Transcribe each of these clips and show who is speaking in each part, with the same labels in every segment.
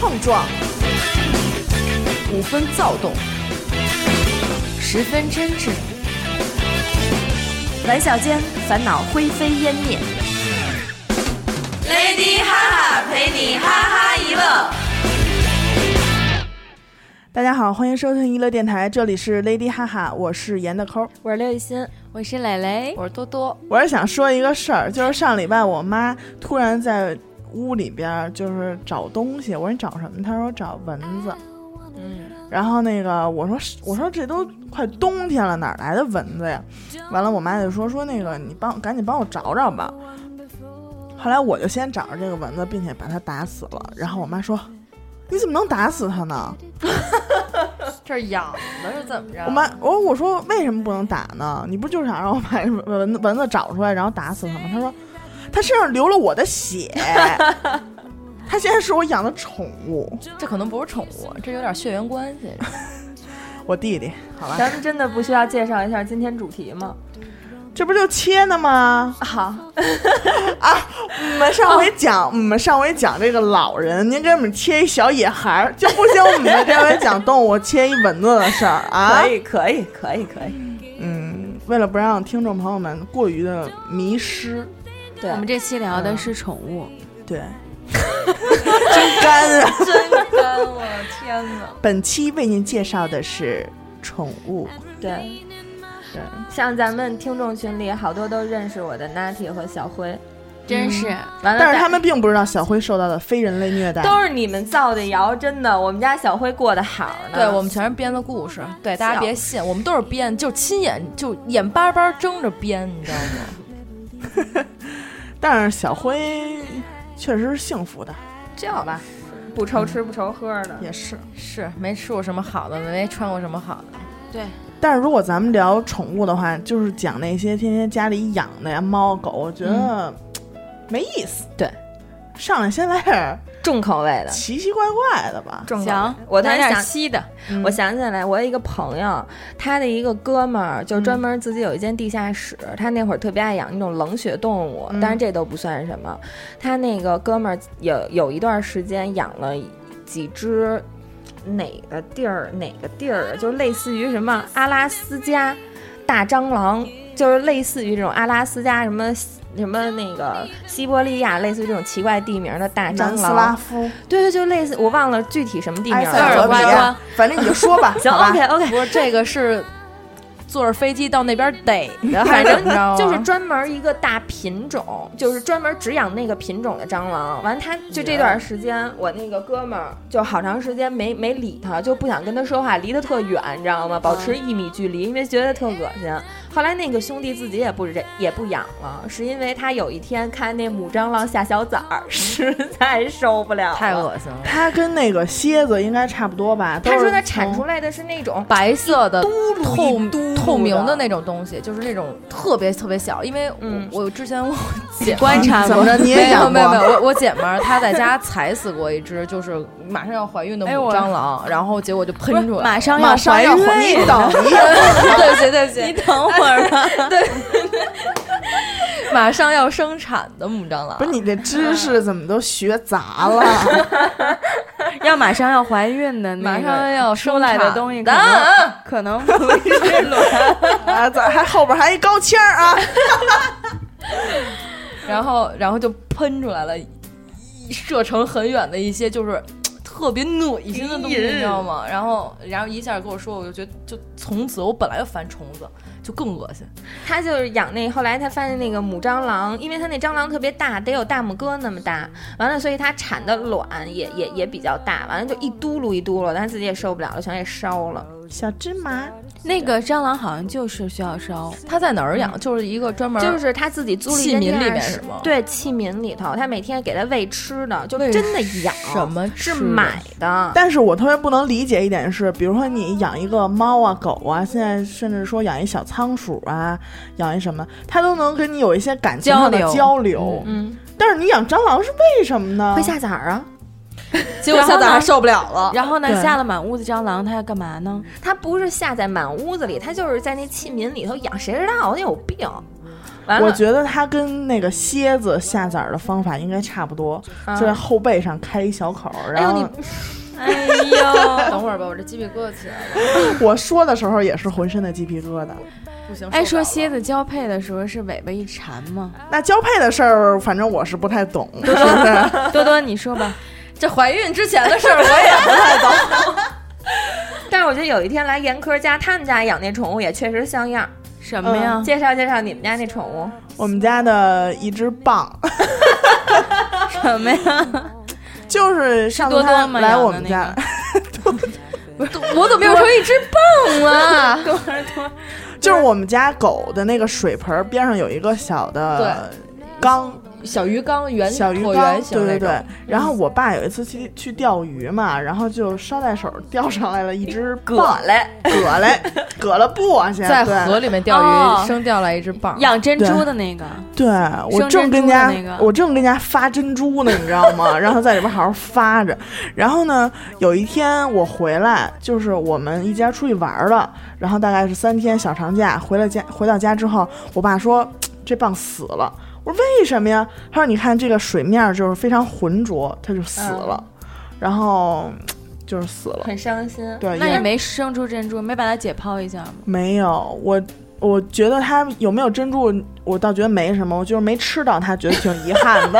Speaker 1: 碰撞，五分躁动，十分真挚。玩笑间，烦恼灰飞烟灭。
Speaker 2: Lady 哈哈陪你哈哈一乐。
Speaker 3: 大家好，欢迎收听娱乐电台，这里是 Lady 哈哈，我是严的抠。
Speaker 4: 我是刘雨欣，
Speaker 2: 我是蕾蕾，
Speaker 4: 我是多多，
Speaker 3: 我是想说一个事儿，就是上礼拜我妈突然在屋里边儿就是找东西，我说你找什么？她说找蚊子。
Speaker 4: 嗯，
Speaker 3: 然后那个我说是我说这都快冬天了，哪来的蚊子呀？完了，我妈就说说那个你帮赶紧帮我找找吧。后来我就先找着这个蚊子，并且把它打死了。然后我妈说。你怎么能打死它呢？
Speaker 4: 这是养的是怎么着？
Speaker 3: 我妈，我我说为什么不能打呢？你不就是想让我把蚊子蚊子找出来，然后打死它吗？她说，它身上流了我的 血，它现在是我养的宠物，
Speaker 4: 这可能不是宠物，这有点血缘关系。
Speaker 3: 我弟弟。好吧，
Speaker 5: 咱们真的不需要介绍一下今天主题吗？
Speaker 3: 这不就切呢吗？
Speaker 5: 好，
Speaker 3: 我们上 回讲，我们上回讲这个老人，您给我们切一小野孩儿就不行，我们这回讲动物切一蚊子的事儿啊
Speaker 5: 可。以，可以，可以，可以。
Speaker 3: 嗯，为了不让听众朋友们过于的迷失，
Speaker 5: 对
Speaker 2: 我们这期聊的是宠物，
Speaker 4: 嗯
Speaker 3: 对，真干啊！
Speaker 4: 真干，我天哪！
Speaker 3: 本期为您介绍的是宠物，
Speaker 5: 对，
Speaker 3: 对，
Speaker 5: 像咱们听众群里好多都认识我的 Natty 和小辉，
Speaker 2: 真是、
Speaker 4: 嗯
Speaker 5: 完了，
Speaker 3: 但是他们并不知道小辉受到的非人类虐待。
Speaker 5: 都是你们造的谣，真的。我们家小辉过得好呢。
Speaker 4: 对我们全是编的故事，对大家别信，我们都是编，就亲眼就眼巴巴睁着编，你知道吗？
Speaker 3: 但是小辉确实是幸福的，
Speaker 5: 这样吧，不愁吃不愁喝的。
Speaker 3: 也是。
Speaker 4: 是没吃过什么好的，没穿过什么好的，
Speaker 3: 但是如果咱们聊宠物的话，就是讲那些天天家里养的呀，猫狗，我觉得、
Speaker 5: 嗯
Speaker 3: 没意思。
Speaker 4: 对，
Speaker 3: 上来先来点
Speaker 5: 重口味的，
Speaker 3: 奇奇怪怪的吧。
Speaker 5: 重口味
Speaker 2: 行。，
Speaker 5: 我突
Speaker 2: 来
Speaker 5: 然
Speaker 2: 点
Speaker 5: 想
Speaker 2: 稀的，
Speaker 5: 我想起来，我有一个朋友，他的一个哥们儿就
Speaker 3: 嗯
Speaker 5: 专门自己有一间地下室，他那会儿特别爱养那种冷血动物，
Speaker 3: 嗯
Speaker 5: 但是这都不算什么。他那个哥们儿有有一段时间养了几只。哪个地儿哪个地儿，啊就类似于什么阿拉斯加大蟑螂，就是类似于这种阿拉斯加什么什么那个西伯利亚，类似于这种奇怪地名的大蟑
Speaker 3: 南斯拉
Speaker 5: 螂。
Speaker 3: 夫、
Speaker 5: 对对，就类似我忘了具体什么地
Speaker 3: 埃
Speaker 5: 名
Speaker 3: 塞
Speaker 2: 尔
Speaker 3: 俄
Speaker 5: 了。
Speaker 3: 比
Speaker 2: 瓜
Speaker 3: 亚
Speaker 2: 瓜，
Speaker 3: 反正你就说吧，
Speaker 5: 行
Speaker 3: 好吧
Speaker 2: 哎
Speaker 5: ，OK OK，
Speaker 4: 不是这个是坐着飞机到那边逮的，还
Speaker 5: 反
Speaker 4: 是怎么着
Speaker 2: 哦
Speaker 4: 啊
Speaker 5: 正就是专门一个大品种，就是专门只养那个品种的蟑螂。完，他就这段时间，我那个哥们儿就好长时间没没理他，就不想跟他说话，离得特远，你知道吗？保
Speaker 2: 嗯
Speaker 5: 持一米距离，因为觉得特恶心。后来那个兄弟自己也不忍也不养了，是因为他有一天看那母蟑螂下小崽儿， 实在受不了了
Speaker 4: 太。恶心了。
Speaker 3: 它跟那个蝎子应该差不多吧？
Speaker 5: 他说他产
Speaker 3: 来。
Speaker 2: 嗯
Speaker 5: 出来的是那种
Speaker 4: 白色的透
Speaker 3: 一嘟噜的
Speaker 4: 透明的那种东西，就是那种特别特别小。因为我、
Speaker 5: 嗯
Speaker 4: 我之前我姐
Speaker 2: 观察
Speaker 3: 怎
Speaker 2: 过
Speaker 3: 么 着你也
Speaker 4: 没有
Speaker 3: 养
Speaker 4: 没有没
Speaker 3: 过？
Speaker 4: 有，我我姐们儿她在家踩死过一只，就是马上要怀孕的
Speaker 5: 哎
Speaker 4: 母
Speaker 5: 我
Speaker 4: 蟑螂，然后结果就喷出来。
Speaker 2: 马上
Speaker 3: 马
Speaker 2: 要
Speaker 3: 上
Speaker 2: 怀
Speaker 3: 要
Speaker 2: 孕，
Speaker 3: 怀你 等一
Speaker 4: 对不起对不起，
Speaker 2: 等会 儿吧。
Speaker 4: 马上要生产的母蟑螂
Speaker 3: 不。是你这知识怎么都学杂了？
Speaker 2: 要马上要怀孕的，
Speaker 4: 马上要
Speaker 2: 出
Speaker 4: 生
Speaker 2: 来的
Speaker 4: 产
Speaker 2: 东西可
Speaker 4: 的
Speaker 2: 能可能不是卵。
Speaker 3: 啊，咋还后边还一高腔儿啊？
Speaker 4: 然后然后就喷出来了，射程很远的一些就是。特别恶心的东西，你知道吗？然后，然后一下跟我说，我就觉得，就从此我本来就烦虫子，就更恶心。
Speaker 5: 他就是养那，后来他发现那个母蟑螂，因为他那蟑螂特别大，得有大拇哥那么大，完了，所以他产的卵也也也比较大，完了就一嘟噜一嘟噜，他自己也受不了了，全给烧了。
Speaker 3: 小芝麻，
Speaker 2: 那个蟑螂好像就是需要烧，
Speaker 4: 它在哪儿养？就是一个专门
Speaker 5: 就是他自己租了一间
Speaker 4: 器皿
Speaker 5: 地
Speaker 4: 里
Speaker 5: 下
Speaker 4: 边
Speaker 5: 室
Speaker 4: 是吗
Speaker 5: 对，器皿里头，他每天给它喂吃的，就
Speaker 4: 喂
Speaker 5: 真的养。
Speaker 4: 什么
Speaker 5: 是
Speaker 4: 吃的
Speaker 5: 买的？
Speaker 3: 但是我特别不能理解一点是，比如说你养一个猫啊、狗啊，现在甚至说养一小仓鼠啊，养一什么，它都能跟你有一些感情上的
Speaker 2: 交
Speaker 3: 交
Speaker 2: 流
Speaker 3: 流。
Speaker 5: 嗯，
Speaker 3: 但是你养蟑螂是为什么呢
Speaker 5: 会？下崽儿啊？
Speaker 4: 结果
Speaker 2: 然后
Speaker 4: 下
Speaker 2: 呢
Speaker 4: 崽还受不了了。
Speaker 2: 然后呢，
Speaker 3: 对
Speaker 2: 下了满屋子蟑螂，它要干嘛呢？
Speaker 5: 它不是下在满屋子里，它就是在那器皿里头养，谁知道它有病？完
Speaker 3: 我
Speaker 5: 了，
Speaker 3: 觉得它跟那个蝎子下崽儿的方法应该差不多，
Speaker 5: 啊
Speaker 3: 就在后背上开一小口儿，
Speaker 5: 哎呦
Speaker 3: 然后
Speaker 5: 你
Speaker 2: 哎 呦，
Speaker 4: 等会儿吧，我这鸡皮疙瘩起来了，
Speaker 3: 我说的时候也是浑身的鸡皮疙瘩。
Speaker 4: 不行。
Speaker 2: 哎，说
Speaker 4: 蝎
Speaker 2: 蝎子交配的时候是尾巴一缠吗？
Speaker 3: 那交配的事儿，反正我是不太懂，是不是？
Speaker 2: 多多，你说吧。
Speaker 4: 这怀孕之前的事儿我也
Speaker 5: 但是我觉得有一天来严科家，他们家养那宠物也确实像样儿。
Speaker 2: 什么呀？
Speaker 5: 介绍介绍你们家那宠物，
Speaker 3: 我们家的一只蚌，
Speaker 2: 什 么呀？
Speaker 3: 就是上次
Speaker 2: 多
Speaker 3: 他
Speaker 2: 多吗
Speaker 3: 来
Speaker 2: 养
Speaker 3: 我
Speaker 2: 的
Speaker 3: 们
Speaker 2: 那
Speaker 3: 家，
Speaker 2: 我怎么又成一只蚌
Speaker 4: 啊
Speaker 2: 了？
Speaker 3: 就是我们家狗的那个水盆儿边上有一个小的缸，
Speaker 4: 小鱼缸圆
Speaker 3: 小鱼
Speaker 4: 椭
Speaker 3: 缸，
Speaker 4: 圆
Speaker 3: 对
Speaker 4: 形那
Speaker 3: 对
Speaker 4: 种
Speaker 3: 对。然后我爸有一次去去钓鱼嘛，然后就捎带手钓上来了一只
Speaker 5: 葛
Speaker 3: 蚌，
Speaker 5: 嘞，
Speaker 3: 蛤嘞，蛤了不往下，
Speaker 4: 在
Speaker 3: 对
Speaker 4: 河里面钓
Speaker 2: 哦
Speaker 4: 鱼，生钓来一只蚌。
Speaker 2: 养珍珠的那个，
Speaker 3: 对我
Speaker 2: 生
Speaker 3: 正
Speaker 2: 珍
Speaker 3: 跟
Speaker 2: 珠的
Speaker 3: 家、
Speaker 2: 那个
Speaker 3: 我正跟家发珍珠呢，你知道吗？ 让它在里边好好发着。然后呢，有一天我回来，就是我们一家出去玩了，然后大概是三天小长假，回了家回到家之后，我爸说这蚌死了。我说为什么呀？他说你看这个水面儿就是非常浑浊，它就死
Speaker 2: 嗯
Speaker 3: 了，然后就是死了。
Speaker 5: 很伤心。
Speaker 3: 对，
Speaker 2: 那
Speaker 3: 也
Speaker 2: 也没生出珍珠，没把它解剖一下吗？
Speaker 3: 没有，我我觉得它有没有珍珠，我倒觉得没什么，我就是没吃到它，觉得挺遗憾的。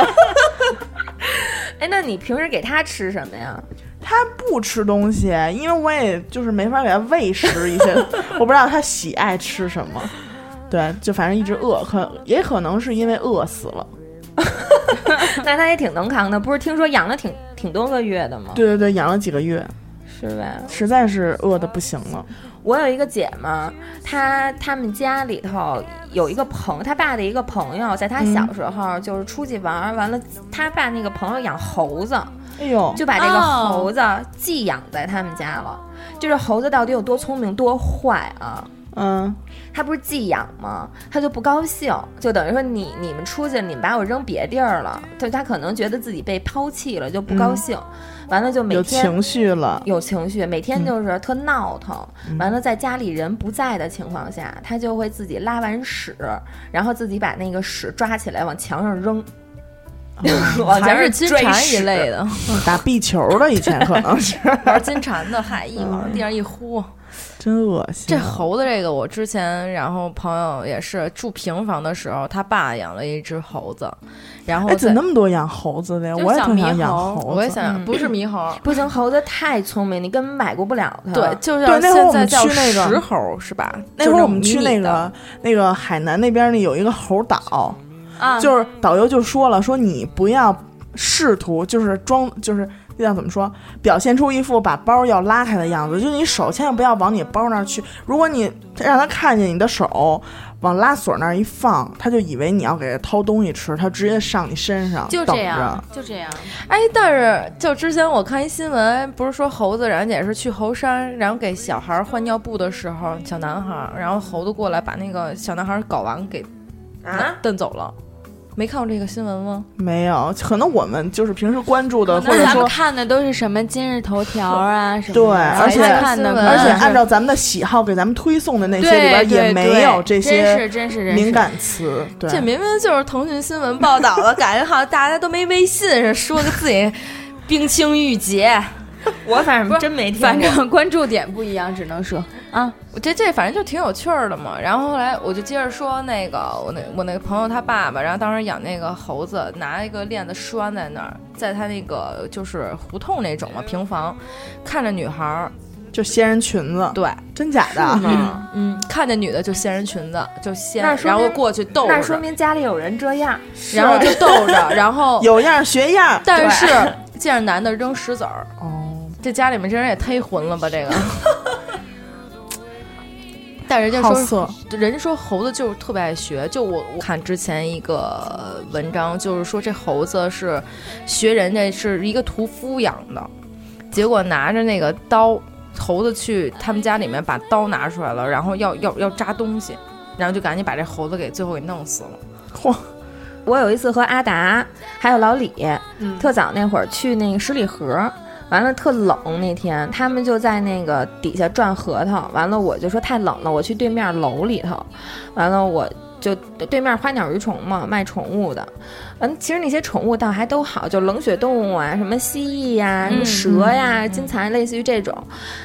Speaker 5: 哎，那你平时给它吃什么呀？
Speaker 3: 它不吃东西，因为我也就是没法给它喂食一 些，我不知道它喜爱吃什么。对，就反正一直饿，可也可能是因为饿死了。
Speaker 5: 那它也挺能扛的，不是听说养了挺挺多个月的吗？
Speaker 3: 对对对，养了几个月，
Speaker 5: 是呗？
Speaker 3: 实在是饿的不行了。
Speaker 5: 我有一个姐们儿，她他们家里头有一个朋她爸的一个朋友，在她小时候就是出去玩儿，完了她爸那个朋友养猴子，
Speaker 3: 哎呦，
Speaker 5: 就把这个
Speaker 2: 哦
Speaker 5: 猴子寄养在他们家了。就是猴子到底有多聪明多坏啊？
Speaker 3: 嗯，
Speaker 5: 他不是寄养吗？他就不高兴，就等于说你你们出去，你们把我扔别地儿了，就他可能觉得自己被抛弃了，就不高兴，
Speaker 4: 嗯
Speaker 5: 完了就每
Speaker 3: 有
Speaker 5: 天
Speaker 3: 情绪了。
Speaker 5: 有情绪，每天就是特闹腾。
Speaker 4: 嗯
Speaker 5: 完了，在家里人不在的情况下，他就会自己拉完屎，然后自己把那个屎抓起来往墙 上扔，往墙
Speaker 4: 还
Speaker 5: 上
Speaker 4: 是金
Speaker 5: 拽
Speaker 4: 蝉一
Speaker 5: 屎
Speaker 4: 类的，
Speaker 3: 打壁球的以前可能是，
Speaker 4: 玩金蝉的，嗨，一往
Speaker 2: 嗯
Speaker 4: 地上一呼，
Speaker 3: 真恶心。啊
Speaker 4: 这猴子这个，我之前然后朋友也是住平房的时候，他爸养了一只猴子，然后
Speaker 3: 哎，怎
Speaker 4: 在
Speaker 3: 么那么多养猴子的呀？
Speaker 2: 就是
Speaker 3: 我也
Speaker 2: 小
Speaker 3: 特想
Speaker 2: 猕
Speaker 3: 养
Speaker 2: 猴嗯
Speaker 3: 猴
Speaker 4: 我也
Speaker 3: 子。
Speaker 4: 想养，不是猕猴，
Speaker 5: 不行，猴子太聪明，你根本买过不了它。
Speaker 4: 对，就是
Speaker 3: 对那会儿
Speaker 4: 现
Speaker 3: 我
Speaker 4: 在
Speaker 3: 们
Speaker 4: 叫
Speaker 3: 去那个
Speaker 4: 石猴是吧？
Speaker 3: 那会儿我们去那个那个海南那边儿那有一个猴岛，
Speaker 4: 嗯
Speaker 2: 啊，
Speaker 3: 就是导游就说了，说你不要试图就是装就是。要怎么说？表现出一副把包要拉开的样子，就你手千万不要往你包那儿去。如果你让他看见你的手往拉锁那儿一放，他就以为你要给他掏东西吃，他直接上你身上，
Speaker 2: 就
Speaker 3: 等
Speaker 2: 这
Speaker 3: 着
Speaker 2: 样，就这样。
Speaker 4: 哎，但是就之前我看一新闻，不是说猴子，人家也是去猴山，然后给小孩换尿布的时候，小男孩儿，然后猴子过来把那个小男孩儿睾丸给
Speaker 5: 啊，
Speaker 4: 蹬走了。没看过这个新闻吗？
Speaker 3: 没有，可能我们就是平时关注 的，或
Speaker 2: 那
Speaker 3: 者
Speaker 2: 咱们
Speaker 3: 说，
Speaker 2: 看的都是什么今日头条啊什么的，
Speaker 3: 对
Speaker 2: 咱
Speaker 3: 而且
Speaker 2: 们看的，
Speaker 4: 新闻
Speaker 3: 而且
Speaker 4: 嗯
Speaker 3: 按照咱们的喜好给咱们推送的那些
Speaker 2: 啊对
Speaker 3: 里边儿
Speaker 2: 对
Speaker 3: 也没有
Speaker 2: 对
Speaker 3: 这
Speaker 2: 真
Speaker 3: 些
Speaker 2: 是真是真是
Speaker 3: 敏。感词。对，
Speaker 4: 这明明就是腾讯新闻报道的，感觉好像大家都没微信似的，说个自己 冰清玉洁。
Speaker 5: 我反正真没听过。
Speaker 2: 反正 关注点不一样，只能说啊，
Speaker 4: 我这这反正就挺有趣儿的嘛。然后后来我就接着说那个我那我那个朋友他爸爸，然后当时养那个猴子，拿一个链子拴在那儿，在他那个就是胡同那种嘛平房，看着女孩儿，
Speaker 3: 就仙人裙子，
Speaker 4: 对，
Speaker 3: 真假的？啊
Speaker 5: 嗯
Speaker 4: 嗯，看见女的就掀人裙子就掀
Speaker 5: 那，说
Speaker 4: 然后
Speaker 5: 明
Speaker 4: 过去逗
Speaker 5: 那说
Speaker 4: 着，
Speaker 5: 明家里有人这样。
Speaker 4: 然后就逗 着，然后
Speaker 3: 有样儿学样儿。
Speaker 4: 但是见着男的扔石子儿，
Speaker 3: 哦，
Speaker 4: 这家里面这人也忒混了吧这 个。但人家
Speaker 3: 好
Speaker 4: 说
Speaker 3: 色，
Speaker 4: 人说猴子就是特别爱学，就我我看之前一个文章，就是说这猴子是学人家是一个屠夫养的，结果拿着那个刀，猴子去他们家里面把刀拿出来了，然后要要要扎东西，然后就赶紧把这猴子给最后给弄死了。
Speaker 3: 嚯，
Speaker 5: 我有一次和阿达还有老李，特早那会儿去那个十里河，完了特冷那天，他们就在那个底下转核桃，完了我就说太冷了，我去对面楼里头，完了我。就对面花鸟鱼虫嘛，卖宠物的。嗯，其实那些宠物倒还都好，就冷血动物啊，什么蜥蜴呀、什么蛇呀、金蚕，类似于这种。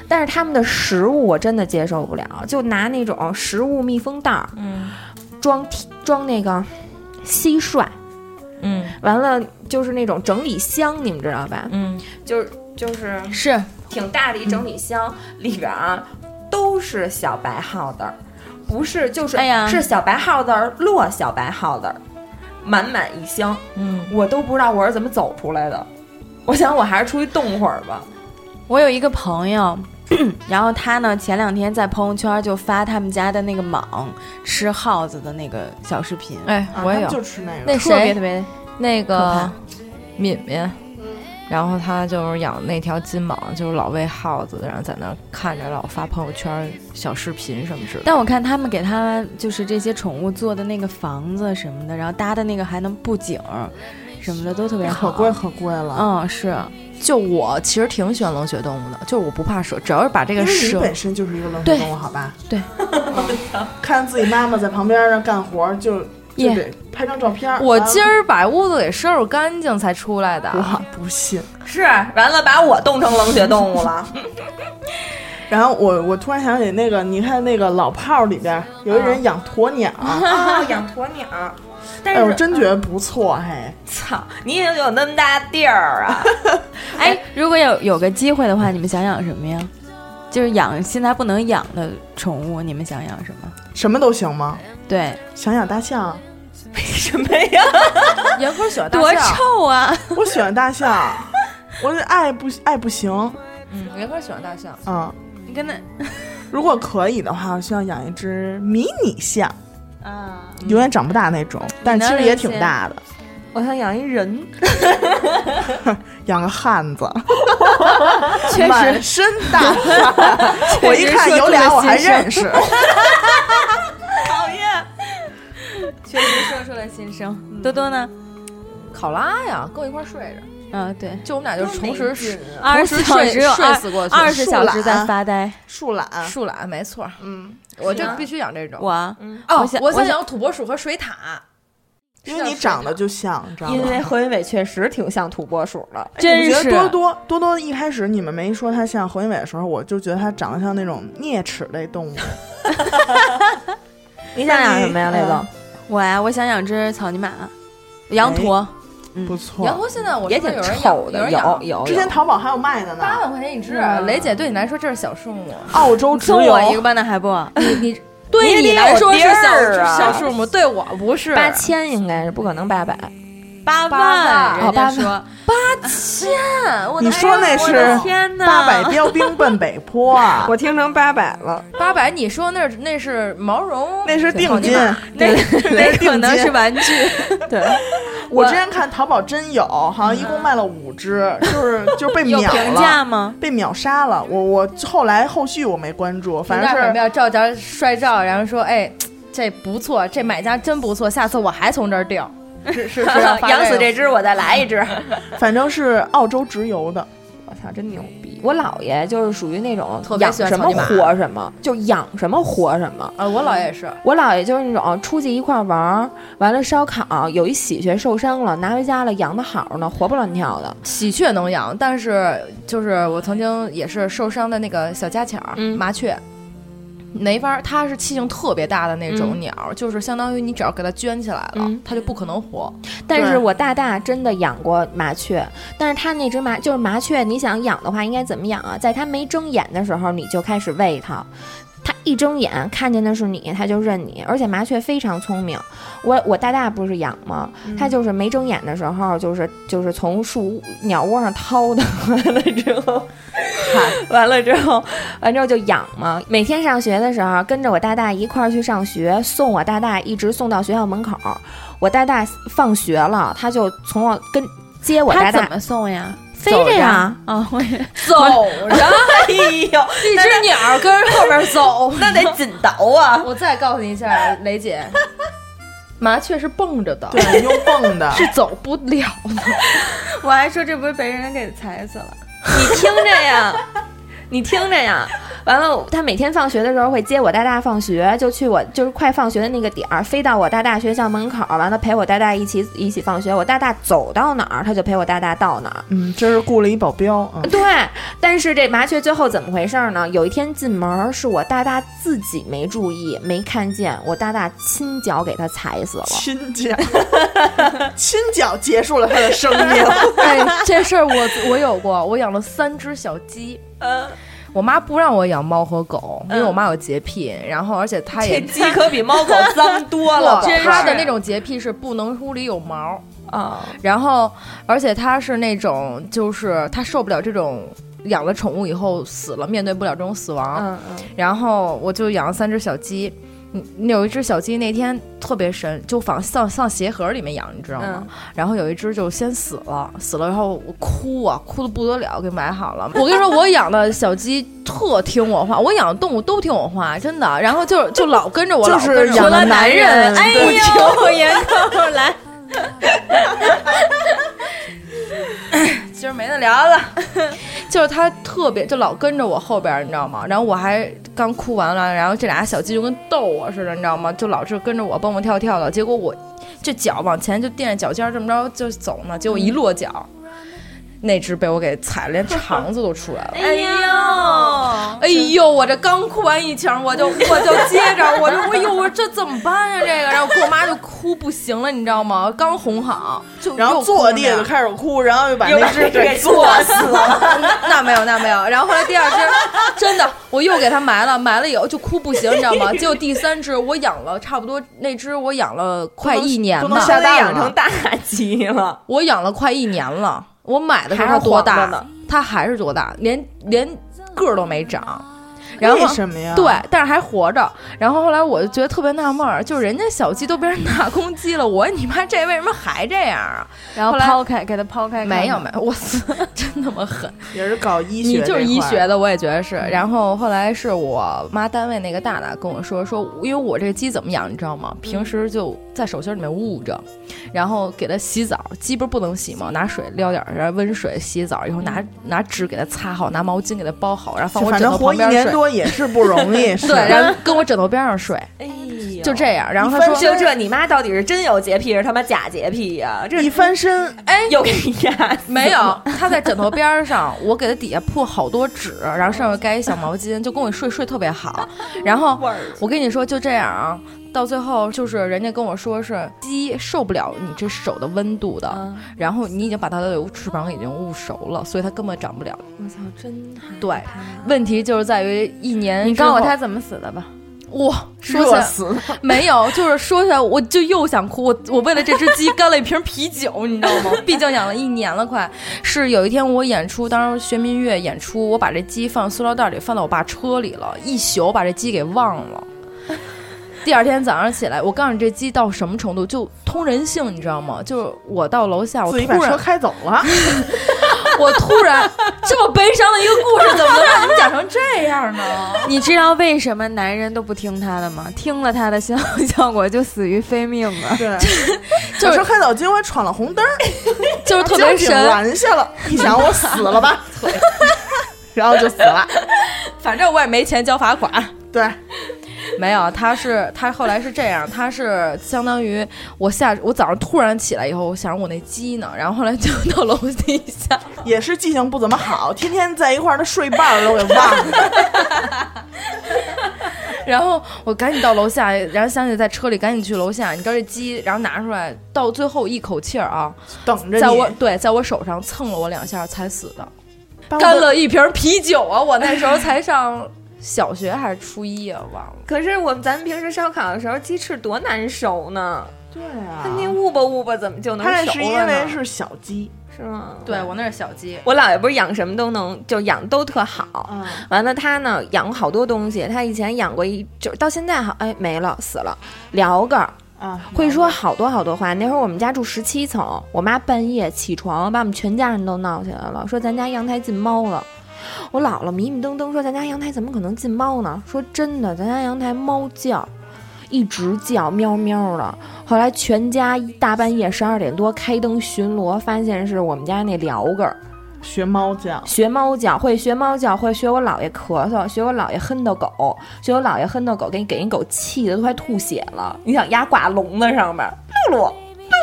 Speaker 5: 但是他们的食物我真的接受不了，就拿那种食物密封袋儿
Speaker 4: 嗯
Speaker 5: 装装那个蟋蟀，
Speaker 4: 嗯
Speaker 5: 完了就是那种整理箱，你们知道吧？
Speaker 4: 嗯，
Speaker 5: 就是就是
Speaker 4: 是
Speaker 5: 挺大的一整理箱，里边啊都是小白耗子儿，不是就是、
Speaker 4: 哎呀
Speaker 5: 是小白耗子儿落小白耗子儿，满满一箱，
Speaker 4: 嗯。
Speaker 5: 我都不知道我是怎么走出来的。我想我还是出去冻会儿吧。
Speaker 2: 我有一个朋友， 然后他呢前两天在朋友圈就发他们家的那个蟒吃耗子的那个小视频，
Speaker 4: 哎，
Speaker 3: 啊
Speaker 4: 我
Speaker 3: 他
Speaker 4: 也
Speaker 3: 们
Speaker 4: 有
Speaker 3: 就吃那个
Speaker 4: 那
Speaker 2: 特别
Speaker 4: 谁
Speaker 2: 特别
Speaker 4: 那
Speaker 2: 可
Speaker 4: 个
Speaker 2: 怕
Speaker 4: 敏敏，然后他就是养那条金蟒，就是老喂耗子，然后在那儿看着老发朋友圈、小视频什么之类的。
Speaker 2: 但我看他们给他就是这些宠物做的那个房子什么的，然后搭的那个还能布景儿什么的都特别好。
Speaker 3: 可贵可贵了。
Speaker 2: 嗯，是
Speaker 3: 哎
Speaker 4: 就我其实挺喜欢冷血动物的，就是我不怕蛇，只要是把这
Speaker 3: 因
Speaker 4: 个
Speaker 3: 为你
Speaker 4: 蛇，
Speaker 3: 本身就是一个冷血
Speaker 2: 对
Speaker 3: 动物，好吧？
Speaker 2: 对，
Speaker 3: 看自己妈妈在旁边儿干活儿，就就
Speaker 2: 耶
Speaker 3: 得拍张照片儿。
Speaker 4: 我
Speaker 3: 完了
Speaker 4: 今儿把屋子给收拾干净才出来的。
Speaker 3: 我不信。
Speaker 5: 是，完了把我冻成冷血动物 了。
Speaker 3: 然后我我突然想起那个，你看那个老炮儿里边儿有一人养鸵鸟，
Speaker 5: 哦，养鸵鸟，但
Speaker 3: 哎，
Speaker 5: 是
Speaker 3: 我真觉得不错，嘿，
Speaker 5: 操，你也有那么大地儿啊！
Speaker 2: 哎，如果有有个机会的话，你们想养什么呀？就是养现在不能养的宠物，你们想养什么？
Speaker 3: 什么都行吗？
Speaker 2: 对，
Speaker 3: 想养大象，
Speaker 5: 为什么呀？
Speaker 4: 严哥喜欢大
Speaker 2: 多
Speaker 4: 象，
Speaker 2: 臭啊！
Speaker 3: 我喜欢大象，我是爱不爱不行
Speaker 4: 嗯，严哥喜欢大象。
Speaker 3: 啊、
Speaker 2: 你跟那
Speaker 3: 如果可以的话，我希望养一只迷你象，
Speaker 2: 啊，
Speaker 3: 永远长不大那种，但其实也挺大的。
Speaker 5: 我想养一人，
Speaker 3: 养个汉子，
Speaker 2: 确实
Speaker 3: 满身大汗，我一看有俩我还认识。
Speaker 5: 讨厌。
Speaker 2: 确实说出了心声。 多多呢？
Speaker 4: 考拉呀，跟我一块儿睡着，
Speaker 2: 啊，对，
Speaker 4: 就我们俩就是同时睡，
Speaker 5: 嗯
Speaker 4: 同
Speaker 2: 二十
Speaker 4: 时
Speaker 2: 小
Speaker 4: 睡
Speaker 2: 时有
Speaker 4: 睡
Speaker 2: 二
Speaker 4: 死过去。
Speaker 2: 二十
Speaker 3: 树
Speaker 2: 小时在
Speaker 3: 懒
Speaker 2: 发呆。
Speaker 3: 树懒，
Speaker 4: 树懒没错儿，
Speaker 3: 嗯，
Speaker 4: 我就必须养这种。
Speaker 2: 我啊
Speaker 4: 哦，
Speaker 2: 我想
Speaker 4: 我想
Speaker 2: 我想
Speaker 4: 养土拨鼠和水獭。
Speaker 3: 因为你长得就像，你知道吗？
Speaker 5: 因为何云伟确实挺像土拨鼠的，
Speaker 3: 我
Speaker 2: 真
Speaker 3: 觉得
Speaker 2: 是
Speaker 3: 多多多多一开始你们没说他像何云伟的时候，我就觉得他长得像那种啮齿类动物。
Speaker 5: 你想
Speaker 4: 哎
Speaker 5: 养什么呀，
Speaker 3: 那
Speaker 5: 雷
Speaker 3: 你
Speaker 5: 总？
Speaker 4: 嗯
Speaker 2: 我呀，我想养只草泥马，羊驼。
Speaker 3: 不
Speaker 4: 羊
Speaker 3: 错。
Speaker 4: 驼现在我
Speaker 5: 也
Speaker 4: 知道
Speaker 5: 挺
Speaker 4: 有人养
Speaker 5: 丑的，
Speaker 4: 有人养
Speaker 5: 有
Speaker 3: 之前淘宝还有卖的
Speaker 4: 八
Speaker 3: 呢，
Speaker 4: 万块钱一只
Speaker 3: 嗯。
Speaker 4: 雷姐，对你来说这是小数目，
Speaker 3: 澳洲只
Speaker 2: 送我一个
Speaker 3: 有
Speaker 2: 吧，那还不？
Speaker 5: 对
Speaker 4: 对
Speaker 5: 你
Speaker 4: 你
Speaker 5: 来
Speaker 4: 来
Speaker 5: 说
Speaker 4: 说
Speaker 5: 是
Speaker 4: 是
Speaker 5: 小
Speaker 4: 小
Speaker 5: 小
Speaker 4: 小
Speaker 5: 数
Speaker 4: 数目，对我不是
Speaker 5: 八千应该是不可能八百，
Speaker 2: 八
Speaker 4: 万
Speaker 2: 万，人家
Speaker 5: 哦八，
Speaker 2: 说
Speaker 4: 千，啊我
Speaker 3: 你说那是
Speaker 2: 天哪，
Speaker 3: 八 百标兵奔北坡啊
Speaker 5: 我听成八百了。
Speaker 4: 啊八百，你说那是那是毛绒，
Speaker 3: 那是定金。
Speaker 2: 那
Speaker 3: 那
Speaker 2: 那
Speaker 3: 是定
Speaker 2: 可能
Speaker 3: 金
Speaker 2: 是玩具。
Speaker 5: 对，
Speaker 3: 我之前看淘宝真有，好像一共卖了五只，就是就是被秒
Speaker 2: 有评价
Speaker 3: 了，
Speaker 2: 吗？
Speaker 3: 被秒杀了。我我后来后续我没关注，反正
Speaker 4: 那准
Speaker 3: 是
Speaker 4: 备要照着摔照，然后说哎。这不错，这买家真不错，下次我还从这儿调。是是
Speaker 5: 养死这只，我再来 一只。
Speaker 3: 反正是澳洲直邮的，
Speaker 5: 我操，真牛逼！我姥爷就是属于那种
Speaker 4: 特别
Speaker 5: 养
Speaker 4: 喜欢
Speaker 5: 什么
Speaker 4: 草泥马
Speaker 5: 活什么，就养什么活什么。
Speaker 4: 啊！我姥爷也是，
Speaker 5: 我姥爷就是那种啊出去一块儿玩儿，完了烧烤，有一喜鹊受伤了，拿回家了，养的好呢，活蹦乱跳的。
Speaker 4: 喜鹊能养，但是就是我曾经也是受伤的那个小家雀儿、
Speaker 5: 嗯
Speaker 4: 麻雀，没法儿，它是气性特别大的那种
Speaker 5: 嗯
Speaker 4: 鸟，就是相当于你只要给它圈起来了，
Speaker 5: 嗯
Speaker 4: 它就不可能活。
Speaker 5: 但
Speaker 3: 对
Speaker 5: 是我大大真的养过麻雀，但是他那只麻就是麻雀，你想养的话应该怎么养啊？在它没睁眼的时候，你就开始喂它。它一睁眼看见的是你，它就认你。而且麻雀非常聪明，我我大大不是养吗？它就是没睁眼的时候，就是就是从树鸟窝上掏的，完了 之后， 完了之后，完之后就养嘛。每天上学的时候，跟着我大大一块儿去上学，送我大大一直送到学校门口。我大大放学了，他就从我跟接我大
Speaker 2: 他怎
Speaker 5: 大
Speaker 2: 么送呀？
Speaker 5: 飞着呀。
Speaker 2: 啊，我也
Speaker 4: 走着，
Speaker 5: 哎
Speaker 4: 一
Speaker 5: 呦，
Speaker 4: 只鸟跟后边走。
Speaker 5: 那 得紧倒啊！
Speaker 4: 我再告诉你一下，雷姐，麻雀是蹦着的，
Speaker 3: 对，又蹦的，
Speaker 4: 是走不了的。
Speaker 2: 我还说这不是被人给踩死了。
Speaker 5: 你听着呀，你听着呀。完了，他每天放学的时候会接我大大放学，就去我就是快放学的那个点儿，飞到我大大学校门口，完了陪我大大一起一起放学。我大大走到哪儿，他就陪我大大到哪儿。
Speaker 3: 嗯，这是雇了一保镖， 嗯，
Speaker 5: 对，但是这麻雀最后怎么回事呢？有一天进门是我大大自己没注意，没看见，我大大亲脚给他踩死了。
Speaker 3: 亲 脚，亲脚结束了他的生命。
Speaker 4: 哎，这事儿我我有过，我养了三只小鸡。
Speaker 5: 嗯，
Speaker 4: 我妈不让我养猫和狗，因为我妈有洁癖，然后而且她也，
Speaker 5: 这鸡可比猫狗脏多了
Speaker 4: 她的那种洁癖是不能屋里有毛，
Speaker 5: 啊，
Speaker 4: 然后而且她是那种就是她受不了这种养了宠物以后死了面对不了这种死亡，
Speaker 5: 嗯嗯，
Speaker 4: 然后我就养了三只小鸡。嗯，有一只小鸡那天特别神，就放上上鞋盒里面养，你知道
Speaker 3: 嗯
Speaker 4: 吗？然后有一只就先死了，死了，然后我哭啊，哭的不得了，给埋好了。我跟你说，我养的小鸡特听我话，我养的动物都听我话，真的。然后就就老跟着我，
Speaker 3: 就
Speaker 4: 老跟
Speaker 3: 是
Speaker 4: 着我
Speaker 3: 养了男
Speaker 2: 呃
Speaker 3: 人，
Speaker 5: 哎呦，严哥来，
Speaker 4: 今儿没得聊了，就是它特别就老跟着我后边儿，你知道吗？然后我还刚哭完了，然后这俩小鸡就跟逗我似的，你知道吗？就老是跟着我蹦蹦跳跳的，结果我这脚往前就垫着脚尖儿这么着就走呢，结果一落脚，那只被我给踩了，连肠子都出来了。
Speaker 5: 哎呦，
Speaker 4: 哎呦，我这刚哭完疫情，我就我就接着，我就哎呦，我这怎么办呀、这个，然后我跟我妈就哭不行了，你知道吗？刚哄好，就
Speaker 3: 然后
Speaker 4: 又哭
Speaker 3: 坐
Speaker 4: 成
Speaker 3: 地
Speaker 4: 这
Speaker 3: 下
Speaker 4: 样
Speaker 3: 就开始哭，然后又把那只给坐死了。
Speaker 4: 那没有，那没有。然后后来第二只，真的，我又给它埋了，埋了以后就哭不行，你知道吗？结果第三只我养了差不多，那只我养了快一年
Speaker 3: 都能
Speaker 4: 吧，
Speaker 3: 下蛋
Speaker 5: 养
Speaker 3: 了
Speaker 5: 成大鸡了，
Speaker 4: 我养了快一年了。我买的时候它
Speaker 5: 还是
Speaker 4: 多
Speaker 5: 黄
Speaker 4: 大
Speaker 5: 的呢？
Speaker 4: 它还是多大，连连个儿都没长。然后
Speaker 3: 为什么呀？啊
Speaker 4: 对，但是还活着。然后后来我就觉得特别纳闷儿，就是人家小鸡都变成 大公鸡了，我你妈这为什么还这样啊？
Speaker 2: 然后
Speaker 4: 后来
Speaker 2: 抛开，给它抛开看看。
Speaker 4: 没有没有，我操， 真他妈狠！
Speaker 3: 也是搞医学
Speaker 4: 你
Speaker 3: 这
Speaker 4: 就
Speaker 3: 块儿，嗯
Speaker 4: 是医学的，我也觉得是。然后后来是我妈单位那个大大跟我说，说因为我这个鸡怎么养，你知道吗？
Speaker 3: 嗯
Speaker 4: 平时就在手心里面捂着，然后给它洗澡，鸡不是不能洗吗？拿水撩点儿，然后温水洗澡，以后拿拿纸给它擦好，拿毛巾给它包好，然后
Speaker 3: 嗯
Speaker 4: 放
Speaker 3: 就
Speaker 4: 我
Speaker 3: 反
Speaker 4: 枕
Speaker 3: 正
Speaker 4: 头
Speaker 3: 活
Speaker 4: 旁
Speaker 3: 一
Speaker 4: 边
Speaker 3: 年
Speaker 4: 睡。
Speaker 3: 多也是不容易，是
Speaker 4: 对，然后跟我枕头边 上睡，
Speaker 5: 哎呦，
Speaker 4: 就这样。然后
Speaker 3: 一
Speaker 4: 他
Speaker 3: 分
Speaker 4: 说，
Speaker 5: 就这，你妈到底是真有洁癖，是他妈假洁癖呀、这
Speaker 3: 一翻身，
Speaker 5: 又给你压死
Speaker 4: 没有，他在枕头边儿上，我给他底下铺好多纸，然后
Speaker 3: 哦
Speaker 4: 上面盖一小毛巾，就跟我睡睡特别好。然后
Speaker 5: 味儿，
Speaker 4: 我跟你说，就这样啊，到最后就是人家跟我说是鸡受不了你这手的温度的，
Speaker 5: 嗯
Speaker 4: 然后你已经把它的翅膀已经捂熟了，所以它根本长不了。
Speaker 5: 我操，真
Speaker 4: 对，问题就是在于一年
Speaker 2: 你
Speaker 4: 之
Speaker 2: 告
Speaker 4: 后，
Speaker 2: 诉我它怎么死的吧。
Speaker 4: 哇，说起
Speaker 3: 热
Speaker 4: 来
Speaker 3: 死。
Speaker 4: 没有，就是说起来我就又想哭。我我为了这只鸡干了一瓶啤酒，你知道吗？毕竟养了一年了快，是有一天我演出，当时学民乐演出，我把这鸡放塑料袋里，放到我爸车里了，一宿把这鸡给忘了。第二天早上起来，我告诉你这鸡到什么程度，就通人性，你知道吗？就是我到楼下，我
Speaker 3: 自己哦把
Speaker 4: 突
Speaker 3: 车
Speaker 4: 然，
Speaker 3: 开走 了，
Speaker 4: 我突然这么悲伤的一个故事，怎么能让你们讲成这样呢？
Speaker 2: 你知道为什么男人都不听他的吗？听了他的效 效果就死于非命 了。
Speaker 3: 对，
Speaker 4: 就
Speaker 3: 我
Speaker 4: 是
Speaker 3: 车开走，结果闯了红灯儿，
Speaker 4: 就是特
Speaker 2: 啊
Speaker 4: 别
Speaker 3: 交警
Speaker 4: 神，
Speaker 3: 拦下了，一想我死了 吧， 然后就死了。
Speaker 4: 反正我也没钱交罚款。
Speaker 3: 对，
Speaker 4: 没有，他是他后来是这样，他是相当于我下我早上突然起来以后，我想我那鸡呢，然后后来就 到楼底下，
Speaker 3: 也是记性不怎么好，天天在一块儿，他睡半儿都给忘了。
Speaker 4: 然后我赶紧到楼下，然后想起在车里赶紧去楼下，你知道这鸡，然后拿出来到最后一口气儿啊，
Speaker 3: 等着
Speaker 4: 在
Speaker 3: 你
Speaker 4: 我对在我手上蹭了我两下才死的，
Speaker 3: 帮
Speaker 4: 干
Speaker 3: 我
Speaker 4: 了一瓶啤酒啊，我那时候才上小学还是初一啊，忘了。
Speaker 5: 可是我们咱们平时烧烤的时候，鸡翅多难熟呢，
Speaker 3: 对
Speaker 5: 它
Speaker 3: 啊，
Speaker 5: 那捂吧捂吧怎么就能
Speaker 3: 他那
Speaker 5: 熟
Speaker 3: 是因
Speaker 5: 了
Speaker 3: 为
Speaker 5: 呢？
Speaker 3: 是小鸡，
Speaker 5: 是吗？
Speaker 4: 对我那是小鸡，
Speaker 5: 我姥爷不是养什么都能，就养都特好。
Speaker 3: 嗯，
Speaker 5: 完了，他呢养过好多东西，他以前养过一，就到现在好哎没了死了，鹩个儿
Speaker 4: 嗯
Speaker 3: 啊，
Speaker 5: 会说好多好多话。那会儿我们家住十七层，我妈半夜起床把我们全家人都闹起来了，说咱家阳台进猫了。我姥姥迷迷瞪瞪说咱家阳台怎么可能进猫呢？说真的，咱家阳台猫叫，一直叫喵喵的。后来全家一大半夜十二点多开灯巡逻，发现是我们家那鹩个儿。
Speaker 3: 学猫叫，
Speaker 5: 学猫叫，会学猫叫，会学我姥爷咳嗽，学我姥爷哼的狗，学我姥爷哼的狗，给你给人狗气的都快吐血了。你想压挂笼子上面，露露。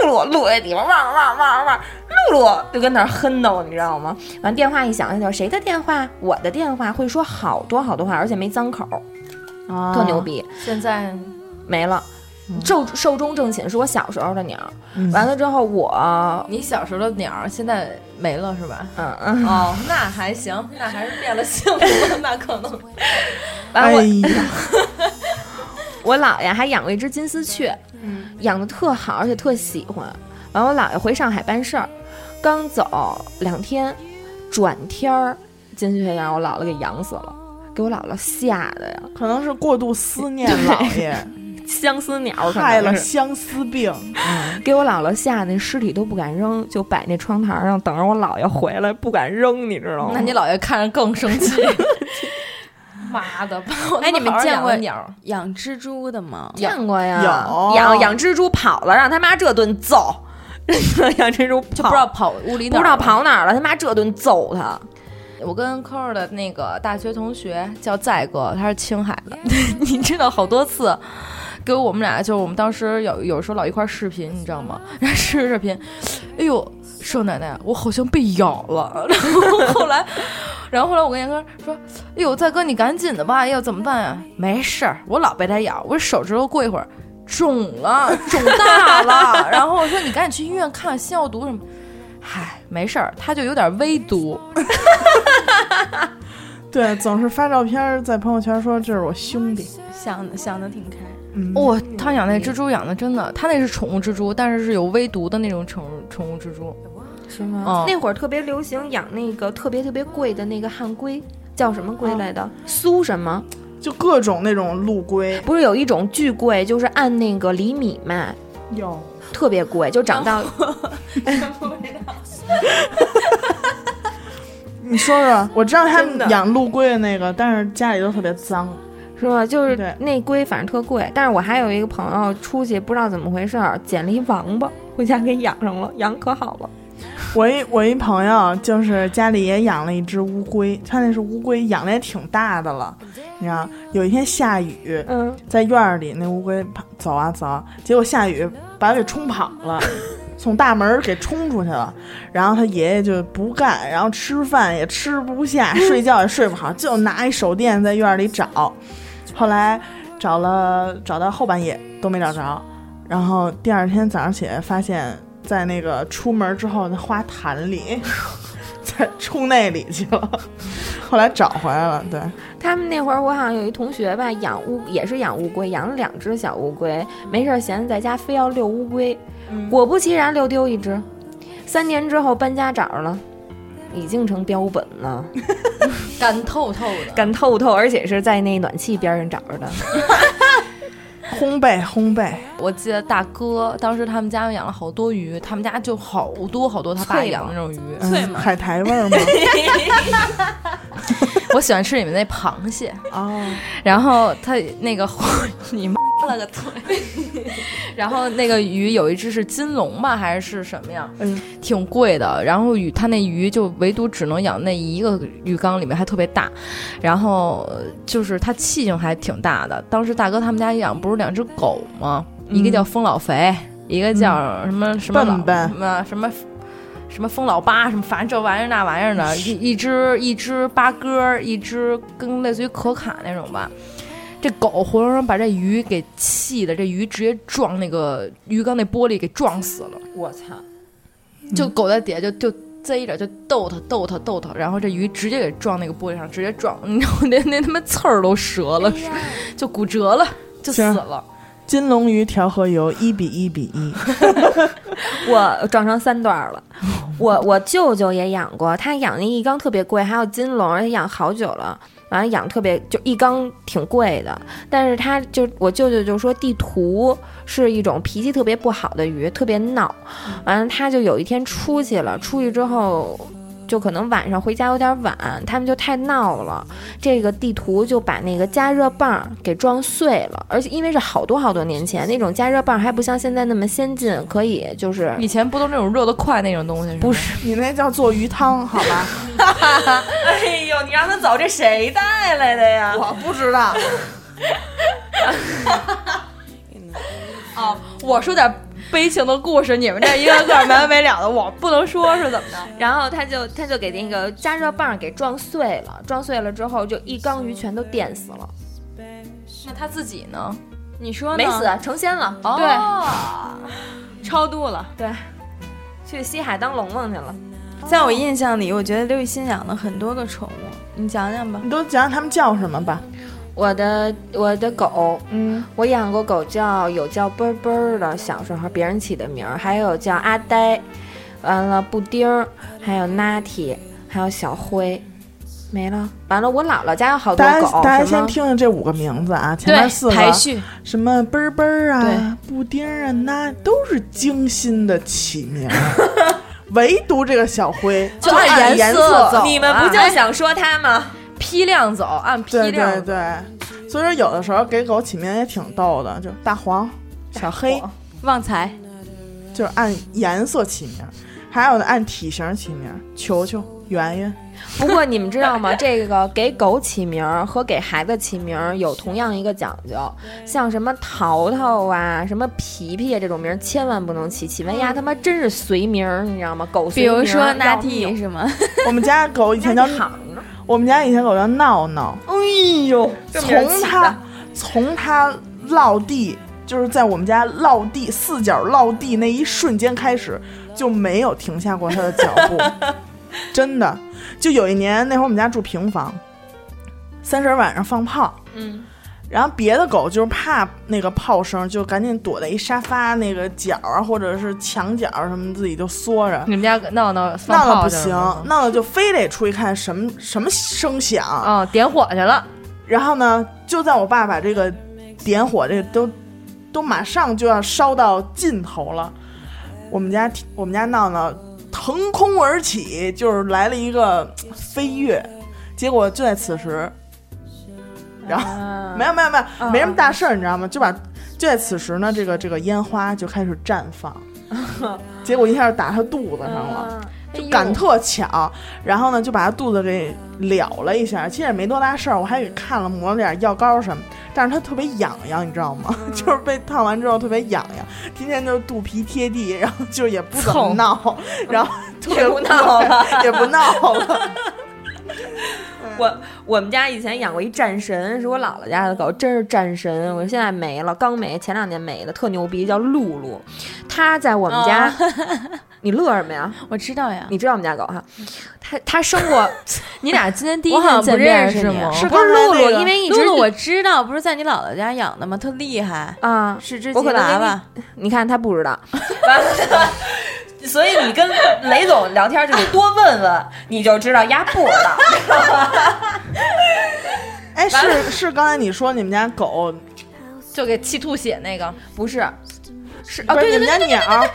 Speaker 5: 露露露在底方，汪汪汪汪，露露就跟那儿哼叨，你知道吗？完电话一响，就谁的电话？我的电话，会说好多好多话，而且没脏口，
Speaker 3: 啊嗯
Speaker 5: 特牛。逼。
Speaker 4: 现在
Speaker 5: 没了，寿寿终正寝是我小时候的鸟儿。完了之后我，
Speaker 4: 你小时候的鸟儿现在没了是吧？
Speaker 5: 嗯 嗯，
Speaker 4: 哦，那还行，那还是变了性了，那可 能。
Speaker 5: 完了我、
Speaker 3: 哎呀，
Speaker 4: 哎
Speaker 5: 我姥爷还养过一只金丝雀，养的特好，而且特喜欢。完我姥爷回上海办事儿，刚走两天，转天儿金丝雀让我姥姥给养死了，给我姥姥吓的呀，
Speaker 3: 可能是过度思念姥爷，
Speaker 5: 相思鸟可能
Speaker 3: 害了
Speaker 5: 是
Speaker 3: 相思病。
Speaker 5: 给我姥姥吓得那尸体都不敢扔，就摆那窗台上等着我姥爷回来，不敢扔，你知道吗？
Speaker 4: 那你姥爷看着更生气。 妈的，把我
Speaker 2: 哎你们
Speaker 4: 好好
Speaker 2: 见
Speaker 4: 养
Speaker 2: 过
Speaker 4: 个鸟儿？
Speaker 2: 养蜘蛛的吗？
Speaker 5: 见过呀？
Speaker 3: 有
Speaker 5: 养养蜘蛛跑了，让他妈这顿 揍，养蜘蛛
Speaker 4: 就
Speaker 5: 跑
Speaker 4: 不知道跑屋里哪
Speaker 5: 不
Speaker 4: 儿
Speaker 5: 知道
Speaker 4: 了
Speaker 5: 跑哪儿了，他妈这顿揍他。
Speaker 4: 我跟扣儿的那个大学同学叫在哥，他是青海的， 你知道好多次。给我们俩就是我们当时有有时候老一块儿视频，你知道吗？视视频，哎呦，少奶奶，我好像被咬了。 然后后来，然后后来我跟严哥说，哎呦，在哥你赶紧的吧，哎呦怎么办呀？没事儿，我老被它咬，我手指头过一会儿肿了，肿大了。 然后我说你赶紧去医院看消毒什么。嗨，没事儿，它就有点微毒。
Speaker 3: 对，总是发照片儿在朋友圈说这是我兄弟。
Speaker 2: 想想的挺开。
Speaker 3: 嗯，
Speaker 4: 哇、他养那蜘蛛养的真的，他那是宠物蜘蛛，但是是有微毒的那种宠物宠物蜘蛛。
Speaker 5: 是吗
Speaker 4: 嗯
Speaker 5: 那会儿特别流行养那个特别特别贵的那个汉龟，叫什么龟来的？苏什么？
Speaker 3: 就各种那种陆龟，
Speaker 5: 不是有一种巨贵，就是按那个厘米卖，
Speaker 3: 有
Speaker 5: 特别贵，就长到
Speaker 3: 你说说，我知道他
Speaker 5: 真的
Speaker 3: 们养陆龟的那个，但是家里都特别脏。
Speaker 5: 是吧？就是
Speaker 3: 对
Speaker 5: 那龟，反正特贵。但是我还有一个朋友出去，不知道怎么回事儿，捡了一王八，回家给养上了，养可好了。
Speaker 3: 我一我一朋友就是家里也养了一只乌龟，他那是乌龟，养的也挺大的了。你知道，有一天下雨，
Speaker 5: 嗯，
Speaker 3: 在院儿里那乌龟跑走啊走啊，结果下雨把它给冲跑了，从大门儿给冲出去了。然后他爷爷就不干，然后吃饭也吃不下，睡觉也睡不好，就拿一手电在院儿里找。后来找了找到后半夜都没找着，然后第二天早上起来发现，在那个出门之后的花坛里， 在冲那里去了。 后来找回来了，对，
Speaker 5: 他们那会儿我好像有一同学吧，养乌也是养乌龟，养了两只小乌龟，没事儿闲着在家非要遛乌龟，果不其然遛丢一只，三年之后搬家找着了。已经成标本 了，
Speaker 4: 干透透的。
Speaker 5: 干透透，而且是在那暖气边上找着的。
Speaker 3: 烘焙烘焙，
Speaker 4: 我记得大哥当时他们家养了好多鱼，他们家就好多好多他爸
Speaker 5: 脆吗
Speaker 4: 养的那种鱼。
Speaker 3: 嗯，海苔味儿吗？
Speaker 4: 我喜欢吃里面那螃蟹，
Speaker 3: 哦，
Speaker 4: 然后他那个 你妈了个腿， 然后那个鱼有一只是金龙吧，还是是什么呀？
Speaker 3: 嗯，
Speaker 4: 挺贵的。然后鱼，它那鱼就唯独只能养那一个鱼缸里面，还特别大。然后呃就是它气性还挺大的。当时大哥他们家养不是两只狗吗？一个叫疯老肥，一个叫什么什么老
Speaker 3: 笨笨
Speaker 4: 什么什么。什么疯老八，什么反正这玩意儿那玩意儿的，一一只一只八哥儿，一只跟类似于可卡那种吧。这狗活生生把这鱼给气的，这鱼直接撞那个鱼缸那玻璃给撞死了。
Speaker 5: 我操！
Speaker 4: 就狗在底下就就贼着，就逗它逗它逗它，然后这鱼直接给撞那个玻璃上，直接撞， 你知道那那他妈刺儿都折了，就骨折了，就死
Speaker 3: 行
Speaker 4: 了。
Speaker 3: 金龙鱼调和油一比一比一，
Speaker 5: 我撞成三段儿了。我我舅舅也养过，他养那一缸特别贵，还有金龙，而且养好久了。完了养特别就一缸挺贵的，但是他就我舅舅就说地图是一种脾气特别不好的鱼，特别闹。完了他就有一天出去了，出去之后就可能晚上回家有点晚，他们就太闹了。这个地图就把那个加热棒给撞碎了，而且因为是好多好多年前那种加热棒，还不像现在那么先进，可以就是
Speaker 4: 以前不都那种热得快那种东西？
Speaker 5: 不，是
Speaker 3: 你那叫做鱼汤，好 吧？
Speaker 5: 哎呦，你让他走，这谁带来的呀？
Speaker 3: 我不知道，
Speaker 4: 哦，我说点悲情的故事，你们这一个个没完没了的，我不能说是怎么的。
Speaker 5: 然后他就他就给那个
Speaker 3: 嗯
Speaker 5: 加热棒给撞碎了，撞碎了之后就一缸鱼全都电死了，
Speaker 4: 那他自己呢？你说呢
Speaker 5: 没死，啊成仙了。
Speaker 3: 嗯
Speaker 4: 哦，超度了。
Speaker 5: 对，去西海当龙王去了。
Speaker 2: 在我印象里，我觉得刘雨欣养了很多个宠物，你讲讲吧。
Speaker 3: 你都讲讲他们叫什么吧。
Speaker 5: 我的我的狗，
Speaker 3: 嗯，
Speaker 5: 我养过狗叫有叫啵啵儿的，小时候别人起的名儿，还有叫阿呆，完了布丁儿，还有 Natty，还有小灰，没了。完了，我姥姥家有好多
Speaker 3: 大家
Speaker 5: 狗，
Speaker 3: 大家
Speaker 5: 什
Speaker 3: 先
Speaker 5: 么
Speaker 3: 听听这五个名字啊，前面
Speaker 2: 对
Speaker 3: 四，个
Speaker 2: 排序
Speaker 3: 什么啵儿啵儿啊、布丁儿啊，那都是精心的起名儿， 唯独这个小灰，
Speaker 5: 就
Speaker 4: 按
Speaker 5: 按
Speaker 4: 颜
Speaker 5: 颜
Speaker 4: 色
Speaker 5: 走
Speaker 4: 走
Speaker 5: 你们不
Speaker 4: 啊
Speaker 5: 就想说它吗？
Speaker 4: 批量走，按批
Speaker 3: 对
Speaker 4: 量
Speaker 3: 对
Speaker 4: 走。
Speaker 3: 对，所以说有的时候给狗起名也挺逗的，就大黄、小黑，
Speaker 2: 旺财，
Speaker 3: 就是按颜色起名儿，还有的按体型起名儿，球球、圆圆，
Speaker 5: 不过你们知道吗？ 这个给狗起名儿和给孩子起名儿有同样一个讲究，像什么淘淘啊、什么皮皮啊这种名儿千万不能起，起完呀他妈真是随名儿，你知道吗？狗随
Speaker 2: 嗯比
Speaker 5: 名儿
Speaker 2: 如说
Speaker 5: 要
Speaker 2: Natty
Speaker 5: 命
Speaker 2: 是吗？
Speaker 3: 我们家狗以前叫
Speaker 5: 那你好呢
Speaker 3: 我们家以前狗叫闹闹，
Speaker 5: 哎呦，这名儿
Speaker 3: 从
Speaker 5: 起
Speaker 3: 它
Speaker 5: 的
Speaker 3: 从它落地，就是在我们家落地四脚落地那一瞬间开始，就没有停下过它的脚 步，真的。就有一年那会儿我们家住平房，三十晚上放炮，
Speaker 5: 嗯，
Speaker 3: 然后别的狗就是怕那个炮声，就赶紧躲在一沙发那个角啊，或者是墙角什么，自己就缩着。
Speaker 4: 你们家闹闹放
Speaker 3: 闹
Speaker 4: 炮
Speaker 3: 闹不
Speaker 4: 去了
Speaker 3: 行，
Speaker 4: 吗
Speaker 3: 闹闹就非得出去看什么什么声响
Speaker 4: 哦，点火去了。
Speaker 3: 然后呢，就在我爸把这个点火这个都都马上就要烧到尽头了，我们家我们家闹闹腾空而起，就是来了一个呃飞跃，结果就在此时，然后、
Speaker 4: 嗯
Speaker 3: 没有没有没
Speaker 5: 嗯
Speaker 3: 有没什么大事儿，你知道吗？就把就在此时呢，这个这个烟花就开始绽 放，结果一下就打他肚子上了。
Speaker 5: 哎呦
Speaker 3: 赶特巧，然后呢就把他肚子给了了一下，其实也没多大事儿，我还给看了抹了点药膏什么，但是他特别痒痒，你知道吗？
Speaker 5: 嗯
Speaker 3: 就是被烫完之后特别痒痒，天天就肚皮贴地，然后就也不怎么
Speaker 4: 蹭
Speaker 3: 闹，然后特别
Speaker 5: 也不闹了，
Speaker 3: 也不闹了，
Speaker 5: 我 我们家以前养过一战神，是我姥姥家的狗，真是战神。我现在没了，刚没，前两年没的，特牛逼，叫露露。它在我们家，哦 你乐什么呀？
Speaker 2: 我知道 呀，
Speaker 5: 你知道我们家狗哈？它它生 过，
Speaker 4: 你俩今天第一
Speaker 2: 我好
Speaker 4: 天
Speaker 2: 像
Speaker 4: 见
Speaker 2: 不
Speaker 4: 面
Speaker 2: 认识
Speaker 4: 是
Speaker 2: 你
Speaker 4: 吗？
Speaker 3: 是
Speaker 5: 不是
Speaker 3: 刚才
Speaker 5: 露
Speaker 3: 那
Speaker 5: 露，
Speaker 3: 个
Speaker 5: 因为一
Speaker 2: 露
Speaker 5: 直
Speaker 2: 露我知道，不是在你姥姥家养的吗？特厉害，
Speaker 5: 啊，
Speaker 2: 是只
Speaker 5: 我
Speaker 2: 吉
Speaker 5: 可能
Speaker 2: 娃
Speaker 5: 跟
Speaker 2: 娃。
Speaker 5: 你看他不知道，完了，所以你跟雷总聊天就得多问问，你就知道丫不知道。
Speaker 3: 哎，是是刚才你说你们家狗
Speaker 4: 就给气吐血那个，
Speaker 5: 不是，是啊，
Speaker 3: 不是
Speaker 5: 对
Speaker 3: 你
Speaker 5: 对
Speaker 3: 们
Speaker 5: 对
Speaker 3: 家鸟儿，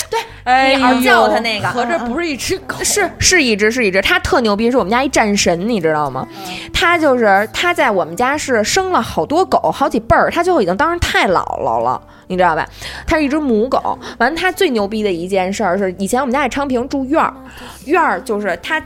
Speaker 4: 哎
Speaker 5: 鸟
Speaker 4: 呦
Speaker 5: 叫它那个
Speaker 4: 合着不是一只狗，
Speaker 5: 是是一只是一只，它特牛逼，是我们家一战神，你知道吗？它就是它在我们家是生了好多狗，好几辈儿，它最后已经当上太姥姥了，你知道吧？它是一只母狗。完，它最牛逼的一件事儿是，以前我们家在昌平住院儿，院儿就是它。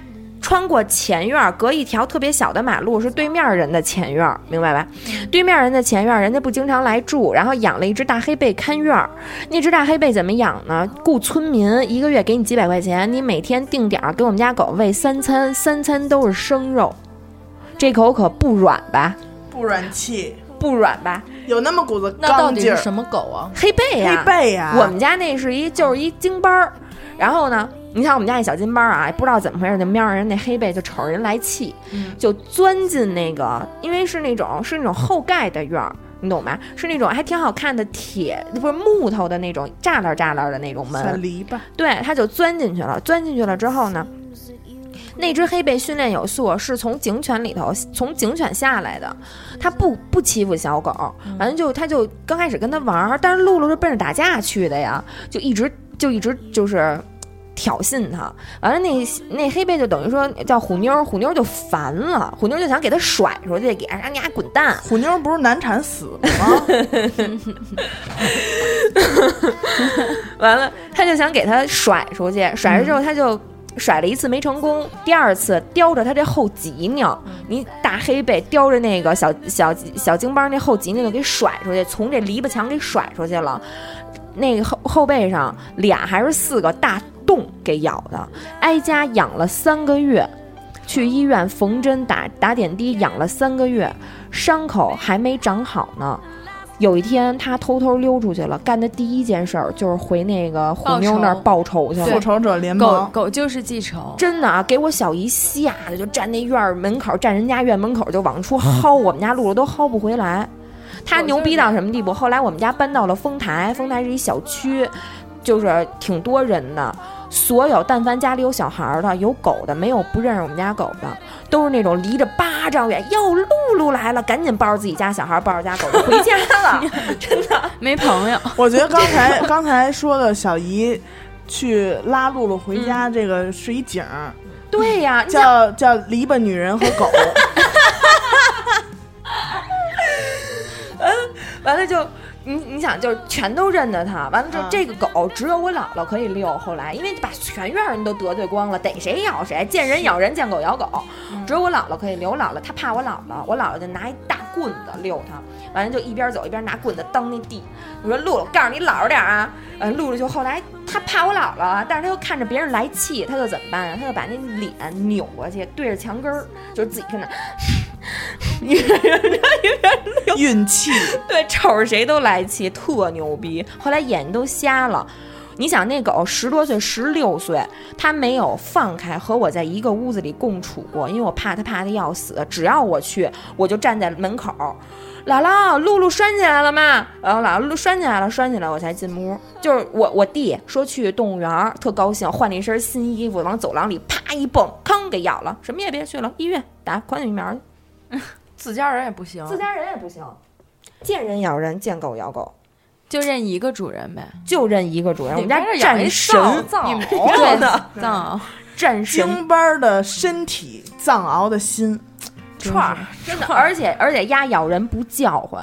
Speaker 5: 穿过前院儿，隔一条特别小的马路，是对面人的前院儿，明白吧？对面人的前院儿，人家不经常来住，然后养了一只大黑背看院儿，那只大黑背怎么养呢？雇村民，一个月给你几百块钱，你每天定点儿给我们家狗喂三餐，三餐都是生肉。这口可不软吧？
Speaker 3: 不软气，
Speaker 5: 不软吧？
Speaker 3: 有那么股子
Speaker 4: 那到
Speaker 3: 刚
Speaker 4: 底
Speaker 3: 劲
Speaker 4: 是
Speaker 3: 儿，
Speaker 4: 什么狗啊？
Speaker 5: 黑背呀、
Speaker 3: 黑背啊呀、
Speaker 5: 我们家那是一就是一京巴儿，然后呢，你看我们家那小京巴儿啊，也不知道怎么回事，就瞄着人那黑背就瞅着人来气，
Speaker 3: 嗯
Speaker 5: 就钻进那个，因为是那种是那种后盖的院儿。你懂吧？是那种还挺好看的铁，不是木头的那种栅栏栅栏的那种门，
Speaker 3: 小篱 笆，
Speaker 5: 对，它就钻进去了。钻进去了之后呢，那只黑背训练有素，是从警犬里头从警犬下来的，它不不欺负小狗，完了就它就刚开始跟它玩儿，但是露露是奔着打架去的呀，就一直就一直就是。挑衅他。完了那那黑贝就等于说叫虎妞儿，虎妞儿就烦了，虎妞儿就想给他甩出去，给让你俩滚蛋。
Speaker 3: 虎妞不是难产死了吗？
Speaker 5: 完了，嗯他就想给他甩出去，甩出去之后他就甩了一次没成功，第二次叼着他这后脊梁，你大黑背叼着那个小小小京帮那后脊梁就给甩出去，从这篱笆墙给甩出去了，那个后后背上俩还是四个大洞给咬的，挨家养了三个月。去医院缝针打打点滴，养了三个月，伤口还没长好呢。有一天，他偷偷溜出去了，干的第一件事儿就是回那个虎妞那儿报仇去
Speaker 3: 复
Speaker 5: 了。
Speaker 3: 仇者联
Speaker 2: 狗
Speaker 3: 盟，
Speaker 2: 狗就是记仇，
Speaker 5: 真的啊，给我小姨吓得就站那院儿门口，站人家院门口就往出薅，我们家路了都薅不回来。他牛逼到什么地步？后来我们家搬到了丰台，丰台是一小区，就是挺多人的。所有但凡家里有小孩儿的、有狗的，没有不认识我们家狗的，都是那种离着巴掌远，哟，露露来了，赶紧抱着自己家小孩儿、抱着家狗就回家了， 真的。
Speaker 2: 没朋友。
Speaker 3: 我觉得刚才刚才说的小姨去拉露露回家，这个是一景儿，
Speaker 5: 对呀、你想
Speaker 3: 叫叫篱笆女人和狗。
Speaker 5: 完了就。你你想，就是全都认得他，完了之后
Speaker 3: 啊
Speaker 5: 这个狗只有我姥姥可以遛。后来因为把全院儿人都得罪光了，逮谁咬谁，见人咬人，见狗咬狗，只有我姥姥可以遛。我姥姥她怕我姥姥，我姥姥就拿一大棍子遛它，完了就一边走一边拿棍子蹬那地。我说露露，告诉你老实点儿啊。呃，露露就后来她怕我姥姥啊，但是她又看着别人来气，她就怎么办啊？她就把那脸扭过去，对着墙根儿，就是自己跟那儿一边一边
Speaker 3: 运气，
Speaker 5: 对，瞅着谁都来气，特牛逼。后来眼睛都瞎了。你想那狗十多岁，十六岁，它没有放开和我在一个屋子里共处过，因为我怕它，怕它要死。只要我去，我就站在门口，姥姥，露露拴起来了吗？然后姥姥露拴起来了，拴起来我才进屋。就是我我弟说去动物园儿，特高兴，换了一身新衣服，往走廊里啪一蹦，吭给咬了，什么也别去了，医院打狂犬疫苗去。
Speaker 4: 自家人也不行，
Speaker 5: 自家人也不行，见人咬人，见狗咬狗。
Speaker 2: 就认一个主人呗，
Speaker 5: 就认一个哦主人，我们家
Speaker 4: 这养一
Speaker 5: 战神，
Speaker 4: 造造，
Speaker 5: 你们
Speaker 2: 对
Speaker 5: 的
Speaker 2: 藏獒
Speaker 5: 战神
Speaker 3: 京班儿的身体，藏獒的心，
Speaker 5: 串儿，真的，而且而且鸭咬人不叫唤，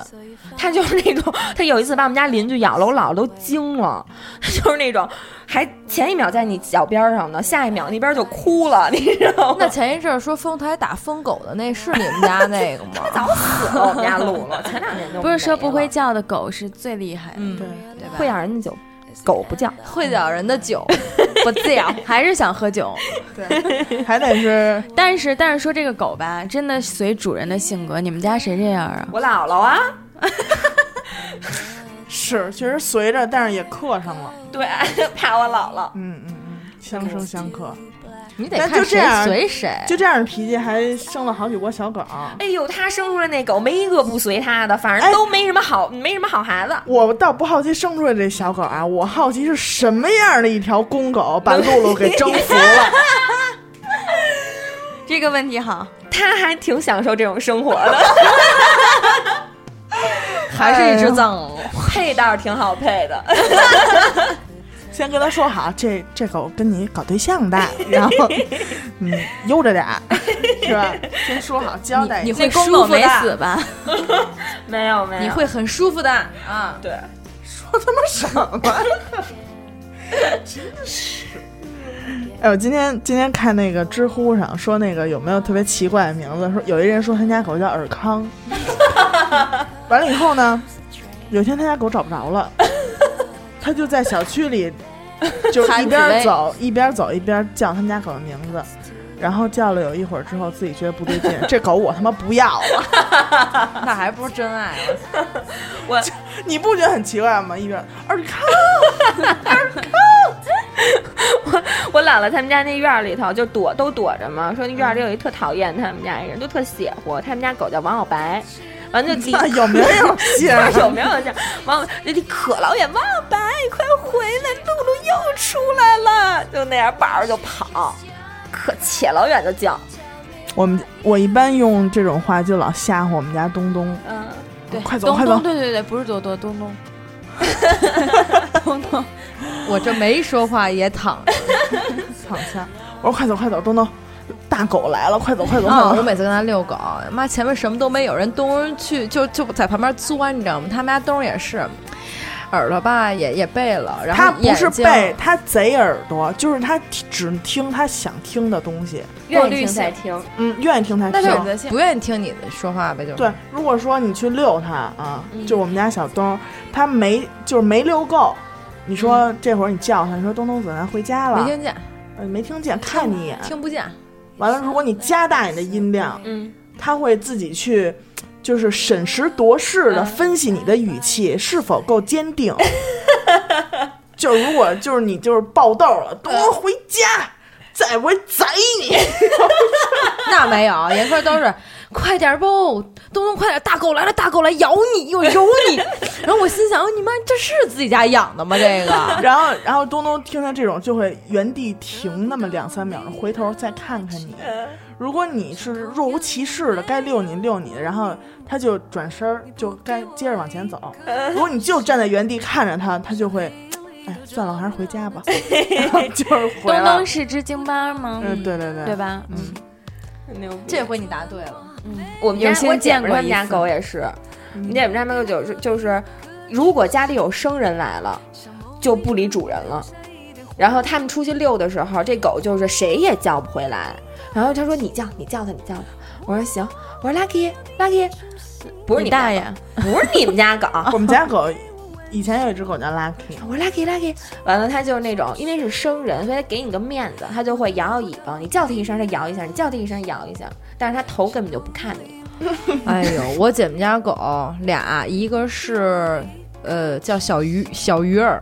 Speaker 5: 它就是那种，它有一次把我们家邻居咬了，我姥姥都惊了，它就是那种，还前一秒在你脚边上呢，下一秒那边就哭了，你知道吗
Speaker 4: 那？前一阵儿说丰台打疯狗的那是你们家那个 吗？
Speaker 5: 早死了，我们家露露，前两年就
Speaker 2: 不是说
Speaker 5: 没了
Speaker 2: 不会叫的狗是最厉害的，
Speaker 3: 对，
Speaker 2: 对吧？
Speaker 5: 会咬人的酒，狗不叫，
Speaker 4: 会咬人的 酒不叫，
Speaker 2: 还是想喝酒，
Speaker 3: 还得是
Speaker 2: 但是但是说这个狗吧，真的随主人的性格。你们家谁这样啊？
Speaker 5: 我姥姥啊，
Speaker 3: 是，确实随着，但是也克上了，
Speaker 5: 对， 怕我姥姥。
Speaker 3: 嗯嗯嗯，相生相克，
Speaker 4: 你得
Speaker 3: 那
Speaker 4: 看
Speaker 3: 就这
Speaker 4: 谁
Speaker 3: 样
Speaker 4: 随谁。
Speaker 3: 就这样的脾气，还生了好几窝小狗。
Speaker 5: 哎呦，他生出来那狗没一个不随他的，反正都没什么好，没什么好孩子。
Speaker 3: 我倒不好奇生出来这小狗啊，我好奇是什么样的一条公狗把露露给征服了。
Speaker 2: 这个问题好，
Speaker 5: 他还挺享受这种生活 的，
Speaker 4: 还是一只藏獒，
Speaker 5: 配倒是挺好配的。
Speaker 3: 先跟他说 好，这这狗跟你搞对象的，然后嗯，悠着点儿，是 吧？先说好交代
Speaker 4: 你
Speaker 3: 一
Speaker 4: 你
Speaker 3: 下。
Speaker 4: 会
Speaker 2: 那公
Speaker 4: 舒
Speaker 2: 狗
Speaker 4: 服的
Speaker 2: 没死吧？
Speaker 5: 没有没有，
Speaker 2: 哎
Speaker 4: 你会很舒服的啊。
Speaker 5: 对，
Speaker 3: 哎，我今天今天看那个知乎上说那个有没有特别奇怪的名字，说有一人说他家狗叫尔康，完了以后呢，有一天他家狗找不着了，他就在小区里就一边走一边走一边叫他们家狗的名字。然后叫了有一会儿之后，自己觉得不对劲，这狗我他妈不要了！
Speaker 4: 那还不是真爱了。
Speaker 3: 你不觉得很奇怪吗？一边尔康，
Speaker 5: 我姥姥他们家那院儿里头就躲都躲着嘛，说那院儿里有一特讨厌他们家一人，就特邪乎，他们家狗叫王小白，完 了就离
Speaker 3: 有没有戏啊
Speaker 5: 有没有像王小那你可老远王小白，快回来，露露又出来了，就那样板儿就跑，可且老远就叫，
Speaker 3: 我们我一般用这种话就老吓唬我们家东东，
Speaker 5: 嗯，
Speaker 2: 对，
Speaker 3: 快走
Speaker 2: 东
Speaker 3: 快
Speaker 2: 东
Speaker 3: 走
Speaker 2: 对对对，不是多多，东东，东东，
Speaker 4: 我这没说话也躺着，
Speaker 3: 躺下，我说快走快走，东东，大狗来了，快走快走快
Speaker 4: 啊！我
Speaker 3: 走。
Speaker 4: 每次跟他遛狗，妈前面什么都没有，人东人去就就在旁边钻，你知道吗？他们家东也是，耳朵吧也也背了，然
Speaker 3: 他
Speaker 4: 后
Speaker 3: 不
Speaker 4: 眼
Speaker 3: 是
Speaker 4: 睛
Speaker 3: 背，他贼耳朵，就是他听只听他想听的东西，
Speaker 5: 愿
Speaker 4: 绿
Speaker 5: 意听
Speaker 4: 线
Speaker 5: 再听，
Speaker 3: 嗯，愿意听他
Speaker 4: 那
Speaker 3: 听。
Speaker 4: 就不愿意听你的说话呗，就是
Speaker 3: 对，如果说你去遛它啊，就我们家小东，它没就是没遛够，你说这会儿你叫它，你说东东走，咱回家
Speaker 4: 没
Speaker 3: 了，
Speaker 4: 听见，
Speaker 3: 呃没听见，看你一啊眼。
Speaker 4: 听不见，
Speaker 3: 完了，如果你加大你的音量，
Speaker 5: 嗯，
Speaker 3: 它会自己去，就是审时度势的分析你的语气是否够坚定。 就如果就是你就是爆豆了，东东回家，再我宰你。
Speaker 4: 那没有，严科都是快点儿吧，东东快点儿，大狗来了，大狗来咬你，又揉你。 然后我心想，你妈这是自己家养的吗？这个
Speaker 3: 然后，然后东东听见这种就会原地停那么两三秒钟，回头再看看你。如果你是若无其事的，该遛你遛你，然后他就转身儿就该接着往前走。如果你就站在原地看着他，他就会，哎，算了，我还是回家吧，然后就是回
Speaker 2: 东
Speaker 3: 了
Speaker 2: 东。是只京巴吗？
Speaker 3: 嗯，对对对，
Speaker 2: 对？吧？
Speaker 3: 嗯，
Speaker 5: 牛逼。
Speaker 4: 这回你答对了，
Speaker 5: 我们
Speaker 2: 有
Speaker 5: 家
Speaker 2: 幸
Speaker 5: 我姐
Speaker 2: 见
Speaker 5: 们
Speaker 2: 过
Speaker 5: 他们
Speaker 2: 一
Speaker 5: 家
Speaker 2: 次嗯
Speaker 5: 狗也是，我们姐们家那个狗就是就是，如果家里有生人来了，就不理主人了。然后他们出去遛的时候，这狗就是谁也叫不回来。然后他说：“你叫，你叫它，你叫它。”我说：“行。”我说：“Lucky，Lucky，不是你们
Speaker 2: 你
Speaker 5: 家
Speaker 2: 大
Speaker 5: 狗，
Speaker 2: 爷，
Speaker 5: 不是你们家 狗。”
Speaker 3: 我们家狗以前有一只狗叫 Lucky，
Speaker 5: 我 lucky lucky，完了它就是那种，因为是生人，所以它给你个面子，它就会摇摇尾巴。你叫它一声，它摇一下；你叫它一声，摇一下。但是它头根本就不看你。
Speaker 4: 哎呦，我姐们家狗俩，一个是呃叫小鱼小鱼儿，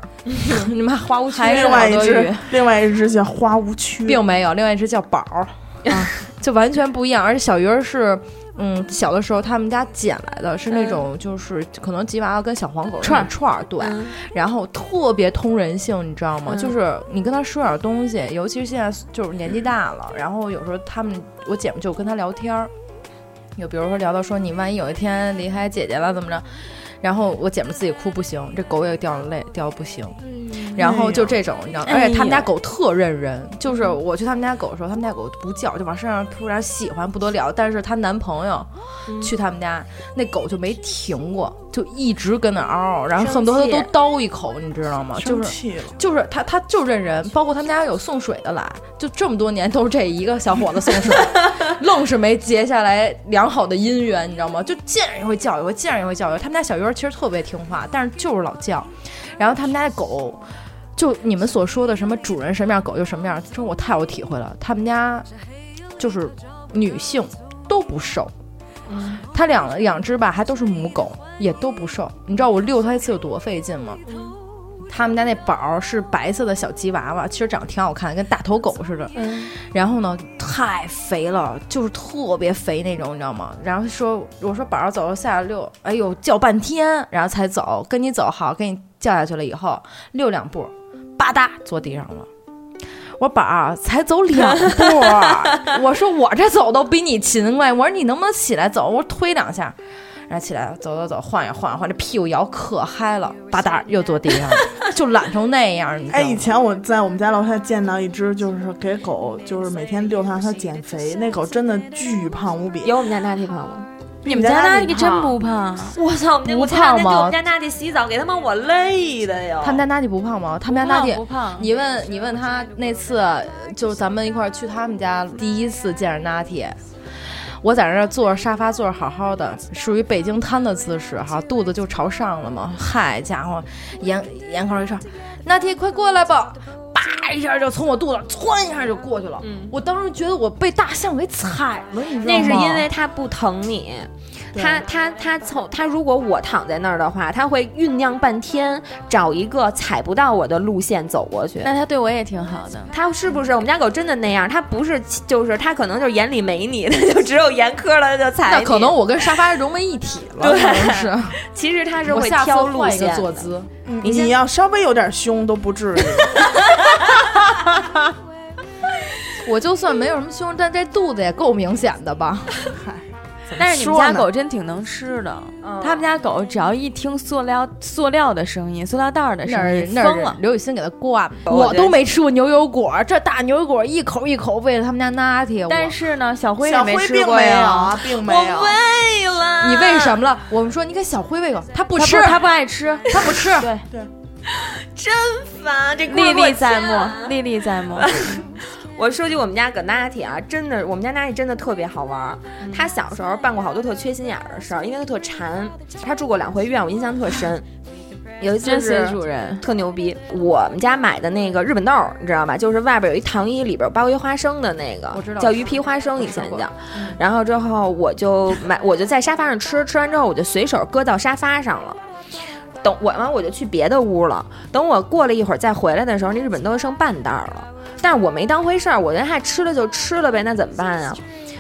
Speaker 4: 你妈花无缺，
Speaker 3: 另外一
Speaker 4: 好多鱼
Speaker 3: 只，另外一只叫花无缺，
Speaker 4: 并没有，另外一只叫宝儿，啊 就完全不一样。而且小鱼儿是，嗯，小的时候他们家捡来的，是那种就是可能吉娃娃跟小黄狗嗯串串儿，嗯对，然后特别通人性，你知道吗？就是你跟他说点东西，尤其是现在就是年纪大了，然后有时候他们我姐们就跟他聊天儿，就比如说聊到说你万一有一天离开姐姐了怎么着。然后我姐们自己哭不行，这狗也掉眼泪，掉不行。然后就这种，你知道，
Speaker 5: 哎
Speaker 4: 而且他们家狗特认人，就是我去他们家狗的时候，他们家狗不叫，就往身上突然喜欢不得了。但是她男朋友
Speaker 5: 嗯
Speaker 4: 去他们家，那狗就没停过，就一直跟那嗷嗷，然后恨不得
Speaker 5: 生气
Speaker 4: 都叨一口，你知道吗？就
Speaker 3: 生
Speaker 4: 是。
Speaker 3: 气了。
Speaker 4: 就是他，他就认人，包括他们家有送水的来，就这么多年都是这一个小伙子送水， 愣是没结下来良好的姻缘，你知道吗？就见着一回叫一回，见着一回叫一回。他们家小鱼儿其实特别听话，但是就是老叫。然后他们家的狗，就你们所说的什么主人什么样，狗就什么样，这我太有体会了。他们家就是女性都不瘦，它两两只吧还都是母狗，也都不瘦。你知道我遛它一次有多费劲吗？他们家那宝儿是白色的小吉娃娃，其实长得挺好看，跟大头狗似的。然后呢，太肥了，就是特别肥那种，你知道吗？然后说，我说宝儿走了，下来遛，哎呦叫半天，然后才走，跟你走好，跟你叫下去了以后，遛两步，吧嗒坐地上了。我说宝儿才走两步儿，我说我这走都比你勤快，我说你能不能起来走？我说推两下，然后起来走走走，晃呀晃呀晃，这屁股摇可嗨了，吧嗒又坐地上了，就懒成那样，你知道
Speaker 3: 哎，
Speaker 4: 吗？
Speaker 3: 以前我在我们家楼下见到一只，就是给狗，就是每天遛它，让它减肥。那狗真的巨胖无比。
Speaker 5: 有我们家那地方吗？
Speaker 3: 你
Speaker 2: 你们家那
Speaker 3: 里
Speaker 2: 个真不胖，
Speaker 5: 我操！我们
Speaker 4: 不胖吗
Speaker 5: 家那地洗澡，给他妈我累的哟
Speaker 4: 他们家娜姐不胖吗？他们家娜姐
Speaker 2: 不胖。
Speaker 4: 你问你问他那次，就是咱们一块儿去他们家第一次见着娜姐，我在那儿坐着沙发坐着好好的，属于北京瘫的姿势哈，肚子就朝上了嘛。嗨家伙，眼眼口一上，娜姐快过来吧，叭一下就从我肚子窜一下就过去了。我当时觉得我被大象给踩了，你知道吗？
Speaker 5: 嗯那是因为它不疼你。它它它从它如果我躺在那儿的话，它会酝酿半天，找一个踩不到我的路线走过去。
Speaker 2: 那他对我也挺好的，
Speaker 5: 它是不是我们家狗真的那样？它不是，就是它可能就是眼里没你，它就只有严苛了它就踩
Speaker 4: 那
Speaker 5: 你。
Speaker 4: 可能我跟沙发融为一体了，
Speaker 5: 对
Speaker 4: 可能是。
Speaker 5: 其实它是
Speaker 4: 我
Speaker 5: 会
Speaker 4: 下次
Speaker 5: 挑路
Speaker 4: 换一个
Speaker 5: 线
Speaker 4: 坐
Speaker 5: 的。
Speaker 4: 姿。
Speaker 3: 你你要稍微有点凶都不 至于。
Speaker 4: 我就算没有什么胸，但这肚子也够明显的吧？
Speaker 2: 但是你们家狗真挺能吃的，
Speaker 5: 嗯
Speaker 2: 他们家狗只要一听塑料塑料的声音、塑料袋儿的
Speaker 4: 那
Speaker 2: 声
Speaker 4: 儿
Speaker 2: 音，
Speaker 4: 那
Speaker 2: 疯
Speaker 4: 儿
Speaker 2: 了。
Speaker 4: 刘雨欣给他灌，
Speaker 5: 我
Speaker 4: 我
Speaker 5: 觉
Speaker 4: 都
Speaker 5: 得
Speaker 4: 没吃过牛油果，这大牛油果一口一口喂了他们家 Natty，我
Speaker 2: 但是呢，小辉也
Speaker 3: 小
Speaker 2: 没
Speaker 3: 灰
Speaker 2: 吃
Speaker 3: 并
Speaker 2: 过
Speaker 3: 没有
Speaker 2: 呀，
Speaker 3: 啊，并没有。
Speaker 4: 你喂什么了？我们说你给小辉喂个，他不
Speaker 2: 他
Speaker 4: 吃，
Speaker 2: 不他不爱吃，
Speaker 4: 他不吃。
Speaker 2: 对
Speaker 3: 对，
Speaker 5: 烦，这
Speaker 2: 历历在目，历历在 目。
Speaker 5: 我说句我们家葛娜铁啊，真的，我们家娜铁真的特别好玩儿。她小时候办过好多特缺心眼儿的事儿，因为她特馋。她住过两回院，我印象特深。有一次
Speaker 2: 真
Speaker 5: 是
Speaker 2: 随主人，
Speaker 5: 特牛逼，我们家买的那个日本豆儿，你知道吧？就是外边有一糖衣，里边包一花生的那个，
Speaker 4: 我知道
Speaker 5: 叫鱼皮花生，以前叫。然后之后我就买，我就在沙发上吃，吃完之后我就随手搁到沙发上了。等我完，我就去别的屋了。等我过了一会儿再回来的时候，那日本豆剩半袋儿了，但是我没当回事儿，我觉得嗨，吃了就吃了呗，那怎么办啊？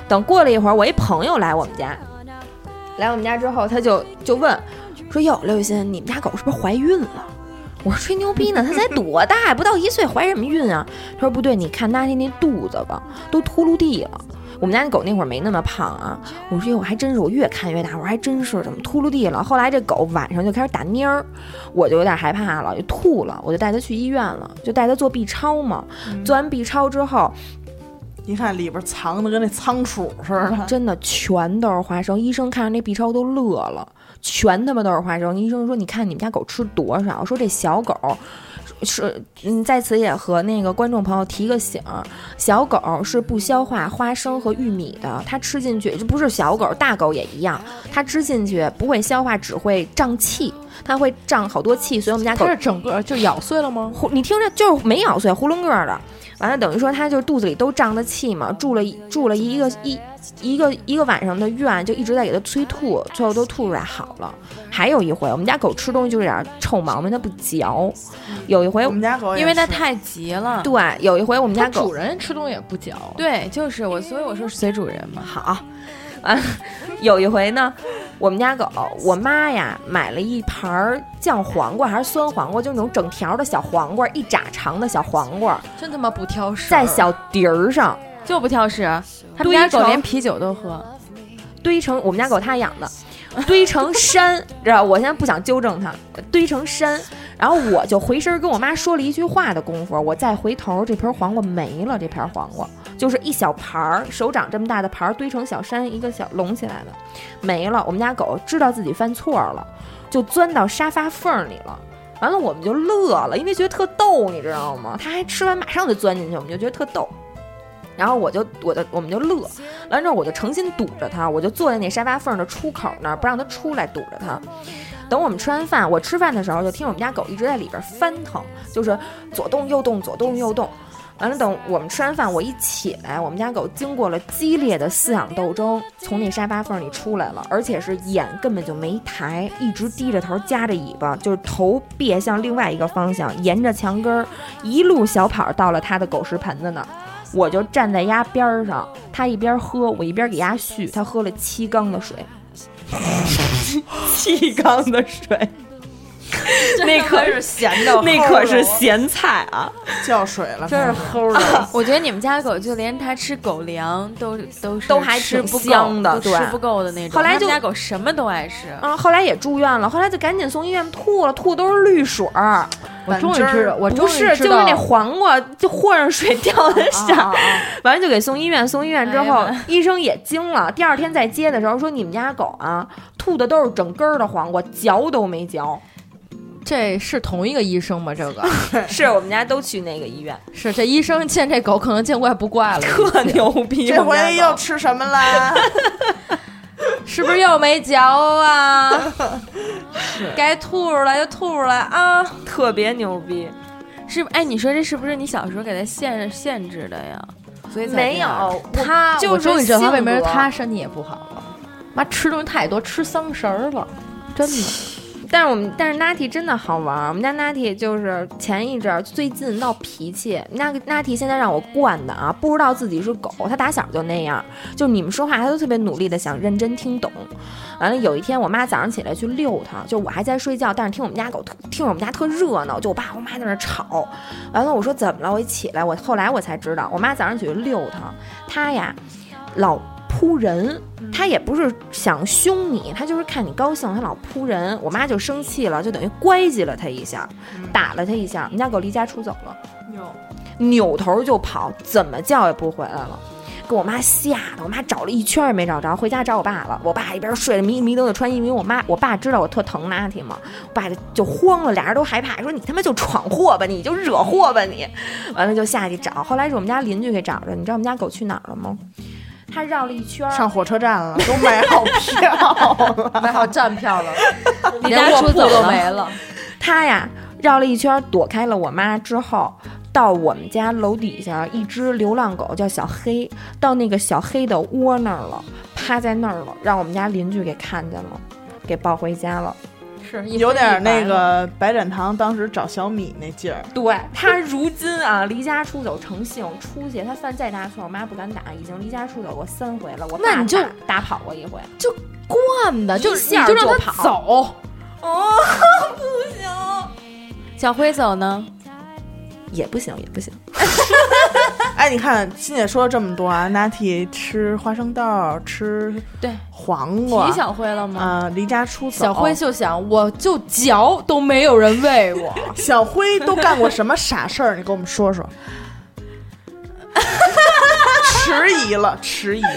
Speaker 5: 等过了一会儿，我一朋友来我们家，来我们家之后，他就就问说：“哟，刘雨欣，你们家狗是不是怀孕了？”我说吹牛逼呢，它才多大呀，不到一岁，怀什么孕啊？他说不对，你看那天那肚子吧，都秃噜地了。我们家那狗那会儿没那么胖啊，我说哟，我还真是，我越看越大，我还真是怎么秃噜地了。后来这狗晚上就开始打蔫儿，我就有点害怕了，就吐了，我就带它去医院了，就带它做 B 超嘛。做完 B 超之后，
Speaker 3: 一看里边藏的跟那仓鼠似的，
Speaker 5: 真的全都是花生。医生看着那 B 超都乐了，全他妈都是花生。医生说：“你看你们家狗吃多少？”说这小狗。是，嗯，在此也和那个观众朋友提个醒儿，小狗是不消化花生和玉米的，它吃进去，这不是小狗，大狗也一样，它吃进去不会消化，只会胀气，它会胀好多气，所以我们家狗
Speaker 4: 他是整个就咬碎了吗？
Speaker 5: 呼，你听着就是没咬碎，囫囵个儿的。完了，等于说他就是肚子里都胀的气嘛，住了一住了一个一一个一个晚上的院，就一直在给他催吐，最后都吐出来好了。还有一回，我们家狗吃东西就是有点臭毛病，它不嚼。有一回
Speaker 3: 嗯我，们家狗也
Speaker 2: 因为它
Speaker 3: 是
Speaker 2: 太急了。
Speaker 5: 对，有一回我们
Speaker 4: 他
Speaker 5: 家
Speaker 4: 主
Speaker 5: 狗
Speaker 4: 人吃东西也不嚼，
Speaker 2: 对，就是我，所以我说随主人嘛。
Speaker 5: 好，完、了有一回呢，我们家狗，我妈呀买了一盘儿酱黄瓜还是酸黄瓜，就那种整条的小黄瓜，一拃长的小黄瓜，
Speaker 2: 真他妈不挑食，
Speaker 5: 在小碟儿上。
Speaker 2: 就不挑食。啊他们
Speaker 5: 堆
Speaker 2: 家狗
Speaker 5: 成
Speaker 2: 连啤酒都喝，
Speaker 5: 堆成我们家狗它养的，堆成山， 知道？我现在不想纠正它，堆成山。然后我就回身跟我妈说了一句话的功夫，我再回头，这盆黄瓜没了，这盘黄瓜就是一小盘儿，手掌这么大的盘儿堆成小山，一个小拢起来的，没了。我们家狗知道自己犯错了，就钻到沙发缝里了。完了，我们就乐了，因为觉得特逗，你知道吗？它还吃完马上就钻进去，我们就觉得特逗。然后我就我就我们就乐，完之后我就诚心堵着他，我就坐在那沙发缝的出口那儿，不让他出来，堵着他。等我们吃完饭，我吃饭的时候就听我们家狗一直在里边翻腾，就是左动右动，左动右动。完了，等我们吃完饭，我一起来，我们家狗经过了激烈的思想斗争，从那沙发缝里出来了，而且是眼根本就没抬，一直低着头夹着尾巴，就是头别向另外一个方向，沿着墙根儿一路小跑到了它的狗食盆子那儿。我就站在鸭边儿上，它一边喝，我一边给鸭续，它喝了七缸的水，七缸的水，那可是
Speaker 4: 咸的
Speaker 5: 那可是咸菜啊！
Speaker 3: 叫水了，
Speaker 4: 真是齁的。
Speaker 2: 我觉得你们家狗就连它吃狗粮都都是
Speaker 5: 都还
Speaker 2: 吃
Speaker 5: 挺
Speaker 2: 不够
Speaker 5: 香的
Speaker 2: 都
Speaker 5: 对
Speaker 2: 吃不够的那种。
Speaker 5: 后来
Speaker 2: 他
Speaker 5: 就
Speaker 2: 们家狗什么都爱吃，
Speaker 5: 嗯，后来也住院了，后来就赶紧送医院吐了，吐都是绿水儿，
Speaker 4: 我终于知道，我终
Speaker 5: 不
Speaker 4: 于
Speaker 5: 是，
Speaker 4: 知
Speaker 5: 就是
Speaker 4: 道
Speaker 5: 那黄瓜就和上水掉的
Speaker 4: 啊
Speaker 5: 傻， 完了就给送医院，送医院之后
Speaker 2: 哎呀，
Speaker 5: 医生也惊了。第二天再接的时候说，你们家狗啊，吐的都是整根儿的黄瓜，嚼都没嚼。
Speaker 4: 这是同一个医生吗？这个
Speaker 5: 是我们家都去那个医院，
Speaker 4: 是这医生见这狗可能见怪不怪了，
Speaker 5: 特牛逼。
Speaker 3: 这
Speaker 5: 我
Speaker 3: 回
Speaker 5: 们家狗
Speaker 3: 又吃什么啦？
Speaker 4: 是不是又没嚼啊？该吐出来就吐出来啊！
Speaker 5: 特别牛逼，
Speaker 2: 是哎，你说这是不是你小时候给它限限制的呀？所以才
Speaker 5: 没
Speaker 2: 这样
Speaker 5: 有
Speaker 4: 他
Speaker 5: 就是
Speaker 4: 啊我终于知道他为什么
Speaker 5: 性格
Speaker 4: 他身体也不好了。妈吃东西太多，吃丧食儿了，真的。
Speaker 5: 但是我们但是 Natty 真的好玩儿，我们家 Natty 就是前一阵儿最近闹脾气，那个 Natty 现在让我惯的啊，不知道自己是狗，他打小就那样，就你们说话他都特别努力的想认真听懂。完了有一天我妈早上起来去遛它，就我还在睡觉，但是听我们家狗特听我们家特热闹，就我爸我妈在那儿吵。完了我说怎么了？我一起来，我后来我才知道，我妈早上起去遛它，它呀老扑人，他也不是想凶你，他就是看你高兴，他老扑人。我妈就生气了，就等于乖叽了他一下，打了他一下，我们家狗离家出走了，扭头就跑，怎么叫也不回来了。给我妈吓得，我妈找了一圈也没找着，回家找我爸了。我爸一边睡着迷迷瞪的穿衣服，因为我妈我爸知道我特疼拿体嘛，我爸就就慌了，俩人都害怕，说你他妈就闯祸吧，你就惹祸吧你。完了就下去找，后来是我们家邻居给找着。你知道我们家狗去哪儿了吗？它绕了一圈儿，
Speaker 3: 上火车站了，都买好票了。
Speaker 2: 买好站票了，
Speaker 4: 离
Speaker 2: 连
Speaker 4: 家
Speaker 2: 卧
Speaker 4: 出
Speaker 2: 铺
Speaker 4: 走
Speaker 2: 都
Speaker 4: 了
Speaker 2: 没了。
Speaker 5: 它呀绕了一圈儿躲开了我妈之后。到我们家楼底下，一只流浪狗叫小黑，到那个小黑的窝那儿了，趴在那儿了，让我们家邻居给看见了，给抱回家了。
Speaker 4: 是
Speaker 3: 有点那，个白展堂当时找小米那劲儿，
Speaker 5: 对他如今啊，离家出走成性，出去他犯再大错，我妈不敢打，已经离家出走过三回了。我爸
Speaker 2: 那你就
Speaker 5: 打打跑过一回，
Speaker 2: 惯的，就
Speaker 5: 一
Speaker 2: 是你
Speaker 5: 下
Speaker 2: 让
Speaker 5: 就
Speaker 2: 他
Speaker 5: 跑
Speaker 2: 走。小辉走呢？
Speaker 5: 也不行，也不行。
Speaker 3: 哎，你看欣姐说了这么多啊，Natty 吃花生豆，吃
Speaker 2: 对
Speaker 3: 黄瓜
Speaker 2: 提，小辉了吗？
Speaker 3: 啊、离家出走，
Speaker 4: 小辉就想，我就嚼都没有人喂我，
Speaker 3: 小辉都干过什么傻事儿？你给我们说说。迟疑了，迟疑了，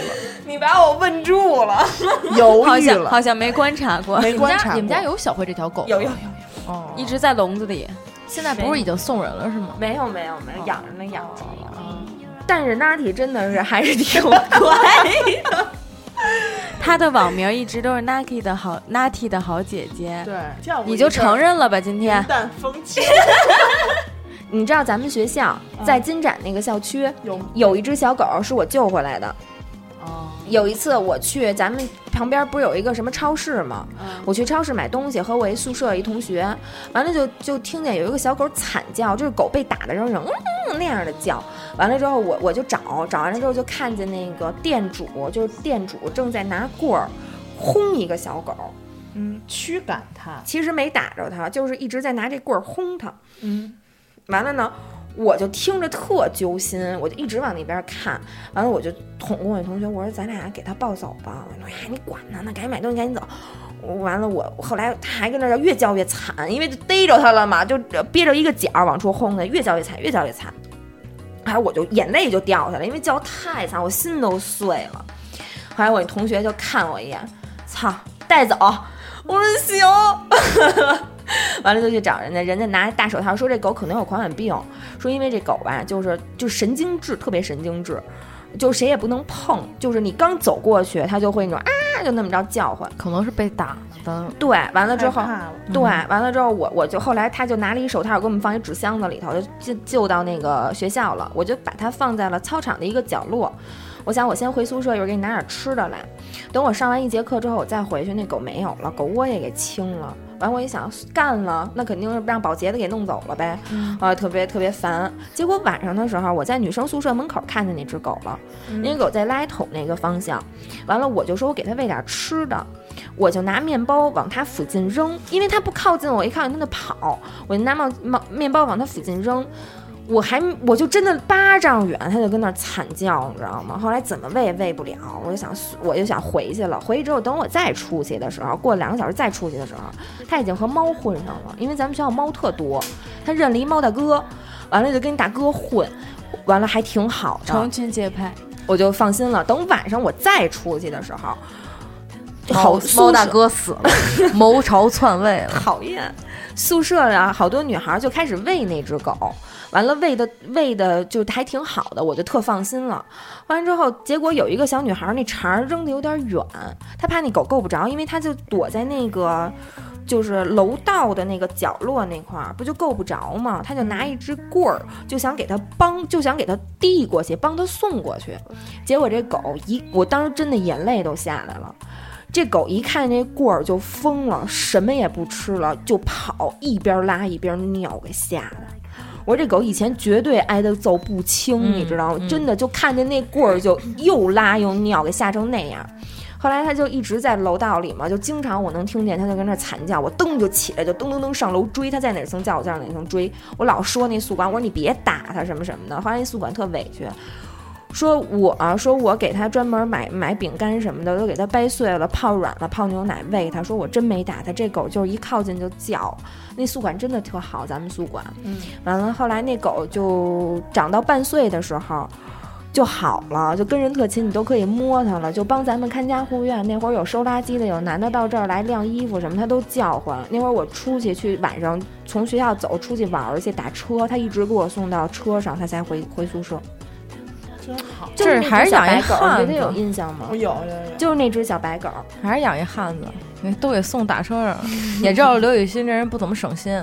Speaker 5: 你把我问住了，
Speaker 3: 犹
Speaker 2: 好
Speaker 3: 豫
Speaker 2: 像
Speaker 3: 了
Speaker 2: 好，像没观察过，
Speaker 3: 没
Speaker 4: 你们
Speaker 3: 观察
Speaker 4: 家
Speaker 3: 过
Speaker 4: 你们家有小辉这条狗吗？
Speaker 5: 有有有
Speaker 4: 哦，
Speaker 2: 一直在笼子里。
Speaker 4: 现在不是已经送人了是吗？
Speaker 5: 没有没有没有，养着呢养着呢。
Speaker 3: 哦
Speaker 5: 但是 Natty 真的是还是挺乖，
Speaker 2: 他的网名一直都是 Naki 的好 Nati 的好姐姐，
Speaker 3: 对，叫我
Speaker 2: 你就承认了吧？今天
Speaker 3: 淡风轻，
Speaker 5: 你知道咱们学校在金展那个校区
Speaker 3: 有
Speaker 5: 有一只小狗是我救回来的。
Speaker 3: 哦，
Speaker 5: 有一次我去咱们旁边不是有一个什么超市吗？
Speaker 2: 嗯
Speaker 5: 我去超市买东西，和我一宿舍一同学，完了就就听见有一个小狗惨叫，就是狗被打的嚷嚷嗯嗯那样的叫。完了之后我我就找，找完了之后就看见那个店主，就是店主正在拿棍儿轰一个小狗，
Speaker 3: 嗯，驱赶他，
Speaker 5: 其实没打着它，就是一直在拿这棍儿轰它。
Speaker 3: 嗯，
Speaker 5: 完了呢，我就听着特揪心，我就一直往那边看。完了，我就捅过我那同学，我说咱俩给他抱走吧。我说哎呀，你管他呢，赶紧买东西，赶紧走。完了我，后来他还跟那儿越叫越惨，因为就逮着他了嘛，就憋着一个角往出轰的，越叫越惨，越叫越惨。后来我就眼泪就掉下来，因为叫太惨，我心都碎了。后来我那同学就看我一眼，操，带走。我说行，完了就去找人家，人家拿大手套说这狗可能有狂犬病，说因为这狗吧，就是就神经质，特别神经质，就谁也不能碰，就是你刚走过去，它就会那种啊，就那么着叫唤。
Speaker 4: 可能是被打的，
Speaker 5: 对，完了之后
Speaker 3: 害，怕了
Speaker 5: 对，完了之后我我就后来他就拿了一手套给我们放一纸箱子里头，就就就到那个学校了，我就把它放在了操场的一个角落。我想我先回宿舍，一会儿给你拿点吃的来。等我上完一节课之后，我再回去，那狗没有了，狗窝也给清了。完我一想，干了，那肯定是让保洁的给弄走了呗，
Speaker 4: 嗯
Speaker 5: 啊，特别特别烦。结果晚上的时候，我在女生宿舍门口看见那只狗了，
Speaker 4: 嗯
Speaker 5: 那狗在垃圾桶那个方向。完了，我就说我给它喂点吃的，我就拿面包往它附近扔，因为它不靠近我，一靠近它就跑，我就拿冒冒面包往它附近扔。我还我就真的巴掌远，它就跟那儿惨叫，你知道吗？后来怎么喂也喂不了，我就想我就想回去了。回去之后，等我再出去的时候，过两个小时再出去的时候，它已经和猫混上了，因为咱们学校猫特多，它认了一猫大哥，完了就跟大哥混，完了还挺好的。
Speaker 2: 成群结派，
Speaker 5: 我就放心了。等晚上我再出去的时候，好
Speaker 4: 猫
Speaker 5: 宿
Speaker 4: 猫
Speaker 5: 舍
Speaker 4: 大哥死了，谋朝篡位了。
Speaker 5: 讨厌，宿舍啊，好多女孩就开始喂那只狗，完了喂的喂的就还挺好的，我就特放心了。完之后，结果有一个小女孩那肠儿扔的有点远，她怕那狗够不着，因为她就躲在那个。就是楼道的那个角落那块儿，不就够不着吗？她就拿一只棍儿，就想给她帮，就想给她递过去，帮她送过去。结果这狗一，我当时真的眼泪都下来了。这狗一看这棍儿就疯了，什么也不吃了，就跑，一边拉一边尿，给吓的。我说这狗以前绝对挨得揍不轻，你知道吗？真的就看见那棍儿就又拉又尿，给吓成那样。后来它就一直在楼道里嘛，就经常我能听见它就跟那儿惨叫，我噔就起来就噔噔噔上楼追，它在哪层叫我在哪层追，我老说那宿管我说你别打它什么什么的，后来那宿管特委屈，说我啊说我给他专门买买饼干什么的，都给他掰碎了、泡软了、泡牛奶喂他。说我真没打他，这狗就是一靠近就叫。那宿管真的特好，咱们宿管。
Speaker 4: 嗯，
Speaker 5: 完了后来那狗就长到半岁的时候。就好了，就跟人特亲，你都可以摸它了，就帮咱们看家护院。那会儿有收垃圾的，有男的到这儿来晾衣服什么，它都叫唤。那会儿我出去去晚上从学校走出去玩儿去打车，它一直给我送到车上，它才回回宿舍。
Speaker 3: 真好，
Speaker 5: 就是
Speaker 2: 这还是
Speaker 5: 小
Speaker 2: 养
Speaker 5: 白
Speaker 2: 一
Speaker 5: 狗，你对
Speaker 2: 汉
Speaker 5: 它有
Speaker 2: 子
Speaker 5: 印象吗
Speaker 3: 我？有有有，
Speaker 5: 就是那只小白狗，
Speaker 4: 还是养一汉子，都给送打车 上。也知道刘雨欣这人不怎么省心，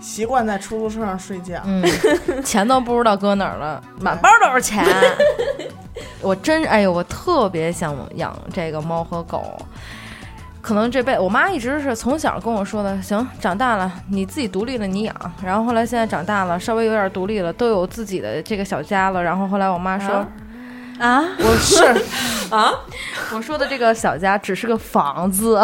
Speaker 3: 习惯在出租车上睡觉。
Speaker 4: 嗯， 钱都不知道搁哪儿了，满包都是钱。 我真哎呦，我特别想养这个猫和狗。可能这辈我妈一直是从小跟我说的，行，长大了你自己独立了你养，然后后来现在长大了，稍微有点独立了，都有自己的这个小家了，然后后来我妈说，
Speaker 2: 啊，
Speaker 4: 我是啊，我说的这个小家只是个房子，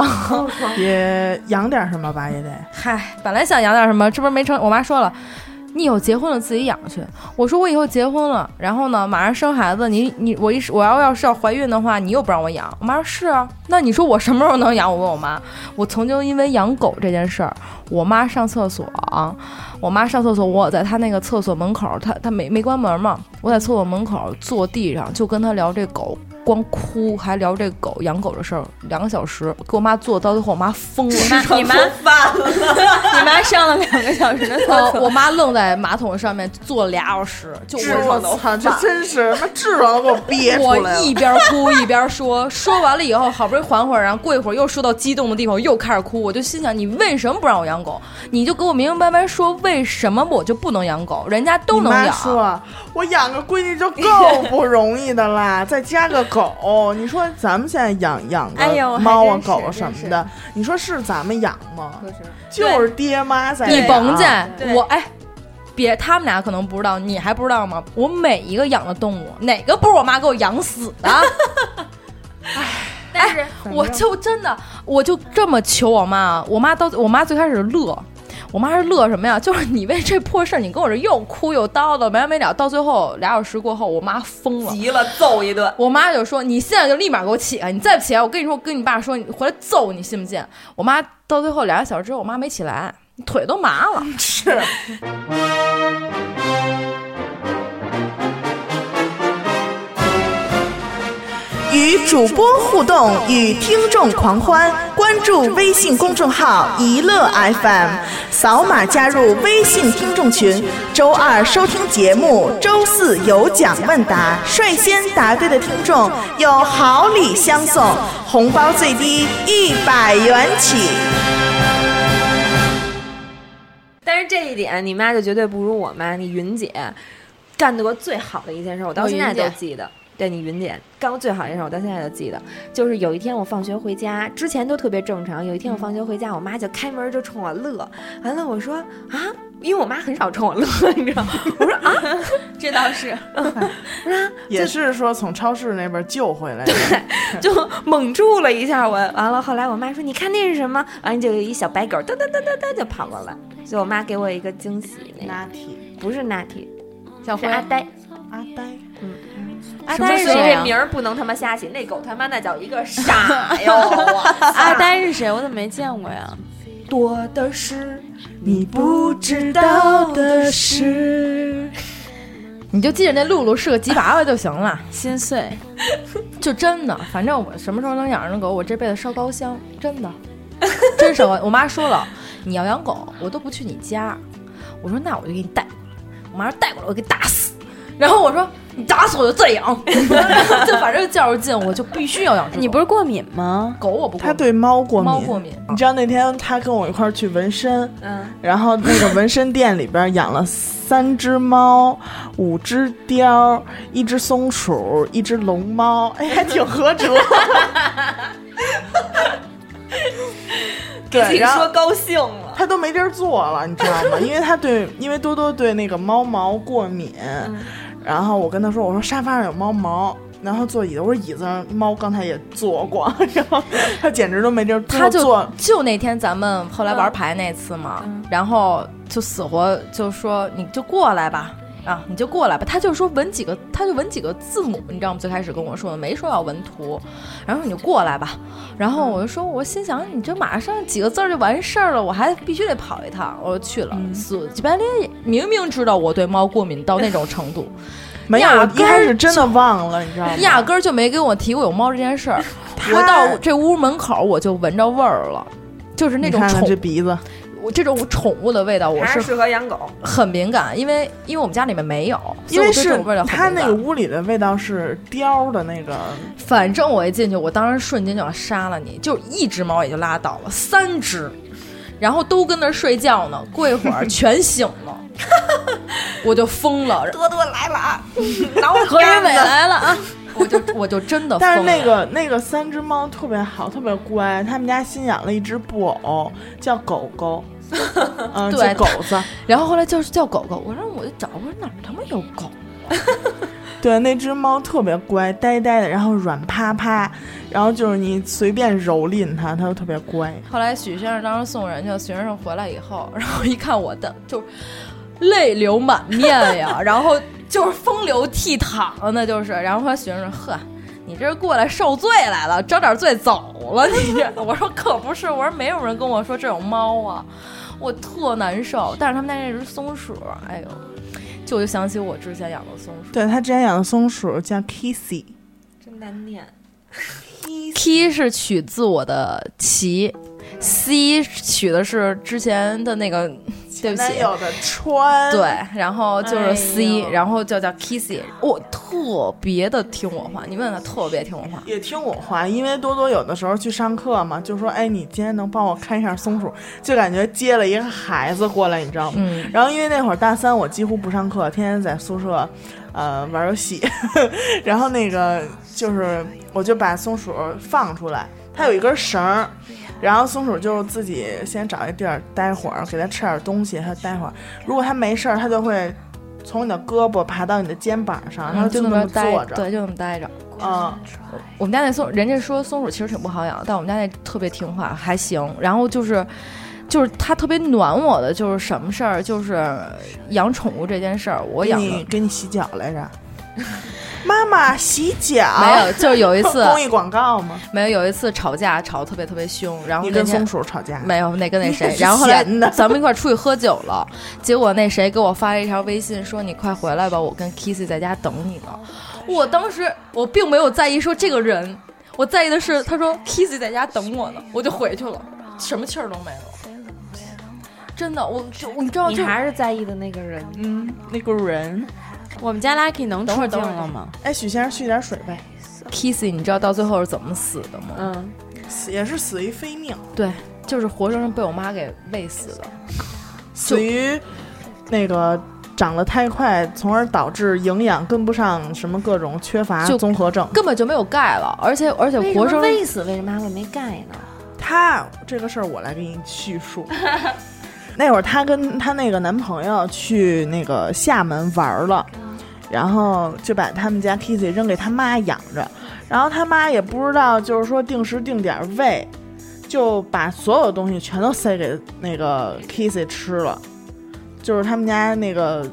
Speaker 3: 也养点什么吧，也得。
Speaker 4: 嗨，本来想养点什么，这不是没成。我妈说了，你以后结婚了自己养去。我说我以后结婚了，然后呢，马上生孩子，你你我一我要要是要怀孕的话，你又不让我养。我妈说是啊，那你说我什么时候能养？我问我妈，我曾经因为养狗这件事儿，我妈上厕所，啊我妈上厕所，我在她那个厕所门口，她她没没关门嘛，我在厕所门口坐地上就跟她聊这狗。光哭还聊这狗养狗的事儿，两个小时，给我妈做到最后，我妈疯了。
Speaker 2: 你妈饭 了，你妈上了两个小时的
Speaker 4: 呃
Speaker 2: 厕，所，
Speaker 4: 我妈愣在马桶上面坐俩小时，就
Speaker 3: 痔
Speaker 4: 我
Speaker 3: 疮都看，这真是他妈痔疮都给我憋出来
Speaker 4: 我
Speaker 3: 了。
Speaker 4: 一边哭一边说，说完了以后，好不容易缓会儿，然后过一会儿又说到激动的地方，我又开始哭。我就心想，你为什么不让我养狗？你就给我明明白白说为什么我就不能养狗，人家都
Speaker 3: 你
Speaker 4: 能
Speaker 3: 妈
Speaker 4: 养。
Speaker 3: 说，我养个闺女就够不容易的啦，再加个狗，你说咱们现在养养
Speaker 5: 哎呦
Speaker 3: 个猫啊
Speaker 5: 还真是
Speaker 3: 狗啊什么的，你说是咱们养吗？就是爹妈在
Speaker 4: 你
Speaker 3: 养
Speaker 4: 甭介，
Speaker 5: 对
Speaker 4: 我哎。别，他们俩可能不知道，你还不知道吗？我每一个养的动物，哪个不是我妈给我养死 的？
Speaker 5: 但是
Speaker 4: 我就真的，我就这么求我妈，啊我妈到我妈最开始乐，我妈是乐什么呀？ 就是你为这破事儿，你跟我这又哭又叨叨，没完没了。到最后俩小时过后，我妈疯了，
Speaker 1: 急了揍一顿。
Speaker 4: 我妈就说：“你现在就立马给我起来，你再不起来，我跟你说，我跟你爸说，你回来揍你，信不信？”我妈到最后俩小时之后，我妈没起来，腿都麻了。
Speaker 3: 是。与主播互动，与听众狂欢，关注微信公众号“一乐 FM”，扫码加入微信听众群。周二收听节目，周四有奖问答，率先答对的听众有好礼相送，红包最低一百元起。
Speaker 5: 但是这一点，你妈就绝对不如我妈。你云姐干得过最好的一件事，我到现在都记得。对你云姐干过最好的一件事，我到现在都记得。就是有一天我放学回家，之前都特别正常。有一天我放学回家，我妈就开门就冲我乐，完了我说啊，因为我妈很少冲我乐，你知道吗？我说啊，
Speaker 2: 这倒是。
Speaker 3: 也是说从超市那边救回来的，
Speaker 5: 就蒙住了一下我。完了，后来我妈说：“你看那是什么？”完了就有一小白狗，哒哒哒哒哒就跑过来。所以我妈给我一个惊喜，那个
Speaker 3: 体
Speaker 5: 不是 Natty，
Speaker 4: 小
Speaker 5: 是
Speaker 4: 辉，
Speaker 5: 阿呆。
Speaker 3: 阿呆。
Speaker 2: 阿
Speaker 5: 什么
Speaker 2: 呆是
Speaker 5: 时候
Speaker 2: 谁
Speaker 5: 这
Speaker 2: 啊？
Speaker 5: 名儿不能他妈瞎起，那狗他妈那叫一个傻哟！哇
Speaker 2: 阿呆是谁？我怎么没见过呀？
Speaker 5: 多的是，
Speaker 3: 你不知道的事。
Speaker 4: 你就记着那露露是个吉娃娃就行 了。
Speaker 2: 心碎。
Speaker 4: 就真的，反正我什么时候能养上狗，我这辈子烧高香，真的，真烧高。我妈说了，你要养狗，我都不去你家。我说那我就给你带过来。我妈说带过来我给打死。然后我说你打死我就再养， 就反正较着劲，我就必须要养只狗。
Speaker 2: 你不是过敏吗？
Speaker 4: 狗我不过
Speaker 3: 他
Speaker 4: 敏
Speaker 3: 对猫过敏。
Speaker 4: 猫过敏，
Speaker 3: 你知道那天他跟我一块儿去纹身，
Speaker 5: 嗯，
Speaker 3: 然后那个纹身店里边养了三只猫、五只貂、一只松鼠、一只龙猫，哎，还挺合辙。
Speaker 5: 给自
Speaker 3: 对，
Speaker 5: 己
Speaker 3: 然
Speaker 5: 说
Speaker 3: 后
Speaker 5: 高兴了。
Speaker 3: 他都没地儿坐了，你知道 吗？因为他对，因为多多对那个猫毛过敏，
Speaker 4: 嗯
Speaker 3: 然后我跟他说，我说沙发上有猫毛。然后坐椅子，我说椅子上猫刚才也坐过，然后他简直都没地儿坐。
Speaker 4: 他就
Speaker 3: 坐
Speaker 4: 就那天咱们
Speaker 3: 嗯
Speaker 4: 后来玩牌那次嘛，然后就死活就说你就过来吧，啊，你就过来吧。他就说纹几个，他就纹几个字母，你知道吗？最开始跟我说的，没说要纹图，然后你就过来吧。然后我就说，我心想你这马上几个字儿就完事儿了，我还必须得跑一趟，我就去了。
Speaker 3: 嗯
Speaker 4: 死鸡白咧，明明知道我对猫过敏到那种程度，
Speaker 3: 没有，
Speaker 4: 压
Speaker 3: 我
Speaker 4: 根
Speaker 3: 一开
Speaker 4: 儿
Speaker 3: 始真的忘了，你知道吗？
Speaker 4: 压根儿就没给我提过有猫这 件事儿。我到这屋门口我就闻着味儿了，就是那
Speaker 3: 你
Speaker 4: 种
Speaker 3: 看看
Speaker 4: 宠
Speaker 3: 这鼻子，
Speaker 4: 我这种宠物的味道，我
Speaker 5: 还
Speaker 4: 是
Speaker 5: 是适合养狗。
Speaker 4: 很敏感，因为因为我们家里面没有，
Speaker 3: 因为
Speaker 4: 所以我对这
Speaker 3: 是
Speaker 4: 种味道
Speaker 3: 它
Speaker 4: 很敏
Speaker 3: 那个
Speaker 4: 感。
Speaker 3: 屋里的味道是貂的那个，
Speaker 4: 反正我一进去，我当时瞬间就想杀了你，就一只猫也就拉倒了，三只，然后都跟那儿睡觉呢，过一 会儿全醒了，我就疯了，
Speaker 5: 多多来了 啊，挠我
Speaker 4: 何一
Speaker 5: 干
Speaker 4: 伟
Speaker 5: 子。
Speaker 4: 来了啊， 我就我就真的疯
Speaker 3: 但
Speaker 4: 了。
Speaker 3: 是那
Speaker 4: 啊
Speaker 3: 个那个三只猫特别好，特别乖。他们家新养了一只布偶，叫狗 狗，嗯，
Speaker 4: 对
Speaker 3: 叫狗子。
Speaker 4: 然后后来就是叫狗狗，我让我就找，我说哪儿他妈有狗？
Speaker 3: 对，那只猫特别乖，呆呆的，然后软趴趴，然后就是你随便蹂躏它，它就特别乖。
Speaker 4: 后来许先生当时送人去，许先生回来以后，然后一看我的，就是泪流满面 呀，然后就是风流倜傥，那就是。然后后来许先生说：“呵，你这是过来受罪来了，找点罪走了你这。”我说：“可不是，我说没有人跟我说这有猫啊，我特难受。”但是他们家那只松鼠，哎呦，就我就想起我之前养的松 鼠
Speaker 3: 对，它之前养的松鼠叫 Kissy，
Speaker 5: 真难念，
Speaker 4: ，T 是取自我的旗，C 取的是之前的那个。对不起，
Speaker 3: 有的川，
Speaker 4: 对，，然后就
Speaker 5: 哎
Speaker 4: 是 C，、
Speaker 5: 呦
Speaker 4: 然后就叫 Kissy，我特别的听我话，你问他特别听我话，
Speaker 3: 也听我话，因为多多有的时候去上课嘛，就说：“哎，你今天能帮我看一下松鼠？”就感觉接了一个孩子过来，你知道吗？
Speaker 4: 嗯，
Speaker 3: 然后因为那会儿大三我几乎不上课，天天在宿舍，呃，玩游戏。 然后那个就是，我就把松鼠放出来，它有一根绳儿，然后松鼠就自己先找一地儿待会儿，给它吃点东西，它待会儿。如果它没事儿，它就会从你的胳膊爬到你的肩膀上，然后
Speaker 4: 嗯就
Speaker 3: 那
Speaker 4: 那
Speaker 3: 么
Speaker 4: 么待
Speaker 3: 坐，着。
Speaker 4: 对，就那么待着。
Speaker 3: 嗯，
Speaker 4: 我们家那松，人家说松鼠其实挺不好养，但我们家那特别听话，还行。然后就是，就是它特别暖我的，就是什么事儿，就是养宠物这件事儿，我
Speaker 3: 给
Speaker 4: 养
Speaker 3: 你
Speaker 4: 的
Speaker 3: 给你洗脚来 着。妈妈洗脚，
Speaker 4: 没有，就是有一次，
Speaker 3: 啊 公益广告吗？
Speaker 4: 没有有一次吵架，吵得特别特别凶，然后
Speaker 3: 你
Speaker 4: 那
Speaker 3: 跟
Speaker 4: 天
Speaker 3: 松鼠吵架？
Speaker 4: 没有，那跟那谁，
Speaker 3: 哎是
Speaker 4: 然后后来
Speaker 3: 闲的
Speaker 4: 咱们一块儿出去喝酒了，结果那谁给我发了一条微信说：“你快回来吧，我跟 Kissy 在家等你呢。”我当时我并没有在意说这个人，我在意的是他说 Kissy 在家等我呢，我就回去了，什么气儿都没有。真的，我就你知道
Speaker 5: 你
Speaker 4: 就
Speaker 5: 还是在意的那个人。
Speaker 3: 嗯，那个人。
Speaker 2: 我们家 Lucky 能
Speaker 4: 等会
Speaker 2: 出
Speaker 4: 儿
Speaker 2: 镜
Speaker 4: 等会儿
Speaker 2: 了吗？
Speaker 3: 哎，许先生续点水呗，
Speaker 4: Kissy，你知道到最后是怎么死的吗？
Speaker 5: 嗯，
Speaker 3: 死也是死于非命，
Speaker 4: 对，就是活生生被我妈给喂死的。
Speaker 3: 死于那个长得太快，从而导致营养跟不上，什么各种缺乏
Speaker 4: 就
Speaker 3: 综合症。
Speaker 4: 根本就没有钙了，而且而且
Speaker 5: 为什
Speaker 4: 活
Speaker 5: 么
Speaker 4: 生
Speaker 5: 喂死为什么还会没盖呢？
Speaker 3: 她这个事儿，我来给你叙述。 那会儿她跟她那个男朋友去那个厦门玩儿了，然后就把他们家 Kissy 扔给他妈养着，然后他妈也不知道，就是说定时定点儿喂，就把所有东西全都塞给那个 Kissy 吃了，就是他们家那个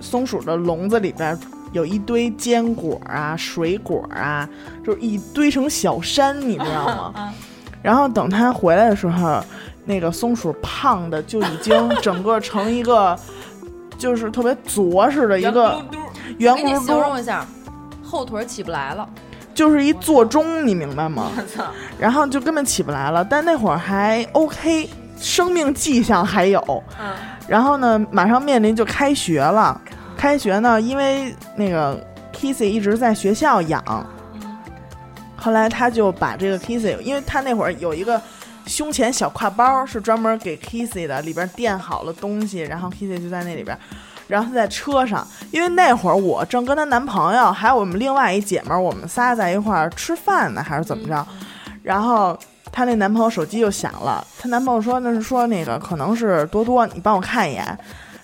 Speaker 3: 松鼠的笼子里边儿有一堆坚果啊、水果啊，就是一堆成小山，你知道吗？ 然后等他回来的时候，那个松鼠胖的就已经整个成一个，就是特别拙似的一个圆
Speaker 4: 我给
Speaker 3: 咕
Speaker 4: 你
Speaker 3: 噜
Speaker 4: 形
Speaker 3: 嘟，
Speaker 4: 容一下，后腿起不来了。
Speaker 3: 就是一座钟，你明白吗？
Speaker 5: 操！
Speaker 3: 然后就根本起不来了。但那会儿还 OK，生命迹象还有。
Speaker 5: 嗯
Speaker 3: 然后呢，马上面临就开学了。开学呢，因为那个 Kissy 一直在学校养，
Speaker 5: 嗯
Speaker 3: 后来他就把这个 Kissy，因为他那会儿有一个胸前小挎包是专门给 Kissy 的，里边垫好了东西，然后 Kissy 就在那里边。然后他在车上，因为那会儿我正跟她男朋友还有我们另外一姐们儿，我们仨在一块儿吃饭呢，还是怎么着？然后她那男朋友手机就响了，她男朋友说那是说那个可能是多多，你帮我看一眼。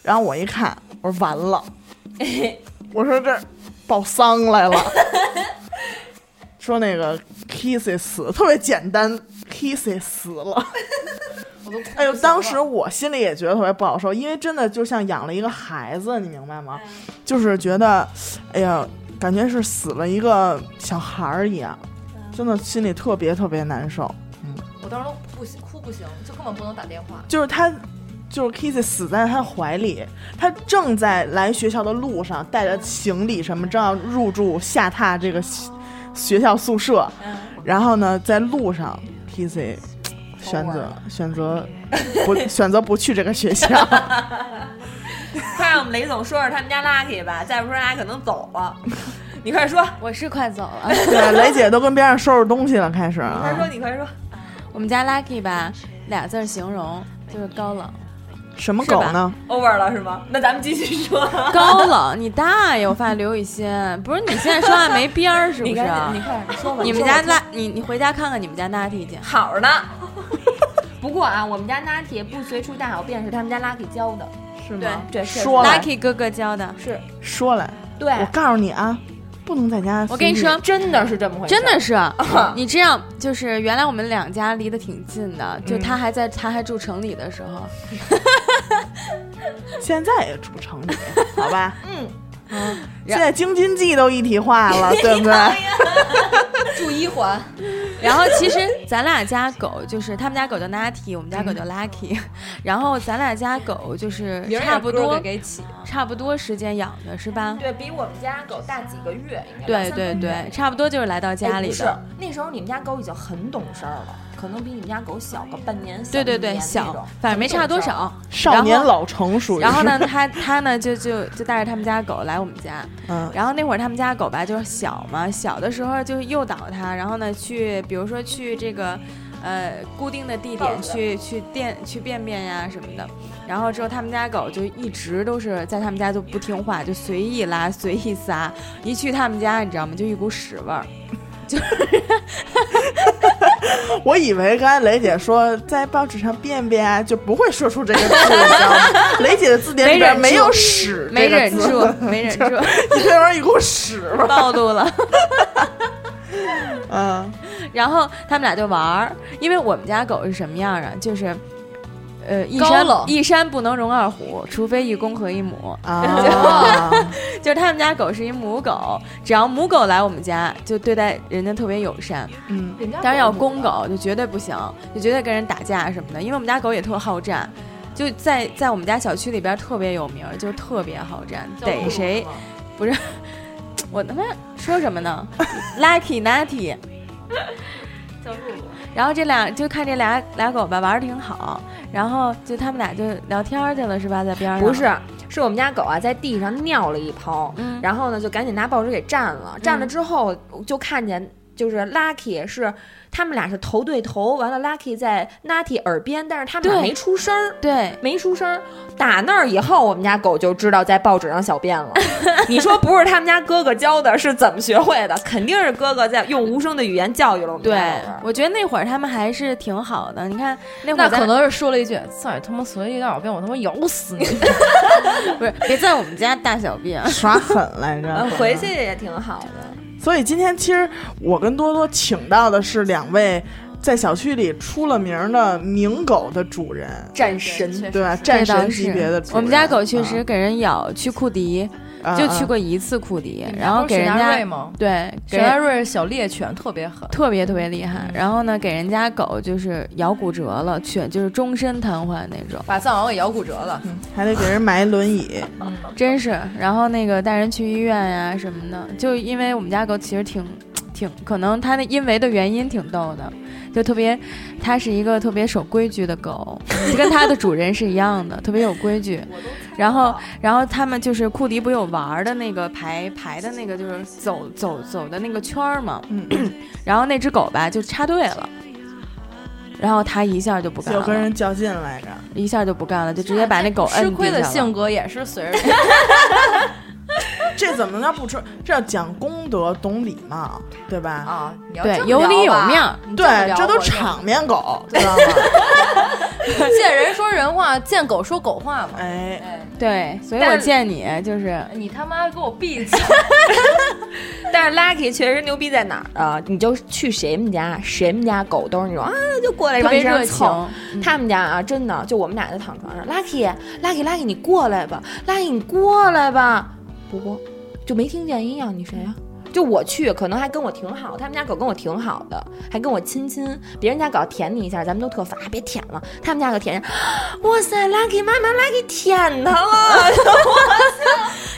Speaker 3: 然后我一看，我说完了， 我说这报丧 来了。说那个 Kissy 死特别简单 Kissy 死了。
Speaker 4: 我都
Speaker 3: 哎呦，当时我心里也觉得特别不好受，因为真的就像养了一个孩子，你明白吗？就是觉得，哎呀，感觉是死了一个小孩儿一样，真的心里特别特别难受。
Speaker 4: 我当时都不行，哭不行，就根本不能打电话。
Speaker 3: 就是他，就是 Kissy 死在他怀里，他正在来学校的路上，带着行李什么，正要入住下榻这个学学校宿舍。然后呢，在路上，Kissy 选择选择不选择不去这个学校。
Speaker 5: 快让我们雷总说说他们家 Lucky 吧，再不说他可能走了。你快说，
Speaker 2: 我是快走了。
Speaker 3: 对，雷姐都跟边上收拾东西了，开始
Speaker 5: 你
Speaker 3: 啊
Speaker 5: 快。说，你快说。
Speaker 2: 我们家 Lucky 吧，俩字儿形容就是高冷，
Speaker 3: 什么狗呢？
Speaker 5: Over 了是吗？ 那咱们继续 说。
Speaker 2: 高冷。你大爷！我发现刘雨欣，不是你现在说话没边儿是不
Speaker 5: 你
Speaker 2: 是？啊
Speaker 5: 看，你看，你说吧。
Speaker 2: 你们
Speaker 5: 说吧
Speaker 2: 家那，你你回家看看你们家 Natty 去。
Speaker 5: 好呢。不过啊，我们家 Natty 不随处大小便是他们家 Lucky 教的，
Speaker 3: 是
Speaker 5: 对
Speaker 3: 吗？
Speaker 5: 对是
Speaker 3: 说来
Speaker 2: Lucky 哥哥教的，
Speaker 5: 是
Speaker 3: 说来，
Speaker 5: 对
Speaker 3: 我，告诉你啊，不能在家。
Speaker 2: 我跟你说，，
Speaker 5: 真的是这么回事，
Speaker 2: 真的是，啊
Speaker 5: 嗯
Speaker 2: 你这样就是原来我们两家离得挺近的，
Speaker 5: 嗯
Speaker 2: 就他还在他还住城里的时候，
Speaker 3: 现在也住城里，好吧？
Speaker 5: 嗯
Speaker 3: 嗯现在京津冀都一体化 了，对不对？
Speaker 5: 住一环，
Speaker 2: 然后其实咱俩家狗就是他们家狗叫 Natty，我们家狗叫 Lucky，然 后咱俩家狗就是
Speaker 5: 嗯名儿也
Speaker 2: 差不
Speaker 5: 哥
Speaker 2: 多
Speaker 5: 哥给起，
Speaker 2: 差不多时间养的是吧？
Speaker 5: 对比我们家狗大几个月，应该
Speaker 2: 对对对，差不多就是来到家里
Speaker 5: 嗯哎是
Speaker 2: 的。
Speaker 5: 那时候你们家狗已经很懂事儿了，可能比你们家狗小个半年，
Speaker 2: 对对对，小，反正没差多。少。
Speaker 3: 少年老成属于是。
Speaker 2: 然后呢，他他呢就就就带着他们家狗来我们家，
Speaker 3: 嗯，
Speaker 2: 然后那会儿他们家狗吧就是小嘛，小的时候就是诱导它，然后呢去比如说去这个呃固定的地
Speaker 5: 抱
Speaker 2: 点
Speaker 5: 着
Speaker 2: 去去便去便便呀什么的。然后之后他们家狗就一直都是在他们家就不听话，就随意拉随意撒，一去他们家你知道吗？就一股屎味儿。
Speaker 3: 我以为刚才雷姐说在报纸上便便啊就不会说出这个字，你知道吗？雷姐的字典里边
Speaker 2: 没忍住
Speaker 3: 没有屎
Speaker 2: 没
Speaker 3: 这个
Speaker 2: 忍
Speaker 3: 字，
Speaker 2: 住，没 忍住，
Speaker 3: 你这玩意儿一股屎味儿。
Speaker 2: 暴露了。
Speaker 3: 嗯，
Speaker 2: 然后他们俩就玩儿，因为我们家狗是什么样啊？就是，呃，一
Speaker 4: 高
Speaker 2: 山
Speaker 4: 冷
Speaker 2: 一山不能容二虎，除非一公和一母。
Speaker 3: 啊，
Speaker 2: 哦就是他们家狗是一母狗，只要母狗来我们家，就对待人家特别友善。
Speaker 3: 嗯，。
Speaker 2: 但是要公狗就绝对不行，就绝对跟人打架什么的。因为我们家狗也特好战，就在在我们家小区里边特别有名，就是特别好战，逮谁我他妈说什么呢？Lucky Natty。
Speaker 5: 叫露露，
Speaker 2: 然后这俩就看这俩俩狗吧玩的挺好，然后就他们俩就聊天儿去了是吧？在边上
Speaker 5: 不，是，是我们家狗啊，在地上尿了一泡，
Speaker 2: 嗯，
Speaker 5: 然后呢，就赶紧拿报纸给蘸了，蘸了之后就看见。就是 Lucky 是他们俩是头对头，完了 Lucky 在 Natty 耳边，但是他们俩
Speaker 2: 对
Speaker 5: 没出声儿，
Speaker 2: 对，
Speaker 5: 没出声儿。打那儿以后，我们家狗就知道在报纸上小便 了。你说不是他们家哥哥教的，是怎么学会的？肯定是哥哥在用无声的语言教育了我们
Speaker 2: 对
Speaker 5: 家狗啊儿。，
Speaker 2: 我觉得那会儿他们还是挺好的。你看那会
Speaker 4: 那
Speaker 2: 儿咱
Speaker 4: 可能是说了一句：“操你他妈随意大小便，我他妈咬死 你
Speaker 2: 不是别在我们家大小便
Speaker 3: 耍狠来着
Speaker 5: 嗯，。回去也挺好的。
Speaker 3: 所以今天其实我跟多多请到的是两位在小区里出了名的名狗的主人，
Speaker 5: 战神，
Speaker 3: 对吧？ 战
Speaker 2: 这倒
Speaker 3: 神
Speaker 2: 是
Speaker 3: 级别的主人。
Speaker 2: 我们家狗确实给人咬，去库迪
Speaker 3: 嗯
Speaker 2: 就去过一次库迪，嗯然后给人
Speaker 4: 沈大瑞
Speaker 2: 家
Speaker 4: 吗？
Speaker 2: 对给
Speaker 4: 沈大
Speaker 2: 人
Speaker 4: 瑞是小猎犬，特别狠。
Speaker 2: 特别特别厉害，然后呢给人家狗就是咬骨折了，犬就是终身瘫痪那种。
Speaker 4: 把藏獒给咬骨折了，
Speaker 3: 嗯还得给人买轮 椅。
Speaker 2: 真是，然后那个带人去医院呀、什么的，就因为我们家狗其实挺挺，可能它那因为的原因挺逗的，就特别，它是一个特别守规矩的狗，就跟它的主人是一样的，特别有规矩。然后，然后他们就是库迪不有玩儿的那个排排的那个就是走走走的那个圈儿嘛，
Speaker 3: 嗯，
Speaker 2: 然后那只狗吧就插队了，然后它一下就不干
Speaker 3: 就跟
Speaker 2: 了，
Speaker 3: 人较劲来着。
Speaker 2: 一下就不干了，就直接把那狗摁
Speaker 4: 吃亏
Speaker 2: 地
Speaker 4: 的
Speaker 2: 下了
Speaker 4: 性格也是随着
Speaker 3: 这怎么能不吃？这要讲公德、懂礼貌，对吧？
Speaker 4: 啊，你要
Speaker 2: 对
Speaker 4: 这么
Speaker 2: 有理
Speaker 4: 聊
Speaker 2: 有
Speaker 4: 吧
Speaker 2: 面儿。
Speaker 4: 你么
Speaker 3: 对，
Speaker 4: 聊
Speaker 3: 这都
Speaker 4: 我就
Speaker 3: 场面狗，知道吗？
Speaker 4: 见人说人话，见狗说狗话嘛。
Speaker 3: 哎，
Speaker 4: 哎，
Speaker 2: 对，所以
Speaker 5: 但
Speaker 2: 我见你就是
Speaker 4: 你他妈给我闭嘴！
Speaker 5: 但是 Lucky 确实牛逼在哪儿啊？你就去谁们家，谁们家狗都是那种啊，就过来
Speaker 2: 特
Speaker 5: 往
Speaker 2: 别
Speaker 5: 你身
Speaker 2: 热
Speaker 5: 上
Speaker 2: 情
Speaker 5: 蹭。，
Speaker 2: 嗯
Speaker 5: 他们家啊，真的，就我们俩就躺床上，Lucky，Lucky，Lucky，你过来吧，Lucky，你过来吧，不过就没听见一样，你谁呀、就我去，可能还跟我挺好，他们家狗跟我挺好的，还跟我亲亲。别人家狗舔你一下，咱们都特烦，啊别舔了。他们家狗舔人， 哇塞，Lucky 妈妈，Lucky 舔它了。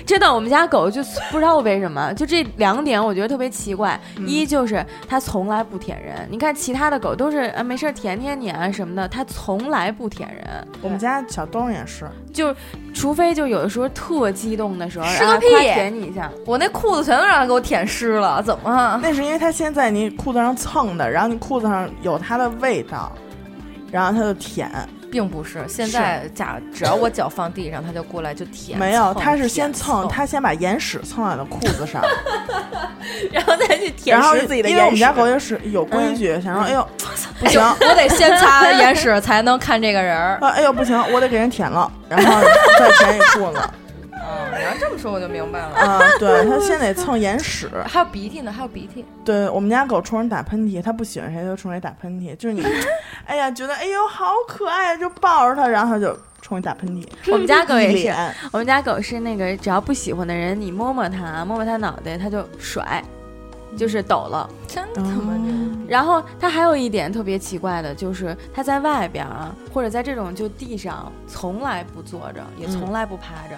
Speaker 2: 真的，我们家狗就不知道为什么，就这两点我觉得特别奇怪。
Speaker 4: 嗯
Speaker 2: 一就是它从来不舔人，你看其他的狗都是啊没事儿舔舔你啊什么的，它从来不舔人，
Speaker 3: 我们家小东也是，
Speaker 2: 就除非就有的时候特激动的时候，
Speaker 4: 是
Speaker 2: 然后
Speaker 4: 个屁
Speaker 2: 夸舔你一下，
Speaker 4: 我那裤子全都让他给我舔湿了，怎么啊了？
Speaker 3: 那是因为它先在你裤子上蹭的，然后你裤子上有它的味道，然后它就舔。
Speaker 4: 并不是，现在假只要我脚放地上，他就过来就舔。
Speaker 3: 没有，
Speaker 4: 蹭
Speaker 3: 它是先
Speaker 4: 舔
Speaker 3: 蹭，它先把眼屎蹭到你的裤子上，
Speaker 5: 然后再去舔
Speaker 3: 然后
Speaker 5: 食自己的
Speaker 3: 因为我
Speaker 5: 眼
Speaker 3: 们
Speaker 5: 屎
Speaker 3: 家。狗也是有规矩，想说哎呦不行，
Speaker 4: 我得先擦他眼屎才能看这个人儿。
Speaker 3: 啊哎呦不行，我得给人舔了，然后再舔你裤子。
Speaker 4: 嗯，然后这么说我就明白了。
Speaker 3: 啊，对，它先得蹭眼屎。
Speaker 4: 还有鼻涕呢，还有鼻涕。
Speaker 3: 对我们家狗冲人打喷嚏，它不喜欢谁就冲谁打喷嚏，就是你，哎呀，觉得哎呦好可爱，就抱着它，然后它就冲你打喷嚏。
Speaker 2: 我们家狗也
Speaker 3: 一
Speaker 2: 是，
Speaker 3: 脸
Speaker 2: 我们家狗是那个只要不喜欢的人，你摸摸它，摸摸它脑袋，它就甩，
Speaker 4: 嗯
Speaker 2: 就是抖了。
Speaker 4: 真他妈真
Speaker 3: 嗯
Speaker 2: 然后它还有一点特别奇怪的，就是它在外边啊，或者在这种就地上，从来不坐着，也从来不趴着，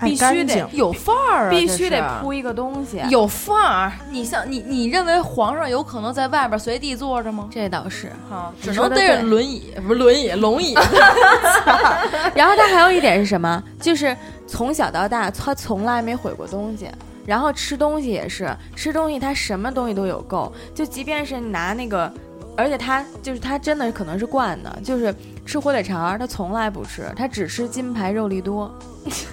Speaker 3: 爱
Speaker 2: 必须
Speaker 3: 干
Speaker 2: 得
Speaker 3: 净
Speaker 4: 有范儿啊，
Speaker 2: 必须
Speaker 4: 这
Speaker 2: 得
Speaker 4: 是
Speaker 2: 铺一个东西。啊
Speaker 4: 有范儿。你像你你认为皇上有可能在外边随地坐着吗？
Speaker 2: 这倒是。
Speaker 4: 啊，
Speaker 2: 你
Speaker 4: 只
Speaker 2: 说
Speaker 4: 能
Speaker 2: 得
Speaker 4: 逮着
Speaker 2: 对
Speaker 4: 轮椅，不是轮椅，龙椅。
Speaker 2: 然后它还有一点是什么？就是从小到大，它从来没毁过东西。然后吃东西也是，吃东西它什么东西都有够，就即便是你拿那个，而且它就是它真的可能是惯的，就是吃火腿肠儿，它从来不吃，它只吃金牌肉粒多，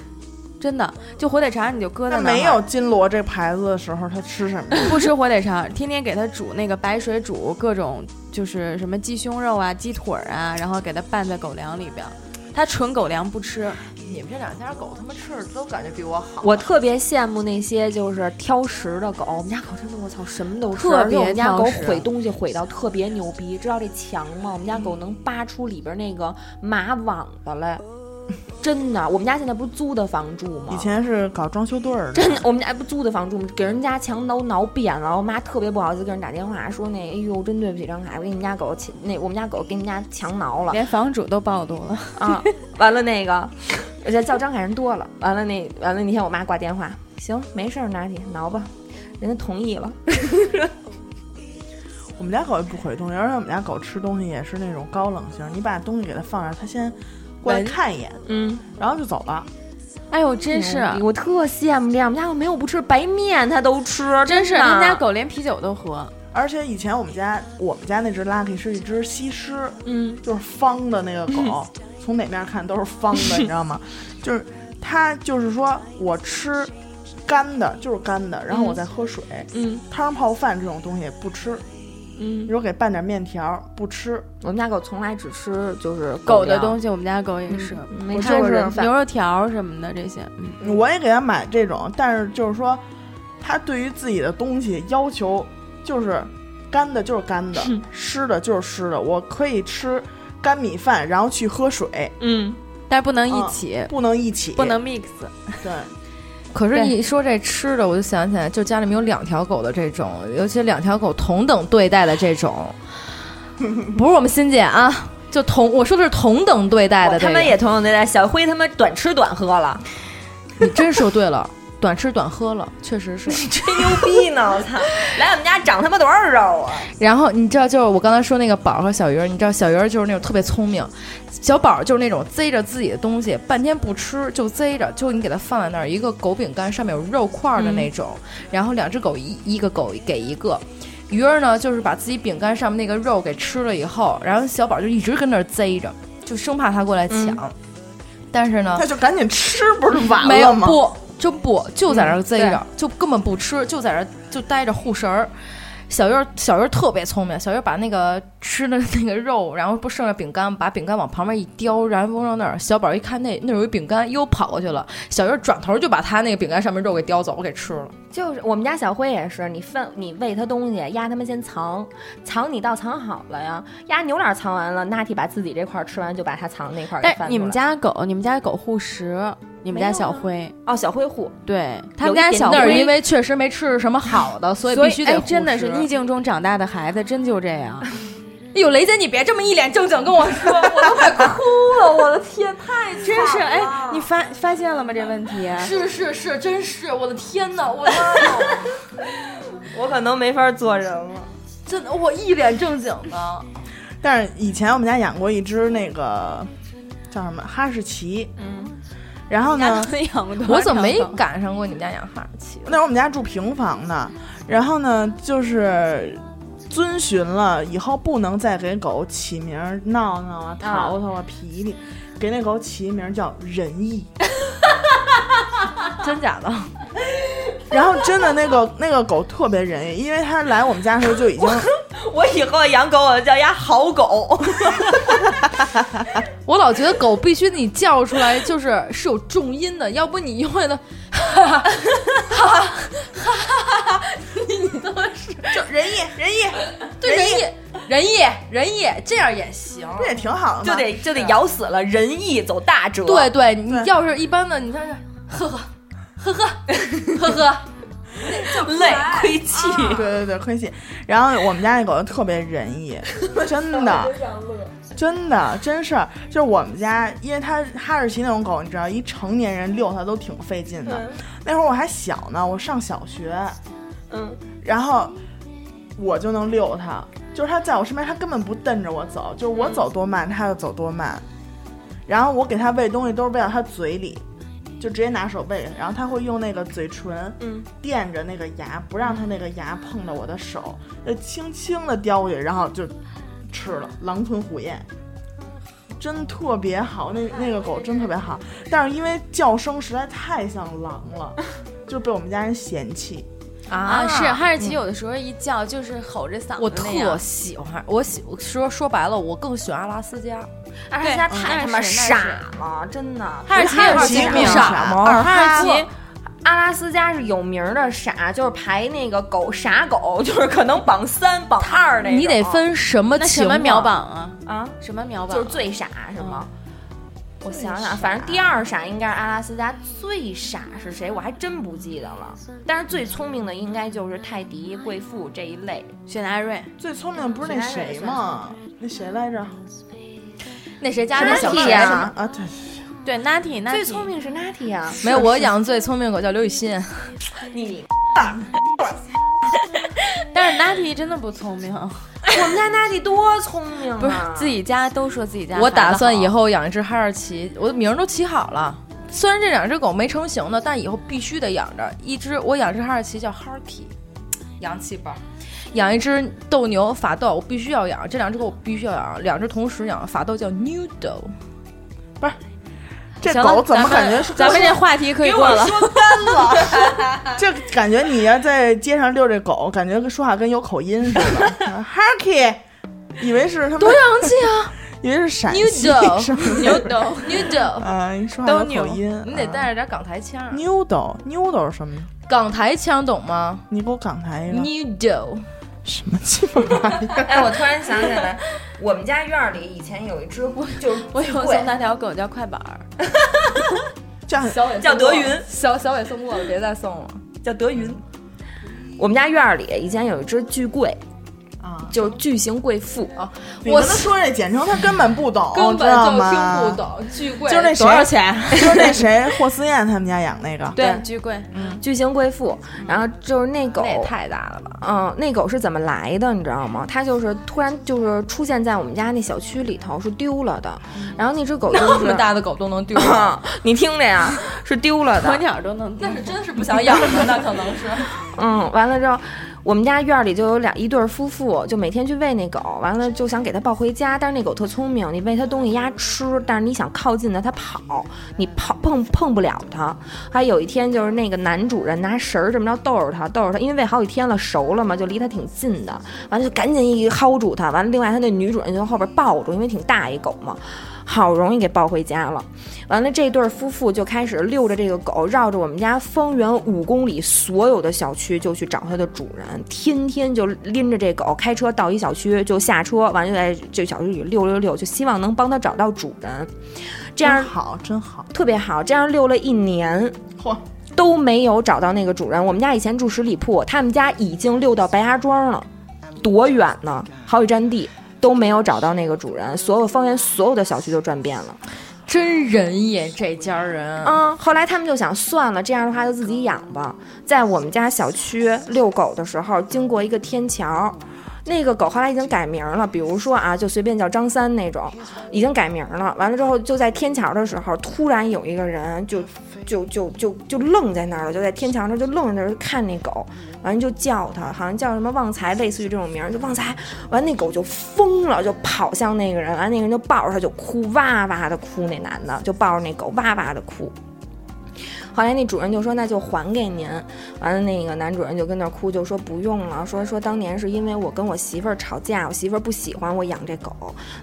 Speaker 2: 真的，就火腿肠儿你就搁在
Speaker 3: 那
Speaker 2: 那儿
Speaker 3: 没有金锣这牌子的时候，它吃什么呀？
Speaker 2: 不吃火腿肠，天天给它煮那个白水煮各种就是什么鸡胸肉啊、鸡腿儿啊，然后给它拌在狗粮里边儿，它纯狗粮不吃。
Speaker 4: 你们这两家狗他妈吃的都感觉比我好。
Speaker 5: 我特别羡慕那些就是挑食的狗，我们家狗真的我操什么都吃，
Speaker 2: 特别
Speaker 5: 而且我们家狗
Speaker 2: 挑食
Speaker 5: 毁东西毁到特别牛逼，知道这墙吗？我们家狗能扒出里边那个马网子来，真的。我们家现在不是租的房住吗？
Speaker 3: 以前是搞装修队儿的，
Speaker 5: 真的，我们家不租的房住，给人家墙都挠扁了。我妈特别不好意思跟人打电话说那，哎呦，真对不起张凯，我给你们家狗起那我们家狗给你们家墙挠了。
Speaker 2: 连房主都暴露了。
Speaker 5: 啊， 完了那个，我这叫张凯人多了，完了那完了那天我妈挂电话，行，没事儿，拿你挠吧，人家同意了，
Speaker 3: 我们家狗也不毁东西，而且我们家狗吃东西也是那种高冷型，你把东西给它放那儿，它先过来
Speaker 5: 闻
Speaker 3: 看一眼，
Speaker 5: 嗯，
Speaker 3: 然后就走了。
Speaker 2: 哎呦，真是，
Speaker 5: 我特羡慕这样，我们家狗没有不吃白面，它都吃，
Speaker 2: 真是，啊
Speaker 5: 的啊
Speaker 2: 他们家，狗连啤酒都喝，
Speaker 3: 而且以前我们家我们家那只 Lucky 是一只西施，
Speaker 5: 嗯，
Speaker 3: 就是方的那个狗，从哪面看都是方的，你知道吗？ 就是它就是说我吃干的，就是干的，然后我再喝水，
Speaker 5: 嗯
Speaker 3: 汤泡饭这种东西也不吃。你
Speaker 5: 嗯，
Speaker 3: 说给拌点面条不吃，
Speaker 5: 我们家狗从来只吃就是
Speaker 2: 狗的东
Speaker 5: 西，
Speaker 2: 西，我们家狗也是，
Speaker 5: 嗯没
Speaker 2: 我
Speaker 5: 看
Speaker 2: 就
Speaker 5: 过
Speaker 2: 是
Speaker 5: 人
Speaker 2: 牛
Speaker 5: 贩，
Speaker 2: 肉条什么的这些，嗯，
Speaker 3: 我也给它买这种，但是就是说，它对于自己的东西要求就是干的就是干的，湿的就是湿的，我可以吃干米饭，然后去喝水，
Speaker 5: 嗯，
Speaker 2: 但是不能一起，
Speaker 3: 不能一起，
Speaker 2: 不能 mix。
Speaker 3: 对。
Speaker 4: 可是
Speaker 2: 对
Speaker 4: 你说这吃的，我就想起来，就家里面有两条狗的这种，尤其两条狗同等对待的这种，不是我们欣姐啊，就同我说的是同等对待的这
Speaker 5: 哎他
Speaker 4: 种。
Speaker 5: 们也同样对待，小辉他们短吃短喝了，
Speaker 4: 你真说对了， 短吃短喝了，确实是。
Speaker 5: 吹牛逼呢，我操，来我们家长他妈多少肉啊，
Speaker 4: 然后你知道，就是我刚才说那个宝儿和小鱼儿，你知道小鱼儿就是那种特别聪明，小宝儿就是那种贼着自己的东西，半天不吃就贼着，就你给它放在那儿，一个狗饼干上面有肉块儿的那种，然后两只狗一一个狗给一个。鱼儿呢，就是把自己饼干上面那个肉给吃了以后，然后小宝就一直跟那儿贼着，就生怕它过来抢。但是呢
Speaker 3: 那，就赶紧吃，不是完
Speaker 4: 没
Speaker 3: 了
Speaker 4: 有
Speaker 3: 吗？
Speaker 4: 嗯不，真不就在那儿贼着，就根本不吃，就在那儿就待着护食儿。小月儿小月儿特别聪明，小月儿把那个吃的那个肉，然后不剩下饼干，把饼干往旁边一叼，然后扔到那儿。小宝一看那那儿有一饼干，又跑过去了。小月儿转头就把他那个饼干上面肉给叼走，给吃了。
Speaker 5: 就是我们家小辉也是，你分你喂他东西，丫他妈先藏，藏你倒藏好了呀，丫牛奶藏完了，那提把自己这块儿吃完，就把他藏那块儿给翻出来。
Speaker 2: 但你们家狗，你们家狗护食，你们家
Speaker 5: 没有啊
Speaker 2: 小灰，
Speaker 5: 哦，小灰虎，
Speaker 2: 对他
Speaker 5: 有
Speaker 2: 们
Speaker 5: 一
Speaker 2: 家
Speaker 5: 点
Speaker 2: 小
Speaker 4: 那儿
Speaker 2: 灰
Speaker 4: 因为确实没吃什么好的，所以
Speaker 2: 所
Speaker 4: 必
Speaker 2: 以
Speaker 4: 须得
Speaker 2: 哎，
Speaker 4: 护
Speaker 2: 真的是
Speaker 4: 食
Speaker 2: 逆境中长大的孩子，真就这样。
Speaker 4: 哎呦，雷姐，你别这么一脸正经跟我说，我都快哭了，我的天，太
Speaker 2: 真是哎，
Speaker 5: 哦
Speaker 2: 你发发现了吗？这问题啊
Speaker 4: 是是是，真是我的天哪，我的妈呀
Speaker 5: 我可能没法做人了。
Speaker 4: 真的，我一脸正经的，
Speaker 3: 但是以前我们家养过一只那个叫什么哈士奇，嗯，然后呢，
Speaker 2: 没养过多少条狗，
Speaker 4: 我怎么 没赶上过你们家养哈士奇？
Speaker 3: 那会儿我们家住平房的，然后呢，就是遵循了以后不能再给狗起名儿闹闹啊、淘淘啊、皮皮，给那狗起一名儿叫仁义。
Speaker 4: 真假的？
Speaker 3: 然后真的那个那个狗特别仁义，因为它来我 们家的时候就已经
Speaker 5: 我以后养狗，我就叫丫好狗。
Speaker 4: 我老觉得狗必须你叫出来就是是有重音的，要不你永 远的，哈哈哈哈哈哈哈哈，你你都是
Speaker 3: 仁义仁义，
Speaker 4: 对仁义仁义仁义这样也行。
Speaker 3: 这也挺好的嘛。
Speaker 5: 就得就得咬死了，仁义走大辙。
Speaker 4: 对，对，你
Speaker 3: 对
Speaker 4: 要是一般的，你看呵呵呵 呵呵呵，
Speaker 5: 累亏气。
Speaker 3: 对对对，亏气。然后我们家那狗特别仁义，真的，真的，真事儿。就是我们家，因为它哈士奇那种狗，你知道，一成年人遛它都挺费劲的。那会儿我还小呢，我上小学，
Speaker 5: 嗯，
Speaker 3: 然后我就能遛它，就是它在我身边，它根本不瞪着我走，就是我走多慢，它就走多慢。然后我给它喂东西都是喂到它嘴里，就直接拿手喂，然后它会用那个嘴唇，
Speaker 5: 嗯，
Speaker 3: 垫着那个牙，不让它那个牙碰到我的手，就轻轻的叼过去，然后就吃了，狼吞虎咽。真特别好，那那个狗真特别好，但是因为叫声实在太像狼了， 就被我们家人嫌弃。
Speaker 2: 啊？是哈士奇有的时候一叫就是吼着嗓子
Speaker 4: 我
Speaker 2: 那样
Speaker 4: 特喜欢，我喜说说白了，我更喜欢阿拉斯加。
Speaker 5: 而且他
Speaker 2: 对
Speaker 5: 太他
Speaker 2: 嗯
Speaker 5: 妈
Speaker 2: 那是
Speaker 5: 傻了，真的。
Speaker 2: 哈士奇也是精
Speaker 3: 不
Speaker 2: 明，
Speaker 3: 傻吗？
Speaker 5: 哈士
Speaker 2: 哈士
Speaker 5: 奇。阿拉斯加是有名儿的傻，就是排那个狗傻狗，就是可能榜三、榜二那种。
Speaker 4: 你得分什么
Speaker 2: 那
Speaker 4: 情
Speaker 2: 什么秒
Speaker 4: 况？
Speaker 2: 榜啊？
Speaker 5: 啊，
Speaker 2: 什么嗯秒榜？
Speaker 5: 就是最傻是吗？我想想，反正第二傻应该是阿拉斯加，最傻是谁我还真不记得了。但是最聪明的应该就是泰迪、贵妇这一类。
Speaker 2: 雪纳瑞，
Speaker 3: 最聪明不是那谁吗？那谁来着？
Speaker 2: 那谁家
Speaker 5: 那
Speaker 2: 的
Speaker 5: 小
Speaker 2: 小
Speaker 5: 狗
Speaker 2: 狗？
Speaker 5: 呀
Speaker 3: 啊啊，对，
Speaker 2: 对，Natty，
Speaker 5: 最聪明是 Natty 啊，
Speaker 4: 没有，我养的最聪明的狗叫刘雨欣，
Speaker 5: 你
Speaker 2: 但是 Natty 真的不聪明，
Speaker 5: 我们家 Natty 多聪明啊！
Speaker 2: 不是 自己家都说自己家。
Speaker 4: 我打算以，后养一只哈士奇，我的名儿都起好了。虽然这两只狗没成型呢，但以后必须得养着。一只我养只哈士奇叫 Harty，洋气吧？养一只斗牛法斗，我必须要养。这两只狗我必须要养，两只同时养。法斗叫 Noodle，
Speaker 3: 这
Speaker 2: 行了
Speaker 3: 狗怎么感觉是？
Speaker 2: 咱们这话题可以过了。
Speaker 3: 这感觉你要在街上遛这狗，感觉跟说话跟有口音似的。h a r k y 以为是他们
Speaker 4: 多，洋气 啊
Speaker 3: 以为是陕西
Speaker 4: ！Noodle，
Speaker 3: 是吗
Speaker 4: Noodle Noodle，
Speaker 3: 啊，一说话有
Speaker 4: 牛
Speaker 3: 口音，啊嗯
Speaker 4: 你得带着点港台腔儿。
Speaker 3: Noodle Noodle 什么？
Speaker 4: 港台腔懂吗
Speaker 3: 你给我港台一个
Speaker 4: ？Noodle，
Speaker 3: 什么鸡巴玩意儿？
Speaker 5: 哎，我突然想起来，我们家院儿里以前有一只龟，就是
Speaker 2: 我以后
Speaker 5: 贵
Speaker 2: 送他条狗叫快板儿，
Speaker 3: 这样
Speaker 4: 小伟
Speaker 5: 叫德云，
Speaker 4: 小小伟送过了，别再送了。
Speaker 5: 叫德云。我们家院儿里以前有一只巨贵，
Speaker 3: 啊！
Speaker 5: 就是巨型贵妇啊，
Speaker 3: 你跟他说这简称，他根本不懂，
Speaker 4: 根
Speaker 3: 哦知
Speaker 4: 本
Speaker 3: 道
Speaker 4: 就
Speaker 3: 吗
Speaker 4: 听不。懂，巨贵
Speaker 3: 就是那谁
Speaker 4: 多少钱？
Speaker 3: 就是那谁霍思燕他们家养那个，
Speaker 2: 对，巨贵，
Speaker 5: 巨型贵妇。然后就是那狗
Speaker 4: 嗯那，也太大 了吧！
Speaker 5: 嗯，那狗是怎么来的，你知道吗？它就是突然就是出现在我们家那小区里头，是丢了的。然后那只狗就是
Speaker 4: 嗯这么，大的狗都能丢，
Speaker 5: 你听着呀，是丢了的
Speaker 2: 鸵。鸟都能。
Speaker 4: 那是真是不想养了，那可能是。
Speaker 5: 嗯，完了之后，我们家院儿里就有两一对儿夫妇，就每天去喂那狗，完了就想给它抱回家，但是那狗特聪明，你喂它东西它吃，但是你想靠近它它跑，你跑碰碰不了它。还有一天就是那个男主人拿绳儿这么着逗着它，逗着它，因为喂好几天了熟了嘛，就离它挺近的，完了就赶紧一薅住它，完了另外他那女主人就从后边抱住，因为挺大一狗嘛。好容易给抱回家了，完了这对儿夫妇就开始遛着这个狗，绕着我们家方圆五公里所有的小区就去找它的主人，天天就拎着这狗开车到一小区就下车，完了就在这小区里溜溜溜，就希望能帮它找到主人。这样
Speaker 3: 真好，真好。
Speaker 5: 特别好，这样遛了一年
Speaker 3: 嚯，
Speaker 5: 都没有找到那个主人。我们家以前住十里铺，他们家已经溜到白家庄了，多远呢？好几站地。都没有找到那个主人，所有方圆所有的小区都转遍了。
Speaker 4: 真人也这家人，啊
Speaker 5: 嗯，后来他们就想，算了，这样的话就自己养吧。在我们家小区遛狗的时候，经过一个天桥，那个狗后来已经改名了，比如说啊，就随便叫张三那种，已经改名了。完了之后，就在天桥的时候，突然有一个人就就就就就愣在那儿了，就在天桥上就愣在那儿看那狗，完了就叫它，好像叫什么旺财，类似于这种名儿，就旺财。完了那狗就疯了，就跑向那个人，完了那个人就抱着它就哭，哇哇的哭，那男的就抱着那狗哇哇的哭。后来那主人就说：“那就还给您。”完了，那个男主人就跟那儿哭，就说不用了，说说当年是因为我跟我媳妇儿吵架，我媳妇儿不喜欢我养这狗，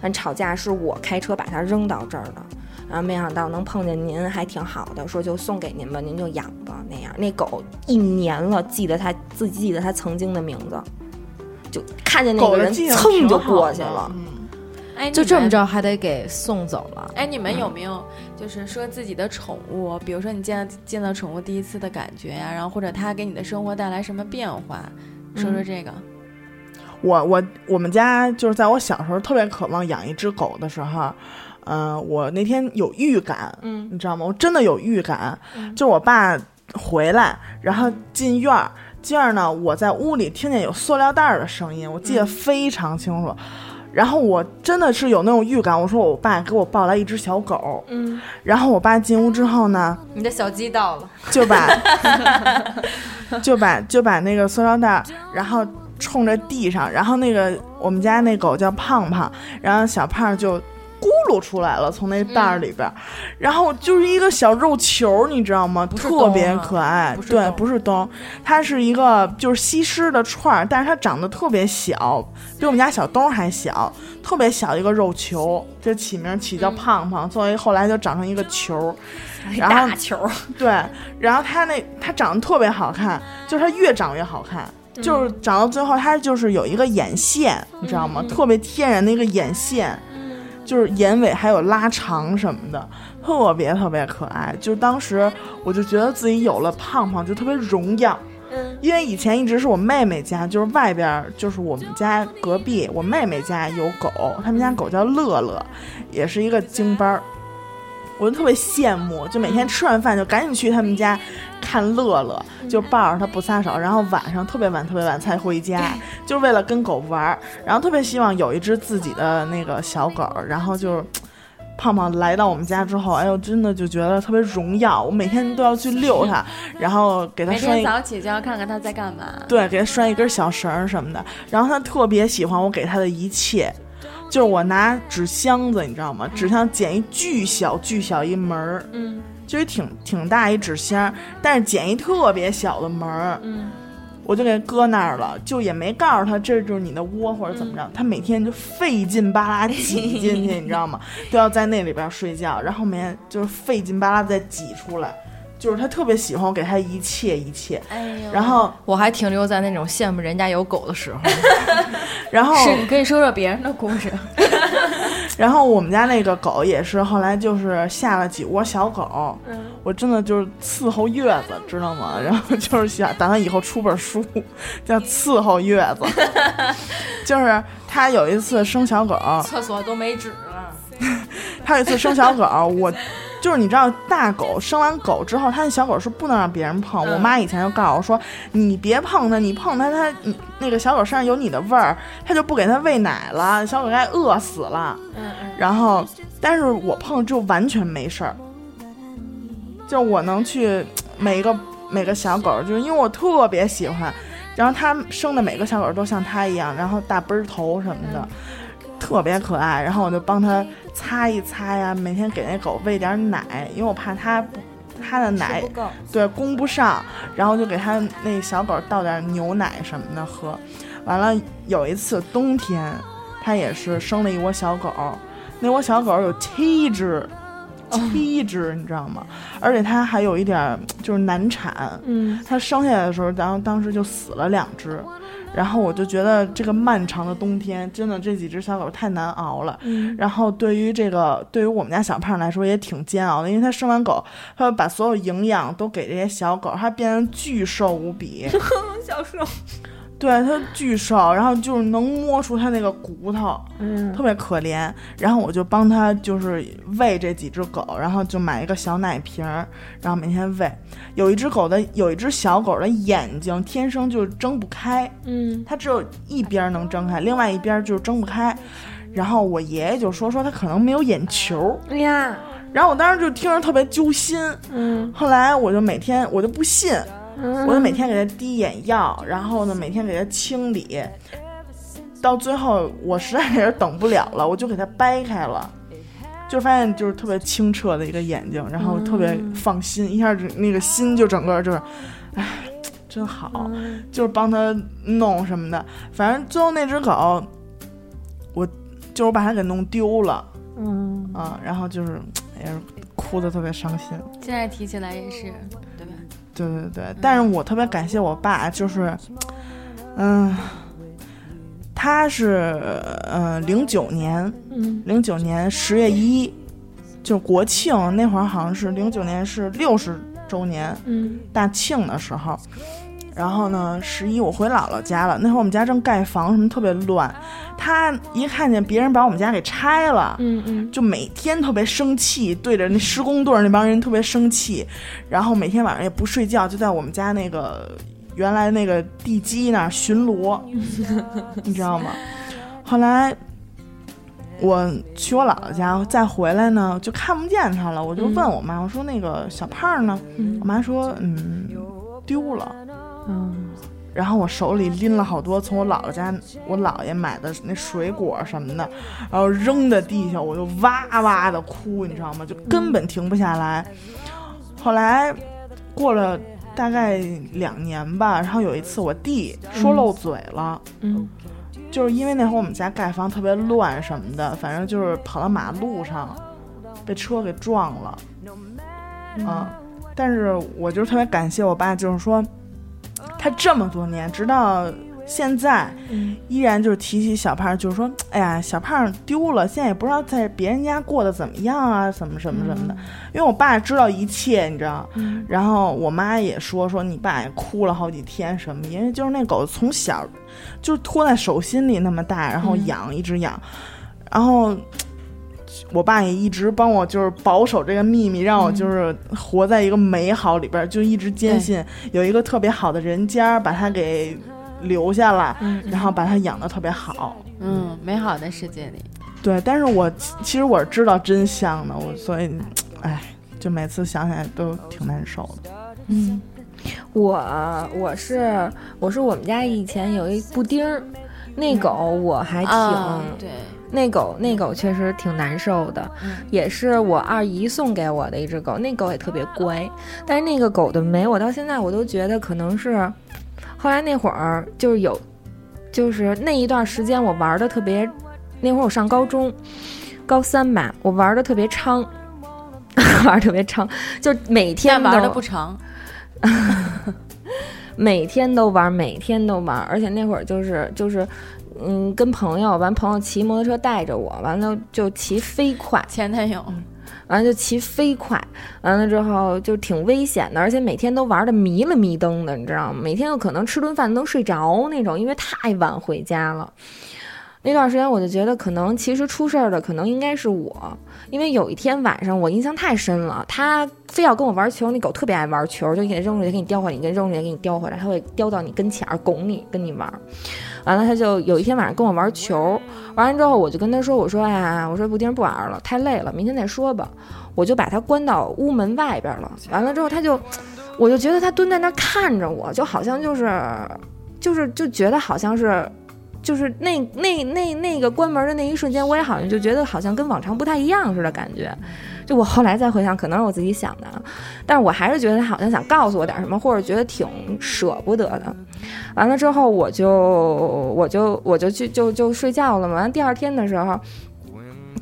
Speaker 5: 嗯，吵架是我开车把它扔到这儿的，然后没想到能碰见您，还挺好的，说就送给您吧，您就养吧那样。那狗一年了，记得它自己记得它曾经的名字，就看见那
Speaker 3: 狗
Speaker 5: 个
Speaker 3: 的
Speaker 5: 人
Speaker 3: 记性
Speaker 5: 蹭
Speaker 3: 挺
Speaker 5: 就
Speaker 3: 好
Speaker 5: 过去
Speaker 3: 的
Speaker 5: 了。
Speaker 3: 嗯
Speaker 2: 哎，
Speaker 4: 就
Speaker 2: 你
Speaker 4: 这么
Speaker 2: 们
Speaker 4: 着还得给送走了。
Speaker 2: 哎，你们
Speaker 5: 嗯
Speaker 2: 有没有就是说自己的宠物，比如说你见到见到宠物第一次的感觉呀、然后或者它给你的生活带来什么变化？说
Speaker 5: 嗯
Speaker 2: 说这个，
Speaker 3: 我我我们家就是在我小时候特别渴望养一只狗的时候，嗯、我那天有预感，
Speaker 5: 嗯
Speaker 3: 你知道吗？我真的有预感，
Speaker 5: 嗯
Speaker 3: 就我爸回来，然后进院儿，进院儿呢，我在屋里听见有塑料袋儿的声音，我记
Speaker 5: 嗯
Speaker 3: 得非常清楚。然后我真的是有那种预感，我说我爸给我抱来一只小狗，
Speaker 5: 嗯，
Speaker 3: 然后我爸进屋之后呢，
Speaker 4: 你的小鸡到了，
Speaker 3: 就把就把就把那个塑料袋儿，然后冲着地上，然后那个我们家那狗叫胖胖，然后小胖就咕噜出来了，从那袋儿里边儿，然后就是一个小肉球儿，你知道吗？
Speaker 4: 嗯不是
Speaker 3: 特别
Speaker 4: 冬啊
Speaker 3: 可爱
Speaker 4: 不，是
Speaker 3: 对，
Speaker 4: 冬
Speaker 3: 不是冬，它是一个就是西施的串儿，但是它长得特别小，比我们家小冬儿还小，特别小一个肉球，这起名起
Speaker 4: 嗯
Speaker 3: 叫胖胖，作为后来就长成一个球儿，然后
Speaker 5: 大球，
Speaker 3: 对，然后它那它长得特别好看，就是它越长越好看，就是长到最后它就是有一个眼线，你知道吗？特别天然的一个眼线，就是眼尾还有拉长什么的，特别特别可爱。就是当时我就觉得自己有了胖胖，就特别荣耀。
Speaker 5: 嗯
Speaker 3: 因为以前一直是我妹妹家，就是外边儿就是我们家隔壁，我妹妹家有狗，他们家狗叫乐乐，也是一个京班儿，我就特别羡慕，就每天吃完饭就赶紧去他们家看乐乐，就抱着它不撒手，然后晚上特别晚特别晚才回家，就是为了跟狗玩儿，然后特别希望有一只自己的那个小狗儿，然后就是。胖胖来到我们家之后，哎呦，真的就觉得特别荣耀。我每天都要去遛它，然后给它
Speaker 2: 每
Speaker 3: 拴
Speaker 2: 天
Speaker 3: 一
Speaker 2: 早起就要看看它在干嘛。
Speaker 3: 对，给他拴一根小绳儿什么的。然后他特别喜欢我给他的一切，就是我拿纸箱子，你知道吗？纸箱剪一巨小巨小一门儿，
Speaker 5: 嗯，
Speaker 3: 就是挺挺大一纸箱儿，但是剪一特别小的门儿，
Speaker 5: 嗯，
Speaker 3: 我就给搁那儿了，就也没告诉他这就是你的窝或者怎么着。他每天就费劲巴拉挤进去，你知道吗？都要在那里边儿睡觉，然后每天就是费劲巴拉再挤出来。就是他特别喜欢我给他一切一切，
Speaker 2: 哎呦，
Speaker 3: 然后
Speaker 4: 我还停留在那种羡慕人家有狗的时候。
Speaker 3: 然后
Speaker 2: 是你可以说说别人的故事，
Speaker 3: 然后我们家那个狗也是，后来就是下了几窝小狗，我真的就是伺候月子，知道吗？ 然后就是想打算以后出本书，叫伺候月子。就是他有一次生小狗，
Speaker 4: 厕所都没纸了，
Speaker 3: 他有一次生小狗，我就是你知道，大狗生完狗之后，他那小狗是不能让别人碰。我妈以前就告诉我说，你别碰它，你碰它，它你那个小狗身上有你的味儿，它就不给它喂奶了，小狗该饿死了。
Speaker 4: 嗯
Speaker 3: 然后，但是我碰就完全没事儿，就我能去每一个每个小狗，就是因为我特别喜欢。然后它生的每个小狗都像它一样，然后大背儿头什么的，特别可爱。然后我就帮它擦一擦呀，每天给那狗喂点奶，因为我怕它不它的奶
Speaker 5: 吃不够，
Speaker 3: 对供不上，然后就给它那小狗倒点牛奶什么的喝。完了有一次冬天，它也是生了一窝小狗，那窝小狗有七只。
Speaker 5: 哦
Speaker 3: 七只，你知道吗？而且它还有一点儿就是难产，
Speaker 5: 嗯，
Speaker 3: 它生下来的时候，然后当时就死了两只，然后我就觉得这个漫长的冬天，真的这几只小狗太难熬了。
Speaker 5: 嗯
Speaker 3: 然后对于这个，对于我们家小胖来说也挺煎熬的，因为它生完狗，它把所有营养都给这些小狗，它变成巨瘦无比，
Speaker 5: 小时
Speaker 3: 对它巨瘦，然后就是能摸出它那个骨头，
Speaker 5: 嗯，
Speaker 3: 特别可怜。然后我就帮他就是喂这几只狗，然后就买一个小奶瓶儿，然后每天喂。有一只狗的，有一只小狗的眼睛天生就睁不开，
Speaker 5: 嗯，
Speaker 3: 它只有一边儿能睁开，另外一边儿就睁不开。然后我爷爷就说说它可能没有眼球，
Speaker 5: 哎呀，
Speaker 3: 然后我当时就听着特别揪心。
Speaker 5: 嗯，
Speaker 3: 后来我就每天我就不信，我
Speaker 5: 我
Speaker 3: 就每天给它滴眼药，然后呢每天给它清理，到最后我实在是等不了了，我就给它掰开了，就发现就是特别清澈的一个眼睛，然后特别放心，一下就那个心就整个就是，哎，真好，就是帮它弄什么的，反正最后那只狗，我就是我把它给弄丢了
Speaker 5: 嗯，
Speaker 3: 啊，然后就是也是哭的特别伤心。
Speaker 2: 现在提起来也是，对吧？
Speaker 3: 对对对，
Speaker 5: 嗯
Speaker 3: 但是我特别感谢我爸，就是，嗯，他是呃零九年，
Speaker 5: 嗯，
Speaker 3: 零九年十月一，就国庆那会儿，好像是零九年是六十周年
Speaker 5: 嗯，
Speaker 3: 大庆的时候，然后呢十一我回姥姥家了，那会儿我们家正盖房，什么特别乱，他一看见别人把我们家给拆了，
Speaker 5: 嗯嗯，
Speaker 3: 就每天特别生气，对着那施工队儿那帮人特别生气，然后每天晚上也不睡觉，就在我们家那个原来那个地基那儿巡逻，你知道吗？后来我去我姥姥家再回来呢，就看不见他了，我就问我妈，我说那个小胖儿呢？我妈说，嗯，丢了。
Speaker 5: 嗯，
Speaker 3: 然后我手里拎了好多从我姥姥家我姥爷买的那水果什么的，然后扔在地下，我就哇哇的哭，你知道吗？就根本停不下来。后来过了大概两年吧，然后有一次我弟说漏嘴了，
Speaker 5: 嗯，
Speaker 3: 就是因为那会儿我们家盖房特别乱什么的，反正就是跑到马路上被车给撞了，啊！但是我就是特别感谢我爸，就是说他这么多年，直到现在，
Speaker 5: 嗯
Speaker 3: 依然就是提起小胖，就是说，哎呀，小胖丢了，现在也不知道在别人家过得怎么样啊，什么什么什么的。因为我爸知道一切，你知道。
Speaker 5: 嗯
Speaker 3: 然后我妈也说说你爸也哭了好几天什么，因为就是那狗从小就是拖在手心里那么大，然后养、一直养，然后。我爸也一直帮我，就是保守这个秘密，让我就是活在一个美好里边儿，就一直坚信有一个特别好的人家把他给留下了，然后把他养得特别好。
Speaker 2: 嗯，美好的世界里，
Speaker 3: 对，但是我其其实我是知道真相的，我所以，哎，就每次想起来都挺难受的。
Speaker 5: 嗯，我我是我是我们家以前有一布丁儿，那狗我还
Speaker 2: 啊
Speaker 5: 挺，
Speaker 2: 对，
Speaker 5: 那狗那狗确实挺难受的，
Speaker 2: 嗯
Speaker 5: 也是我二姨送给我的一只狗，那狗也特别乖，但是那个狗的眉，我到现在我都觉得可能是，后来那会儿就是有，就是那一段时间我玩的特别，那会儿我上高中，高三吧，我玩的特别猖， 玩的特别猖，就每天
Speaker 2: 但玩
Speaker 5: 都
Speaker 2: 的不长，
Speaker 5: 每天都玩，每天都玩，而且那会儿就是就是，嗯，跟朋友完，朋友骑摩托车带着我，完了就骑飞快，
Speaker 2: 前男友，
Speaker 5: 完了就骑飞快，完了之后就挺危险的，而且每天都玩的迷了迷瞪的，你知道吗？每天有可能吃顿饭能睡着那种，因为太晚回家了。那段时间我就觉得，可能其实出事儿的可能应该是我，因为有一天晚上我印象太深了，他非要跟我玩球，那狗特别爱玩球，就给扔出去，给你叼回来，给你扔出去，给你叼回来，它会叼到你跟前儿拱你，跟你玩儿。完了，他就有一天晚上跟我玩球，玩完之后我就跟他说，我说哎呀，我说布丁不玩了，太累了，明天再说吧。我就把他关到屋门外边了。完了之后，他就，我就觉得他蹲在那儿看着我，就好像就是就是就觉得好像是，就是那那那那个关门的那一瞬间，我也好像就觉得好像跟往常不太一样似的感觉。就我后来再回想，可能是我自己想的，啊，但是我还是觉得他好像想告诉我点什么，或者觉得挺舍不得的。完了之后我，我就我就我就去就就睡觉了嘛。完第二天的时候，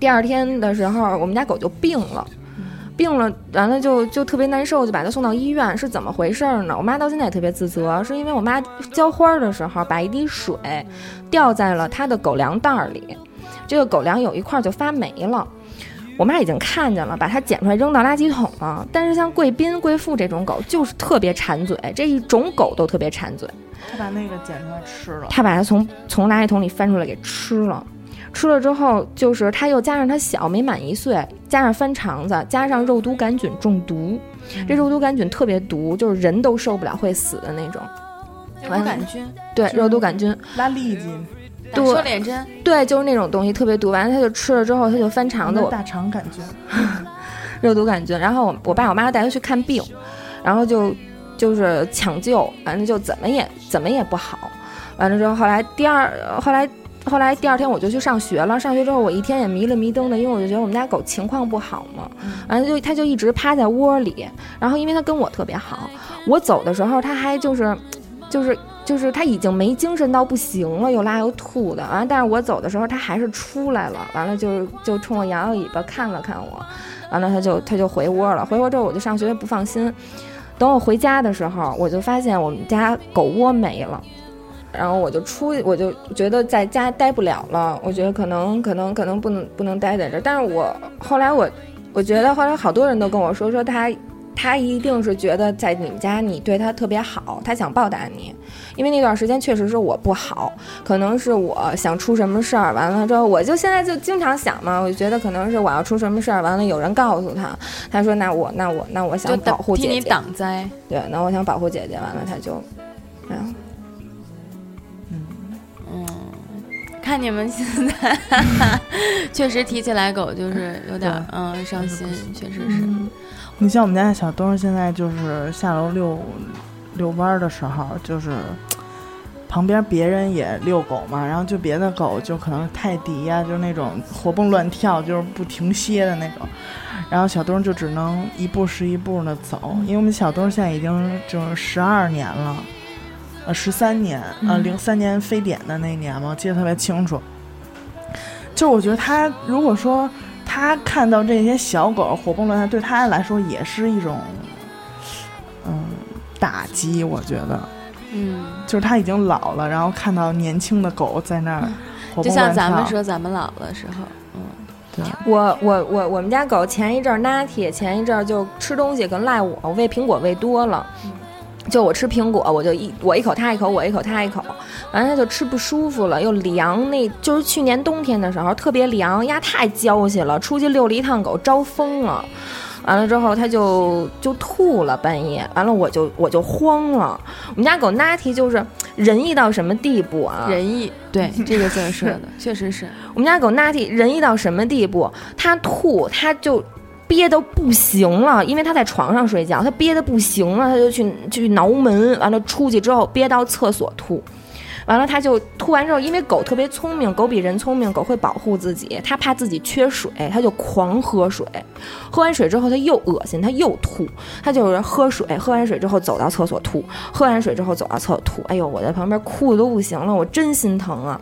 Speaker 5: 第二天的时候，我们家狗就病了。病了，完了就就特别难受，就把它送到医院，是怎么回事呢？我妈到现在也特别自责，是因为我妈浇花的时候把一滴水掉在了她的狗粮袋里，这个狗粮有一块就发霉了，我妈已经看见了，把它捡出来扔到垃圾桶了。但是像贵宾、贵妇这种狗就是特别馋嘴，这一种狗都特别馋嘴，
Speaker 3: 他把那个捡出来吃了，
Speaker 5: 她把它从从垃圾桶里翻出来给吃了。吃了之后，就是它又加上它小没满一岁，加上翻肠子，加上肉毒杆菌中毒，这肉毒杆菌特别毒，就是人都受不了会死的那种。嗯
Speaker 2: 肉毒杆菌，
Speaker 5: 对，肉毒杆菌
Speaker 3: 拉痢疾，
Speaker 2: 打瘦脸针，
Speaker 5: 对，就是那种东西特别毒。完了，它就吃了之后，它就翻肠子，
Speaker 3: 大肠杆菌，
Speaker 5: 肉毒杆菌。然后我我爸我妈带它去看病，然后就就是抢救，反正就怎么也怎么也不好。完了之后，后来第二后来。后来第二天我就去上学了，上学之后我一天也迷了迷瞪的，因为我就觉得我们家狗情况不好嘛，完了就它就一直趴在窝里，然后因为它跟我特别好，我走的时候它还就是，就是就是它已经没精神到不行了，又拉又吐的，完了但是我走的时候它还是出来了，完了就就冲我摇摇尾巴看了看我，完了它就它就回窝了，回窝之后我就上学不放心，等我回家的时候我就发现我们家狗窝没了。然后我就出，我就觉得在家待不了了。我觉得可能，可能，可能不能，不能待在这儿。但是我后来我，我觉得后来好多人都跟我说，说他，他一定是觉得在你们家你对他特别好，他想报答你。因为那段时间确实是我不好，可能是我想出什么事儿，完了之后我就现在就经常想嘛，我就觉得可能是我要出什么事儿，完了有人告诉他，他说那我那我那我想保护姐姐，
Speaker 2: 替你挡灾。
Speaker 5: 对，那我想保护姐姐，完了他就，哎呀。
Speaker 2: 嗯看你们现在， 确实提起来狗就是有点嗯伤心，确实
Speaker 5: 嗯
Speaker 2: 是。
Speaker 3: 你像我们家的小东现在就是下楼遛遛弯儿的时候，就是旁边别人也遛狗嘛，然后就别的狗就可能泰迪呀、啊，就是那种活蹦乱跳，就是不停歇的那种。然后小东就只能一步是一步的走，因为我们小东现在已经就是十二年了。呃，十三年，呃，零三年非典的那年嘛，我记得特别清楚。就我觉得他，如果说他看到这些小狗活蹦乱跳，对他来说也是一种，嗯，打击。我觉得，
Speaker 2: 嗯，
Speaker 3: 就是他已经老了，然后看到年轻的狗在那儿活
Speaker 2: 嗯就
Speaker 3: 蹦乱跳，
Speaker 2: 像咱们说咱们老的时候，嗯，
Speaker 3: 对。
Speaker 5: 我我我我们家狗前一阵儿 Natty，前一阵儿就吃东西可能赖我，我喂苹果喂多了。
Speaker 2: 嗯
Speaker 5: 就我吃苹果，我就一我一口它一口，我一口它一口，完了它就吃不舒服了，又凉。那就是去年冬天的时候特别凉，呀太娇气了，出去遛了一趟狗招风了，完了之后它就就吐了半夜，完了我就我就慌了。我们家狗 Natty 就是仁义到什么地步啊？
Speaker 2: 仁义， 对这个字说的确实是。
Speaker 5: 我们家狗 Natty 仁义到什么地步？它吐，它就。憋得不行了，因为他在床上睡觉，他憋得不行了，他就去去挠门，完了出去之后憋到厕所吐，完了他就吐完之后，因为狗特别聪明，狗比人聪明，狗会保护自己，它怕自己缺水，它就狂喝水，喝完水之后它又恶心，它又吐，它就是喝水，喝完水之后走到厕所吐，喝完水之后走到厕所吐，哎呦，我在旁边哭的都不行了，我真心疼啊。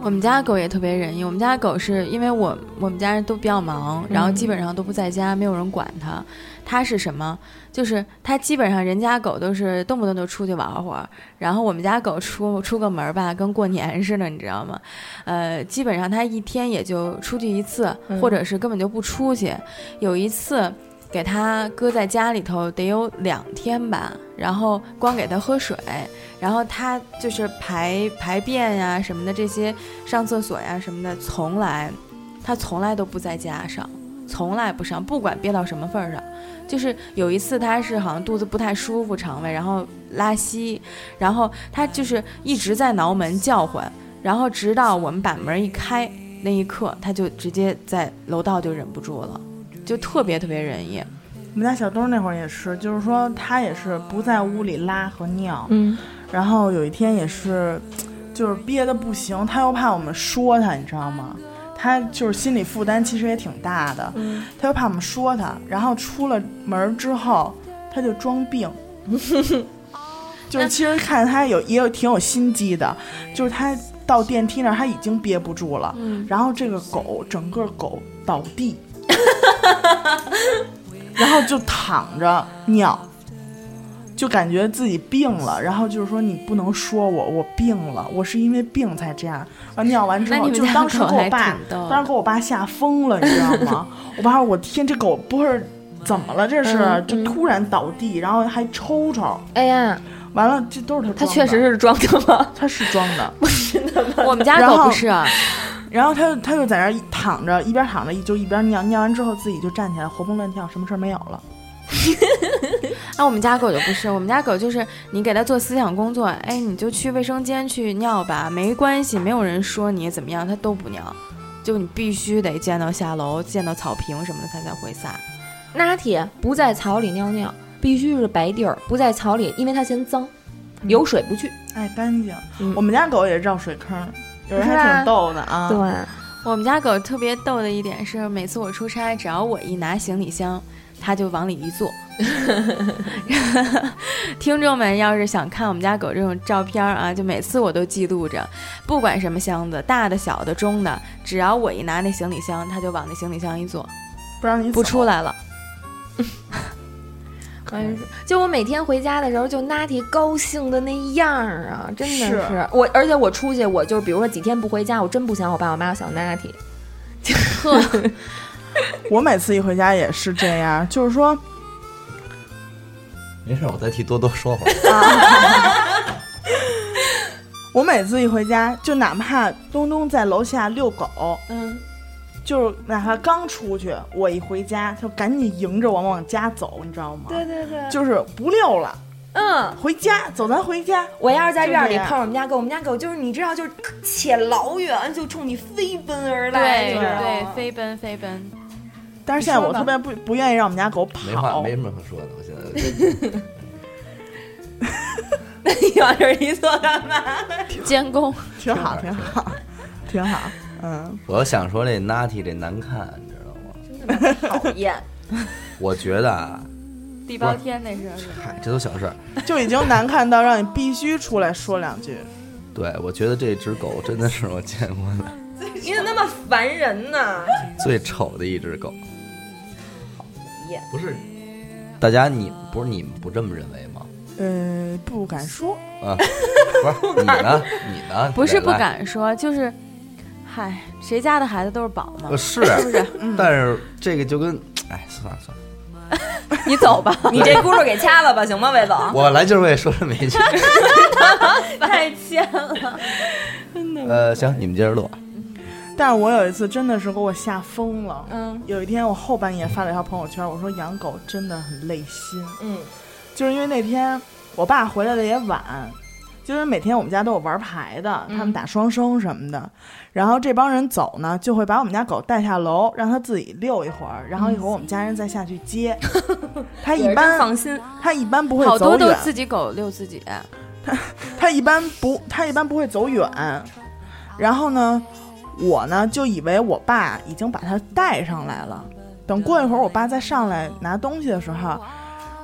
Speaker 2: 我们家狗也特别仁义。我们家狗是因为我我们家人都比较忙，然后基本上都不在家，没有人管它。它是什么？就是它基本上人家狗都是动不动就出去玩会儿，然后我们家狗出出个门吧，跟过年似的，你知道吗？呃，基本上它一天也就出去一次，或者是根本就不出去。有一次给它搁在家里头得有两天吧，然后光给它喝水。然后它就是排排便呀什么的，这些上厕所呀什么的，从来，它从来都不在家上，从来不上，不管憋到什么份儿上。就是有一次它是好像肚子不太舒服，肠胃，然后拉稀，然后它就是一直在挠门叫唤，然后直到我们把门一开那一刻，它就直接在楼道就忍不住了，就特别特别仁义。
Speaker 3: 我们家小东那会儿也是，就是说他也是不在屋里拉和尿，
Speaker 5: 嗯。
Speaker 3: 然后有一天也是，就是憋的不行，他又怕我们说他，你知道吗？他就是心理负担其实也挺大的，
Speaker 2: 嗯
Speaker 3: 他又怕我们说他，然后出了门儿之后，他就装病。就是其实看他有也有挺有心机的，就是他到电梯那儿他已经憋不住了，
Speaker 2: 嗯
Speaker 3: 然后这个狗整个狗倒地， 然后就躺着尿，就感觉自己病了，然后就是说你不能说我我病了，我是因为病才这样。然后尿完之
Speaker 2: 那
Speaker 3: 后，
Speaker 2: 你们
Speaker 3: 就
Speaker 2: 家
Speaker 3: 当时
Speaker 2: 狗
Speaker 3: 给我
Speaker 2: 还
Speaker 3: 爸
Speaker 2: 挺，逗的
Speaker 3: 当时给我爸吓疯了，你知道吗？我爸说我天，这狗不是怎么了？这是
Speaker 5: 嗯
Speaker 3: 就
Speaker 5: 嗯
Speaker 3: 突然倒地，然后还抽抽，
Speaker 5: 哎呀，
Speaker 3: 完了这都是他
Speaker 5: 他
Speaker 3: 装的，
Speaker 5: 确实是装的 吗？
Speaker 3: 他是装的。
Speaker 2: 我们家
Speaker 3: 然
Speaker 2: 狗
Speaker 5: 哦
Speaker 3: 后
Speaker 2: 不是啊，
Speaker 3: 然后他就他就在那儿一躺着，一边躺着就一边尿，尿完之后自己就站起来，活蹦乱跳，什么事儿没有了。
Speaker 2: 那我们家狗就不是，我们家狗就是你给它做思想工作，哎，你就去卫生间去尿吧，没关系，没有人说你怎么样，它都不尿，就你必须得见到下楼、见到草坪什么的，它才会撒。
Speaker 5: 拿铁不在草里尿尿，必须是白地儿，不在草里，因为它嫌脏，有水不去。
Speaker 3: 爱哎干净。
Speaker 5: 嗯
Speaker 3: 我们家狗也绕水坑，有人
Speaker 5: 是啊
Speaker 3: 还挺逗的啊。
Speaker 5: 对，
Speaker 2: 我们家狗特别逗的一点是，每次我出差，只要我一拿行李箱，它就往里一坐。 听众们要是想看我们家狗这种照片儿啊，就每次我都记录着，不管什么箱子，大的、小的、中的，只要我一拿那行李箱，它就往那行李箱一坐，
Speaker 3: 不让你
Speaker 2: 不出
Speaker 3: 来。
Speaker 2: 来了。
Speaker 5: 真是，就我每天回家的时候，就 Natty 高兴的那样儿啊，真的
Speaker 3: 是
Speaker 5: 我，而且我出去，我就比如说几天不回家，我真不想我爸我妈，我想 Natty。
Speaker 3: 我每次一回家也是这样，就是说，
Speaker 6: 没事，我再替多多 说会儿。
Speaker 3: 我每次一回家，就哪怕东东在楼下遛狗，
Speaker 5: 嗯，
Speaker 3: 就是哪怕刚出去，我一回家，他就赶紧迎着我往家走，你知道吗？
Speaker 5: 对对对，
Speaker 3: 就是不遛了，
Speaker 5: 嗯，
Speaker 3: 回家，走，咱回家。
Speaker 5: 我要是在院儿里
Speaker 3: 就这样
Speaker 5: 碰上我们家狗，我们家狗就是你知道，就是且老远就冲你飞奔而来，哦你知道
Speaker 2: 对
Speaker 5: 吗，？
Speaker 2: 飞奔飞奔，
Speaker 3: 但是现在我
Speaker 5: 你说
Speaker 3: 特别不不愿意让我们家狗
Speaker 6: 没话，
Speaker 3: 跑
Speaker 6: 没，什么可说的。我现在
Speaker 5: 你往这儿一坐干嘛？
Speaker 2: 监工。
Speaker 3: 挺好，挺 好，挺好。嗯，
Speaker 6: 我想说这 Natty 这难看，你知道吗？
Speaker 5: 讨厌，
Speaker 6: 我觉得啊，
Speaker 2: 地包天那是，
Speaker 6: 嗨，这都小事儿。
Speaker 3: 就已经难看到让你必须出来说两句。
Speaker 6: 对，我觉得这只狗真的是我见过的
Speaker 5: 你怎么那么烦人呢？
Speaker 6: 最丑的一只狗。
Speaker 5: 厌
Speaker 6: 不是，大家你不是你们不这么认为吗？
Speaker 3: 呃，不敢说，
Speaker 6: 啊， 不是你呢？你呢？
Speaker 2: 不是不
Speaker 6: 来。
Speaker 2: 敢说，就是，嗨，谁家的孩子都是宝嘛
Speaker 6: 呃，，是，
Speaker 2: 是不是？嗯
Speaker 6: 但是这个就跟，哎，算了算了，
Speaker 2: 你走吧。
Speaker 5: 你这轱辘给掐了吧，行吗，魏总？
Speaker 6: 我来就是为了说这么一句。
Speaker 5: 太欠了。
Speaker 6: 呃，行，你们接着录啊。
Speaker 3: 但是我有一次真的是给我吓疯了。
Speaker 5: 嗯
Speaker 3: 有一天我后半夜发了一条朋友圈，我说养狗真的很累心，
Speaker 5: 嗯
Speaker 3: 就是因为那天我爸回来的也晚，就是每天我们家都有玩牌的，他
Speaker 2: 嗯
Speaker 3: 们打双生什么的，然后这帮人走呢，就会把我们家狗带下楼，让它自己溜一会儿，然后一会儿我们家人再下去接。 它一般
Speaker 5: 放心，
Speaker 3: 它一般不会
Speaker 2: 好
Speaker 3: 走
Speaker 2: 多都
Speaker 3: 远，
Speaker 2: 自己狗遛自己，
Speaker 3: 他一般不，他一般不会走远。然后呢，我呢就以为我爸已经把他带上来了。等过一会儿我爸再上来拿东西的时候，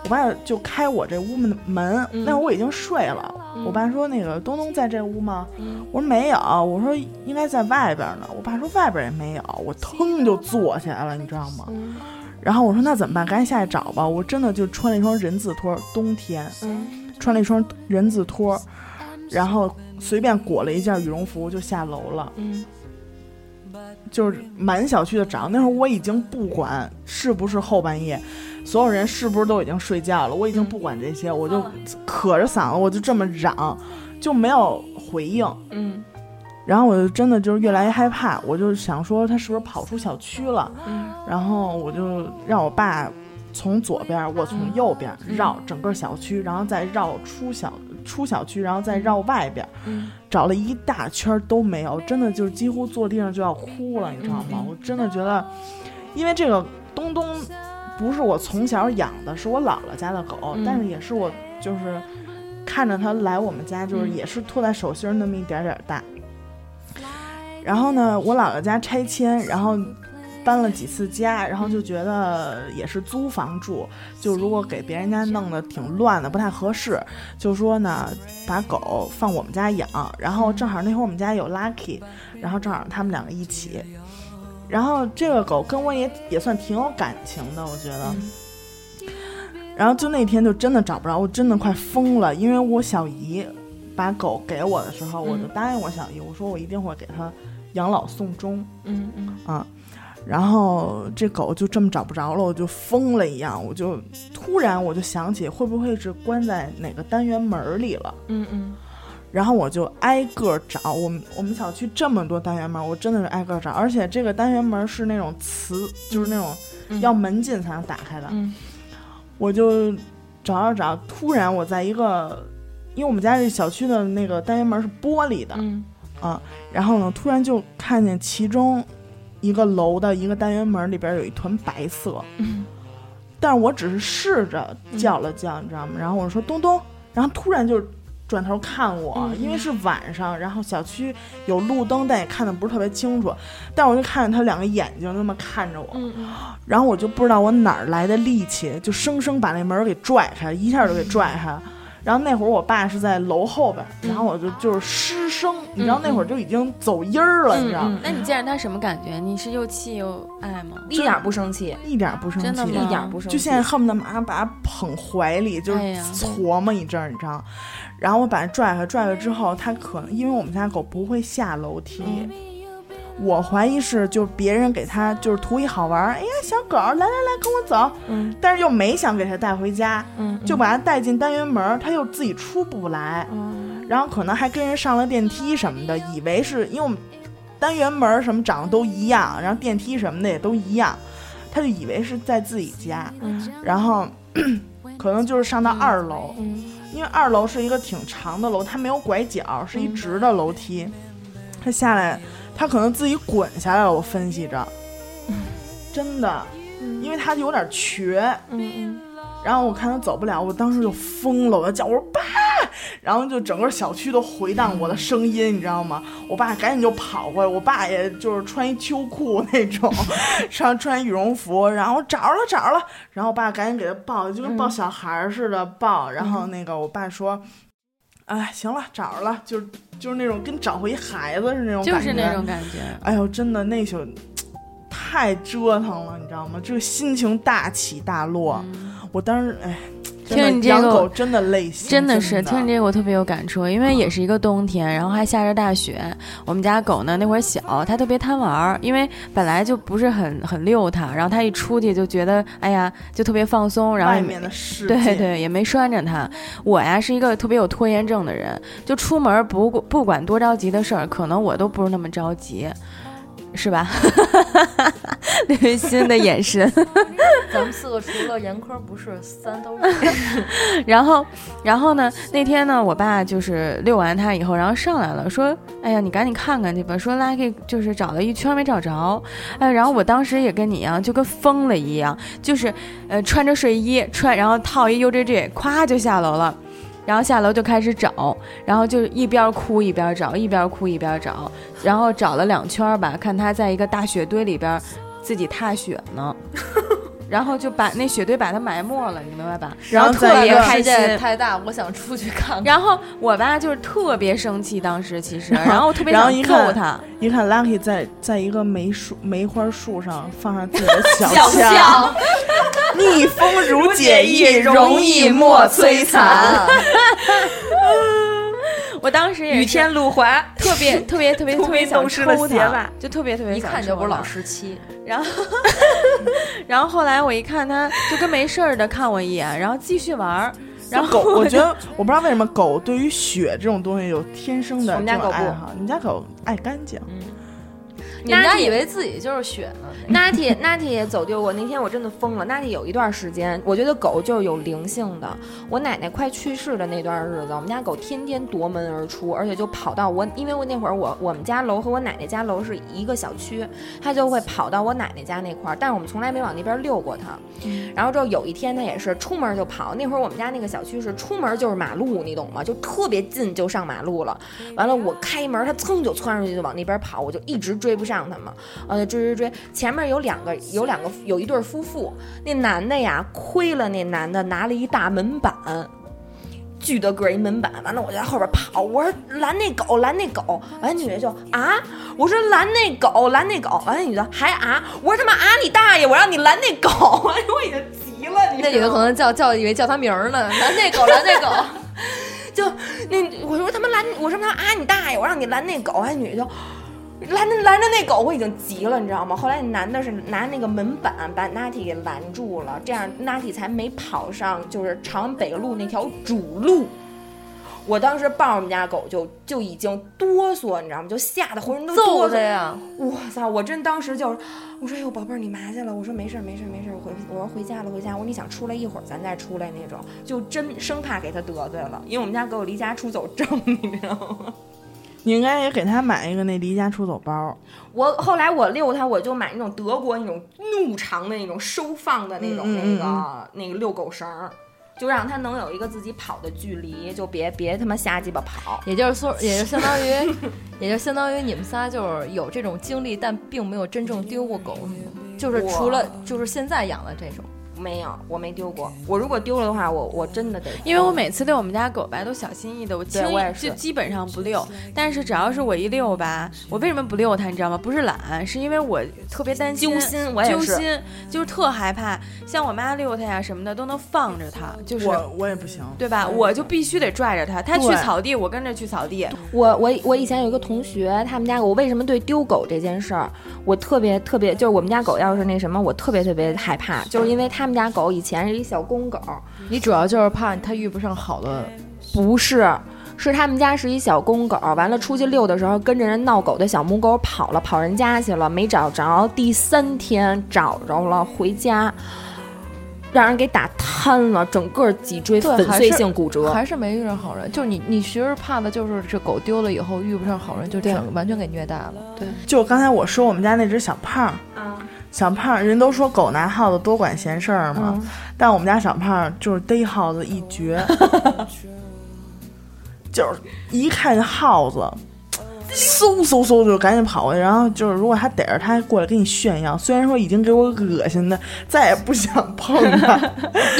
Speaker 3: 我爸就开我这屋门的门。
Speaker 5: 嗯
Speaker 3: 那会儿我已经睡了。我爸说：“那个东东在这屋吗？”
Speaker 5: 嗯
Speaker 3: 我说：“没有。”我说：“应该在外边呢。”我爸说：“外边也没有。”我腾就坐起来了，你知道吗？
Speaker 5: 嗯
Speaker 3: 然后我说：“那怎么办？赶紧下去找吧。”我真的就穿了一双人字拖，冬天。
Speaker 5: 嗯，
Speaker 3: 穿了一双人字拖，然后随便裹了一件羽绒服就下楼了。
Speaker 5: 嗯，
Speaker 3: 就是满小区的找。那会儿我已经不管是不是后半夜，所有人是不是都已经睡觉了，我已经不管这些，我就可着嗓子我就这么嚷，就没有回应。
Speaker 5: 嗯，
Speaker 3: 然后我就真的就是越来越害怕，我就想说他是不是跑出小区了？
Speaker 5: 嗯
Speaker 3: 然后我就让我爸从左边，我从右边
Speaker 5: 嗯
Speaker 3: 绕整个小区，然后再绕出小出小区，然后再绕外边，
Speaker 5: 嗯
Speaker 3: 找了一大圈都没有，真的就是几乎坐地上就要哭了，你知道
Speaker 5: 嗯
Speaker 3: 吗？我真的觉得，因为这个东东不是我从小养的，是我姥姥家的狗，
Speaker 5: 嗯
Speaker 3: 但是也是我就是。看着它来我们家，
Speaker 5: 嗯
Speaker 3: 就是也是吐在手心儿那么一点点儿大。然后呢，我姥姥家拆迁，然后搬了几次家，然后就觉得也是租房住，就如果给别人家弄得挺乱的，不太合适，就说呢，把狗放我们家养。然后正好那会儿我们家有 Lucky，然后正好他们两个一起。然后这个狗跟我也也算挺有感情的，我觉得。然后就那天就真的找不着，我真的快疯了，因为我小姨把狗给我的时候，我就答应我小姨，我说我一定会给它养老送终
Speaker 5: 嗯嗯，
Speaker 3: 啊。然后这狗就这么找不着了，我就疯了一样，我就突然我就想起会不会是关在哪个单元门儿里了？
Speaker 5: 嗯嗯，
Speaker 3: 然后我就挨个儿找，我们我们小区这么多单元门儿，我真的是挨个儿找，而且这个单元门儿是那种磁，就是那种
Speaker 5: 嗯
Speaker 3: 要门禁才能打开的。
Speaker 5: 嗯
Speaker 3: 我就找找找，突然我在一个，因为我们家这小区的那个单元门是玻璃的，
Speaker 5: 嗯
Speaker 3: 然后呢，突然就看见其中一个楼的一个单元门里边有一团白色，
Speaker 5: 嗯
Speaker 3: 但是我只是试着叫了叫，你知道吗？然后我说东东，然后突然就转头看我，
Speaker 5: 嗯
Speaker 3: 因为是晚上，然后小区有路灯，但也看的不是特别清楚，但我就看见他两个眼睛那么看着我，
Speaker 5: 嗯
Speaker 3: 然后我就不知道我哪儿来的力气，就生生把那门儿给拽开，一下就给拽
Speaker 5: 嗯
Speaker 3: 开了。然后那会儿我爸是在楼后边儿，然后我就就是失声，你知道那会儿就已经走音儿了，你知道，
Speaker 5: 嗯
Speaker 2: 那你见着他什么感觉？你是又气又爱吗？
Speaker 5: 一点儿不生气，
Speaker 3: 一点儿不生
Speaker 2: 真的
Speaker 3: 气，
Speaker 2: 吗
Speaker 5: 一点儿不生气，
Speaker 3: 就现在恨不得马上把他捧怀里，就是
Speaker 2: 哎呀
Speaker 3: 琢磨一阵儿，你知道。然后我把他拽开，拽开之后，他可能因为我们家狗不会下楼梯，我怀疑是就是别人给他就是图一好玩儿，哎呀小狗来来来跟我走，
Speaker 5: 嗯
Speaker 3: 但是又没想给它带回家，
Speaker 5: 嗯
Speaker 3: 就把它带进单元门儿，它又自己出不来，
Speaker 5: 嗯
Speaker 3: 然后可能还跟人上了电梯什么的，以为是因为我们单元门儿什么长得都一样，然后电梯什么的也都一样，它就以为是在自己家，
Speaker 5: 嗯
Speaker 3: 然后可能就是上到二楼，
Speaker 5: 嗯
Speaker 3: 因为二楼是一个挺长的楼，它没有拐角，是一直的楼梯，它下来，它可能自己滚下来了，我分析着， 真的，因为它有点瘸，
Speaker 5: 嗯
Speaker 3: 然后我看他走不了，我当时就疯了，我叫我说爸，然后就整个小区都回荡我的声音，你知道吗？我爸赶紧就跑过来，我爸也就是穿一秋裤那种， 上穿羽绒服，然后我找着了找着了，然后我爸赶紧给他抱，就
Speaker 5: 嗯
Speaker 3: 跟抱小孩儿似的抱，然后那个我爸说。哎，行了，找着了，就就是那种跟找回一孩子是那种感觉，
Speaker 2: 就是那种感觉。
Speaker 3: 哎呦，真的那宿太折腾了，你知道吗？这个心情大起大落。我当时哎，真的
Speaker 2: 嗯听你这
Speaker 3: 养
Speaker 2: 个
Speaker 3: 狗真的累心，
Speaker 2: 真
Speaker 3: 的嗯
Speaker 2: 的是听你这个我特别有感触，因为也是一个冬天，然后还下着大雪。我们家狗呢那会儿小，它特别贪玩儿，因为本来就不是很很溜它，然后它一出去就觉得哎呀就特别放松，然后
Speaker 3: 外
Speaker 2: 也没
Speaker 3: 面的世界，
Speaker 2: 对对，也没拴着它。我呀是一个特别有拖延症的人，就出门不顾不管多着急的事儿，可能我都不是那么着急，是吧？ 刘雨欣的眼神。
Speaker 4: 咱们四个除了严科不是，三都是。
Speaker 2: 然后，然后呢？那天呢，我爸就是遛完它以后，然后上来了，说：“哎呀，你赶紧看看去吧。”说 Lucky 就是找了一圈没找着，哎，然后我当时也跟你一啊样，就跟疯了一样，就是呃穿着睡衣穿，然后套一 UJJ，咵就下楼了。然后下楼就开始找，然后就一边哭一边找，一边哭一边找，然后找了两圈吧，看它在一个大雪堆里边自己踏雪呢，然后就把那雪堆把它埋没了，你明白吧？
Speaker 3: 然后
Speaker 2: 特
Speaker 3: 再一
Speaker 2: 别
Speaker 3: 个
Speaker 2: 开
Speaker 4: 世
Speaker 2: 心
Speaker 4: 界哎太大，我想出去看看。
Speaker 2: 然后我吧就是特别生气，当时其 实，然后我特别
Speaker 3: 然
Speaker 2: 想
Speaker 3: 后一
Speaker 2: 揍
Speaker 3: 看
Speaker 2: 他，
Speaker 3: 一看 Lucky 在在一个梅树梅花树上放上自 己的小象，
Speaker 4: 象，
Speaker 3: 逆风如解意，容易莫摧残。
Speaker 2: 我当时也
Speaker 5: 雨
Speaker 2: 是
Speaker 5: 天路滑，
Speaker 2: 特别特别 特别
Speaker 5: 突
Speaker 2: 特别
Speaker 5: 围
Speaker 2: 想
Speaker 5: 斗士的
Speaker 2: 抽
Speaker 5: 鞋
Speaker 2: 他
Speaker 5: 吧，
Speaker 2: 就特别特别
Speaker 4: 一
Speaker 2: 想
Speaker 4: 看就
Speaker 2: 抽
Speaker 4: 不是老
Speaker 2: 他
Speaker 4: 十七。
Speaker 2: 然后， 然后后来我一看他就跟没事儿的看我一眼，然后继续玩儿，然后
Speaker 3: 狗，我觉 得我不知道为什么狗对于雪这种东西有天生的
Speaker 5: 我们家
Speaker 3: 这种
Speaker 5: 狗不
Speaker 3: 爱好，你们家狗爱干净，
Speaker 4: 你们家
Speaker 5: Natty-
Speaker 4: 以为自己就是选了，
Speaker 5: Natty Natty 也走丢，我那天我真的疯了。Natty 有一段时间，我觉得狗就是有灵性的。我奶奶快去世的那段日子，我们家狗天天夺门而出，而且就跑到我，因为我那会儿我我们家楼和我奶奶家楼是一个小区，它就会跑到我奶奶家那块儿，但是我们从来没往那边溜过它。然后之后有一天，它也是出门就跑。那会儿我们家那个小区是出门就是马路，你懂吗？就特别近就上马路了。完了，我开门，它噌就窜出去就往那边跑，我就一直追不上它嘛。啊，就追追追，前面有两个有两个有一对夫妇，那男的呀亏了那男的拿了一大门板，巨的个儿一门板，完了我就在后边跑，我说拦那狗拦那狗，完了女的就啊，我说拦那狗拦那狗，完了女的还啊，我说他妈啊你大爷，我让你拦那狗， 完了我已经急了，你
Speaker 4: 那女
Speaker 5: 知
Speaker 4: 的
Speaker 5: 道吗
Speaker 4: 可能叫叫以为叫他名儿呢，拦那狗，拦那狗。
Speaker 5: 就那我说他妈拦，我说他妈啊你大爷，我让你拦那狗，哎女的就。拦着拦着那狗，我已经急了，你知道吗？后来那男的是拿那个门板把 Natty 给拦住了，这样 Natty 才没跑上就是朝阳北路那条主路。我当时抱着我们家狗就就已经哆嗦，你知道吗？就吓得浑身都
Speaker 4: 揍
Speaker 5: 哆
Speaker 4: 的
Speaker 5: 嗦。
Speaker 4: 呀！
Speaker 5: 我操！我真当时就是，我说哎呦宝贝儿，你麻去了。我说没事儿没事儿没事儿，我回我说回家了回啊家了。我说你想出来一会儿咱再出来那种，就真生怕给他得罪了，因为我们家狗有离家出走证，你知道吗？
Speaker 3: 你应该也给他买一个那离家出走包，
Speaker 5: 我后来我遛它，我就买那种德国那种怒长的那种收放的那种、
Speaker 3: 嗯嗯嗯
Speaker 5: 那个那个遛狗绳儿，就让它能有一个自己跑的距离，就别别他妈瞎鸡巴跑。
Speaker 4: 也就是说，也就相当于，也就相当于你们仨就是有这种经历，但并没有真正丢过狗，是吗就是除了就是现在养了这种。
Speaker 5: 没有，我没丢过。我如果丢了的话，我我真的得
Speaker 2: 因为我每次遛我们家狗吧，都小心翼翼的，我轻
Speaker 5: 对
Speaker 2: 易
Speaker 5: 我也是
Speaker 2: 就基本上不遛。但是只要是我一遛吧，我为什么不遛它？你知道吗？不是懒，是因为我特别担心，
Speaker 5: 揪心，我也
Speaker 2: 揪
Speaker 5: 是。
Speaker 2: 心，就是特害怕。像我妈遛它呀什么的，都能放着它，就是
Speaker 3: 我我也不行。
Speaker 2: 对吧？我就必须得拽着它，它去
Speaker 3: 对
Speaker 2: 草地，我跟着去草地。
Speaker 5: 我我我以前有一个同学，他们家狗，我为什么对丢狗这件事儿，我特别特别，就是我们家狗要是那什么，我特别特别害怕，就是因为他们家狗以前是一小公狗，
Speaker 4: 你主要就是怕它遇不上好的，
Speaker 5: 不是，是他们家是一小公狗，完了出去遛的时候跟着人闹狗的小母狗跑了，跑人家去了，没找着。第三天找着了，回家让人给打瘫了，整个脊椎
Speaker 7: 对
Speaker 5: 粉
Speaker 7: 还
Speaker 5: 碎
Speaker 7: 是
Speaker 5: 性骨折。
Speaker 7: 还是没遇上好人，就是你，你其实怕的就是这狗丢了以后遇不上好人，就
Speaker 5: 对
Speaker 7: 全完全给虐待了。
Speaker 3: 就刚才我说我们家那只小胖儿，
Speaker 4: 嗯
Speaker 5: 啊
Speaker 3: 小胖儿人都说狗拿耗子多管闲事儿嘛，
Speaker 4: 嗯
Speaker 3: 但我们家小胖儿就是逮耗子一绝， 就是一看见耗子。嗖嗖嗖就赶紧跑过去，然后就是如果他逮着他还过来跟你炫耀，虽然说已经给我恶心的，再也不想碰 它，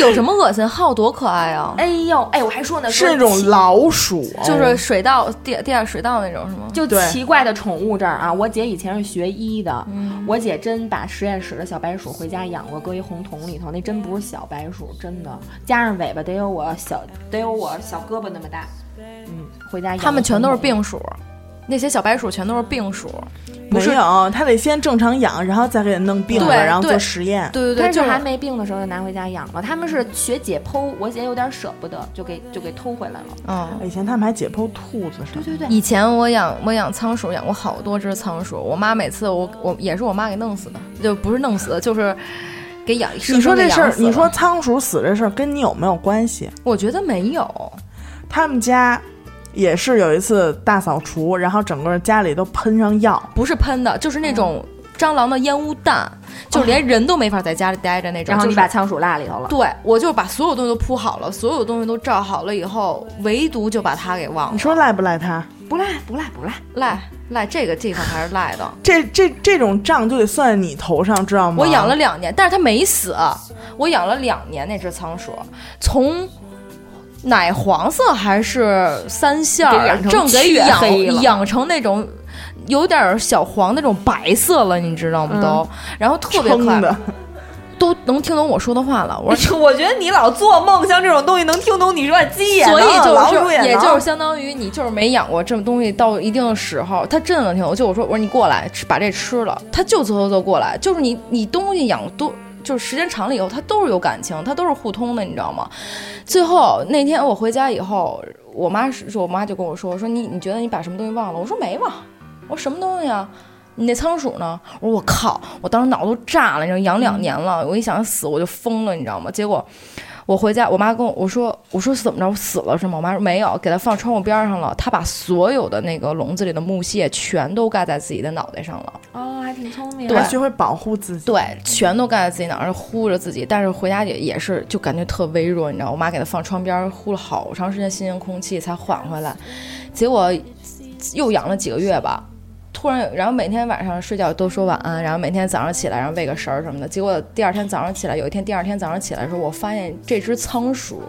Speaker 4: 有什么恶心？浩多可爱啊！
Speaker 5: 哎呦，哎，我还说呢，
Speaker 3: 是
Speaker 5: 说
Speaker 3: 那种
Speaker 5: 奇
Speaker 3: 老鼠，
Speaker 4: 就是水稻地地下水稻那种是吗？
Speaker 5: 就
Speaker 3: 对
Speaker 5: 奇怪的宠物这儿啊，我姐以前是学医的，
Speaker 2: 嗯
Speaker 5: 我姐真把实验室的小白鼠回家养过，搁一红桶里头，那真不是小白鼠，真的，加上尾巴得有我小得有我小胳膊那么大，嗯，回家养
Speaker 4: 它们全都是
Speaker 5: 过红
Speaker 4: 病鼠，那些小白鼠全都是病鼠。
Speaker 3: 没有，它得先正常养，然后再给它弄病
Speaker 4: 对
Speaker 3: 了，然后做
Speaker 4: 对
Speaker 3: 实验。
Speaker 4: 对
Speaker 5: 桶，但
Speaker 4: 就是
Speaker 5: 还没病的时候就拿回家养了。他们是学解剖，我姐有点舍不得，就给就给偷回来了。嗯
Speaker 4: 嗯。
Speaker 3: 以前他们还解剖兔子什么的，
Speaker 5: 对对，
Speaker 4: 以前我养我养仓鼠，养过好多只仓鼠。我妈每次我我也是我妈给弄死的，就不是弄死的，就是给养。
Speaker 3: 你说这事儿
Speaker 4: 生，生地养死了
Speaker 3: 你说仓鼠死这事儿跟你有没有关系？
Speaker 4: 我觉得没有，
Speaker 3: 他们家也是有一次大扫除，然后整个家里都喷上药，
Speaker 4: 不是喷的，就是那种嗯蟑螂的烟雾弹，就连人都没法在家里待着那种。
Speaker 5: 然后你
Speaker 4: 就是
Speaker 5: 把仓鼠落里头了。
Speaker 4: 对我就把所有东西都铺好了，所有东西都罩好了以后，唯独就把它给忘
Speaker 3: 你
Speaker 4: 了。
Speaker 3: 说赖不赖他？
Speaker 5: 不赖不赖不赖，
Speaker 4: 赖赖这个地方还是赖的。
Speaker 3: 这这这种账就得算在你头上，知道吗？
Speaker 4: 我养了两年，但是它没死。我养了两年那只仓鼠，从奶黄色还是三线
Speaker 5: 给
Speaker 4: 儿
Speaker 5: 养成
Speaker 4: 正给
Speaker 5: 黢黑
Speaker 4: 养
Speaker 5: 了
Speaker 4: 养成那种有点小黄那种白色了，你知道吗？都，
Speaker 5: 嗯
Speaker 4: 然后特别可
Speaker 3: 撑
Speaker 4: 爱，
Speaker 3: 的，
Speaker 4: 都能听懂我说的话了。 我说。
Speaker 5: 我觉得你老做梦，像这种东西能听懂你说鸡眼
Speaker 4: 所以
Speaker 5: 老
Speaker 4: 就
Speaker 5: 鼠
Speaker 4: 是，
Speaker 5: 眼
Speaker 4: 也
Speaker 5: 能
Speaker 4: 就是相当于你就是没养过这种东西，到一定的时候，它真的能听。我就我说我说你过来吃，把这吃了，它就嗖嗖嗖过来。就是你你东西养多，就是时间长了以后，它都是有感情，它都是互通的，你知道吗？最后那天我回家以后，我妈是我妈就跟我说，说你你觉得你把什么东西忘了？我说没忘，我说什么东西啊？你那仓鼠呢？我说我靠，我当时脑都炸了，你知道养
Speaker 5: 嗯
Speaker 4: 两年了，我一想死我就疯了，你知道吗？结果我回家，我妈跟我我说我说怎么着我死了是吗？我妈说没有，给它放窗户边上了，它把所有的那个笼子里的木屑全都盖在自己的脑袋上了。
Speaker 2: 哦，还挺聪明。
Speaker 4: 对
Speaker 3: 还学会保护自己。
Speaker 4: 对，全都盖在自己脑上，呼着自己。但是回家也也是，就感觉特微弱，你知道，我妈给她放窗边儿，呼了好长时间新鲜空气才缓回来。结果又养了几个月吧，突然有，然后每天晚上睡觉都说晚安，然后每天早上起来，然后喂个食儿什么的。结果第二天早上起来，有一天第二天早上起来的时候，我发现这只仓鼠，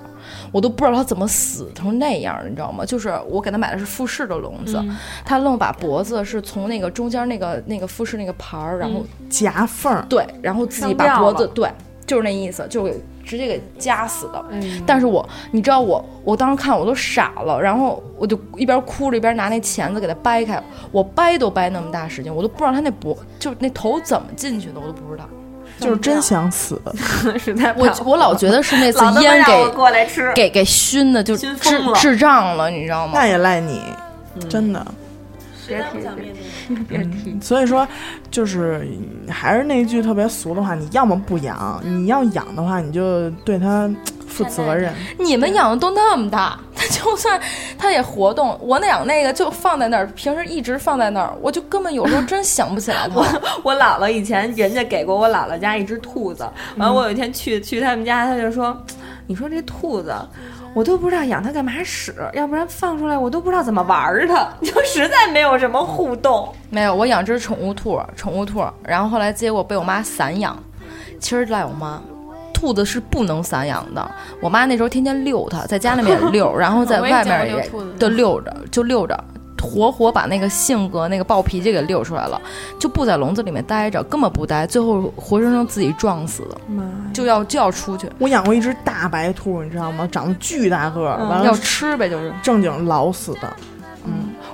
Speaker 4: 我都不知道它怎么死成那样的，你知道吗？就是我给它买的是复式的笼子，它愣把脖子是从那个中间那个那个复式那个盘儿，然后
Speaker 3: 夹缝儿，
Speaker 4: 对，然后自己
Speaker 2: 上
Speaker 4: 把
Speaker 2: 吊
Speaker 4: 脖
Speaker 2: 了
Speaker 4: 子对，就是那意思，就给直接给夹死的。
Speaker 2: 嗯
Speaker 4: 但是我，你知道我，我当时看我都傻了，然后我就一边哭着一边拿那钳子给它掰开，我掰都掰那么大时间，我都不知道它那脖就是那头怎么进去的，我都不知道。
Speaker 3: 就是真想死。
Speaker 4: 哦
Speaker 5: 实在
Speaker 4: 我我老觉得是那次烟给
Speaker 5: 过来吃，
Speaker 4: 给给熏的，就
Speaker 5: 熏
Speaker 4: 智
Speaker 5: 疯了
Speaker 4: 智障了，你知道吗
Speaker 3: 那？也赖你，
Speaker 4: 嗯
Speaker 3: 真的。
Speaker 5: 别提别提
Speaker 3: 所以说，就是还是那句特别俗的话，你要么不养，你要养的话，你就对它负责任。
Speaker 4: 你们养的都那么大，它就算它也活动，我那养那个就放在那儿，平时一直放在那儿，我就根本有时候真想不起来它。
Speaker 5: 我姥姥以前人家给过我姥姥家一只兔子，完了我有一天去去他们家，他就说：“你说这兔子，我都不知道养它干嘛使，要不然放出来我都不知道怎么玩儿它， 就实在没有什么互动。
Speaker 4: 没有，我养只宠物兔儿，宠物兔儿，然后后来结果被我妈散养，其实赖我妈。兔子是不能散养的，我妈那时候天天遛它，在家里 面也遛，然后在
Speaker 2: 我也
Speaker 4: 外
Speaker 2: 见过
Speaker 4: 面
Speaker 2: 遛
Speaker 4: 也
Speaker 2: 兔子的
Speaker 4: 就遛着，就遛着，活活把那个性格、那个暴脾气给遛出来了，就不在笼子里面待着，根本不待，最后活生生自己撞死的，
Speaker 5: 妈呀，
Speaker 4: 就要就要出去，
Speaker 3: 我养过一只大白兔，你知道吗？长得巨大个儿，
Speaker 5: 嗯
Speaker 3: 完
Speaker 4: 要
Speaker 3: 了
Speaker 4: 吃呗，就是。
Speaker 3: 正经老死的。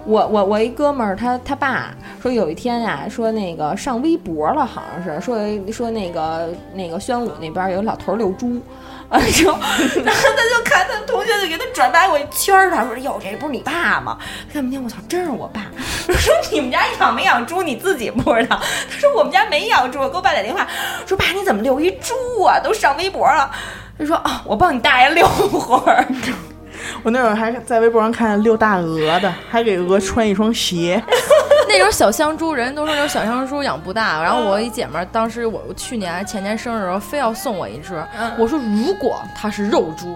Speaker 5: 我我我一哥们儿，他他爸说有一天呀、说那个上微博了，好像是说说那个那个宣武那边儿有老头儿遛猪，啊， 说，然后他就看他同学就给他转发过一圈儿，他说哟，这不是你爸吗？看半天，我操，真是我爸。 我说你们家养没养猪你自己不知道？他说我们家没养猪，我给我爸打电话说爸你怎么遛一猪啊？都上微博了。他说啊、我帮你大爷 遛会儿。
Speaker 3: 我那会儿还在微博上看遛大鹅的，还给鹅穿一双鞋。
Speaker 4: 那种小香猪，人都说那种小香猪养不大。然后我一姐们儿，当时我我去年还前年生日的时候，非要送我一只。我说如果它是肉 猪，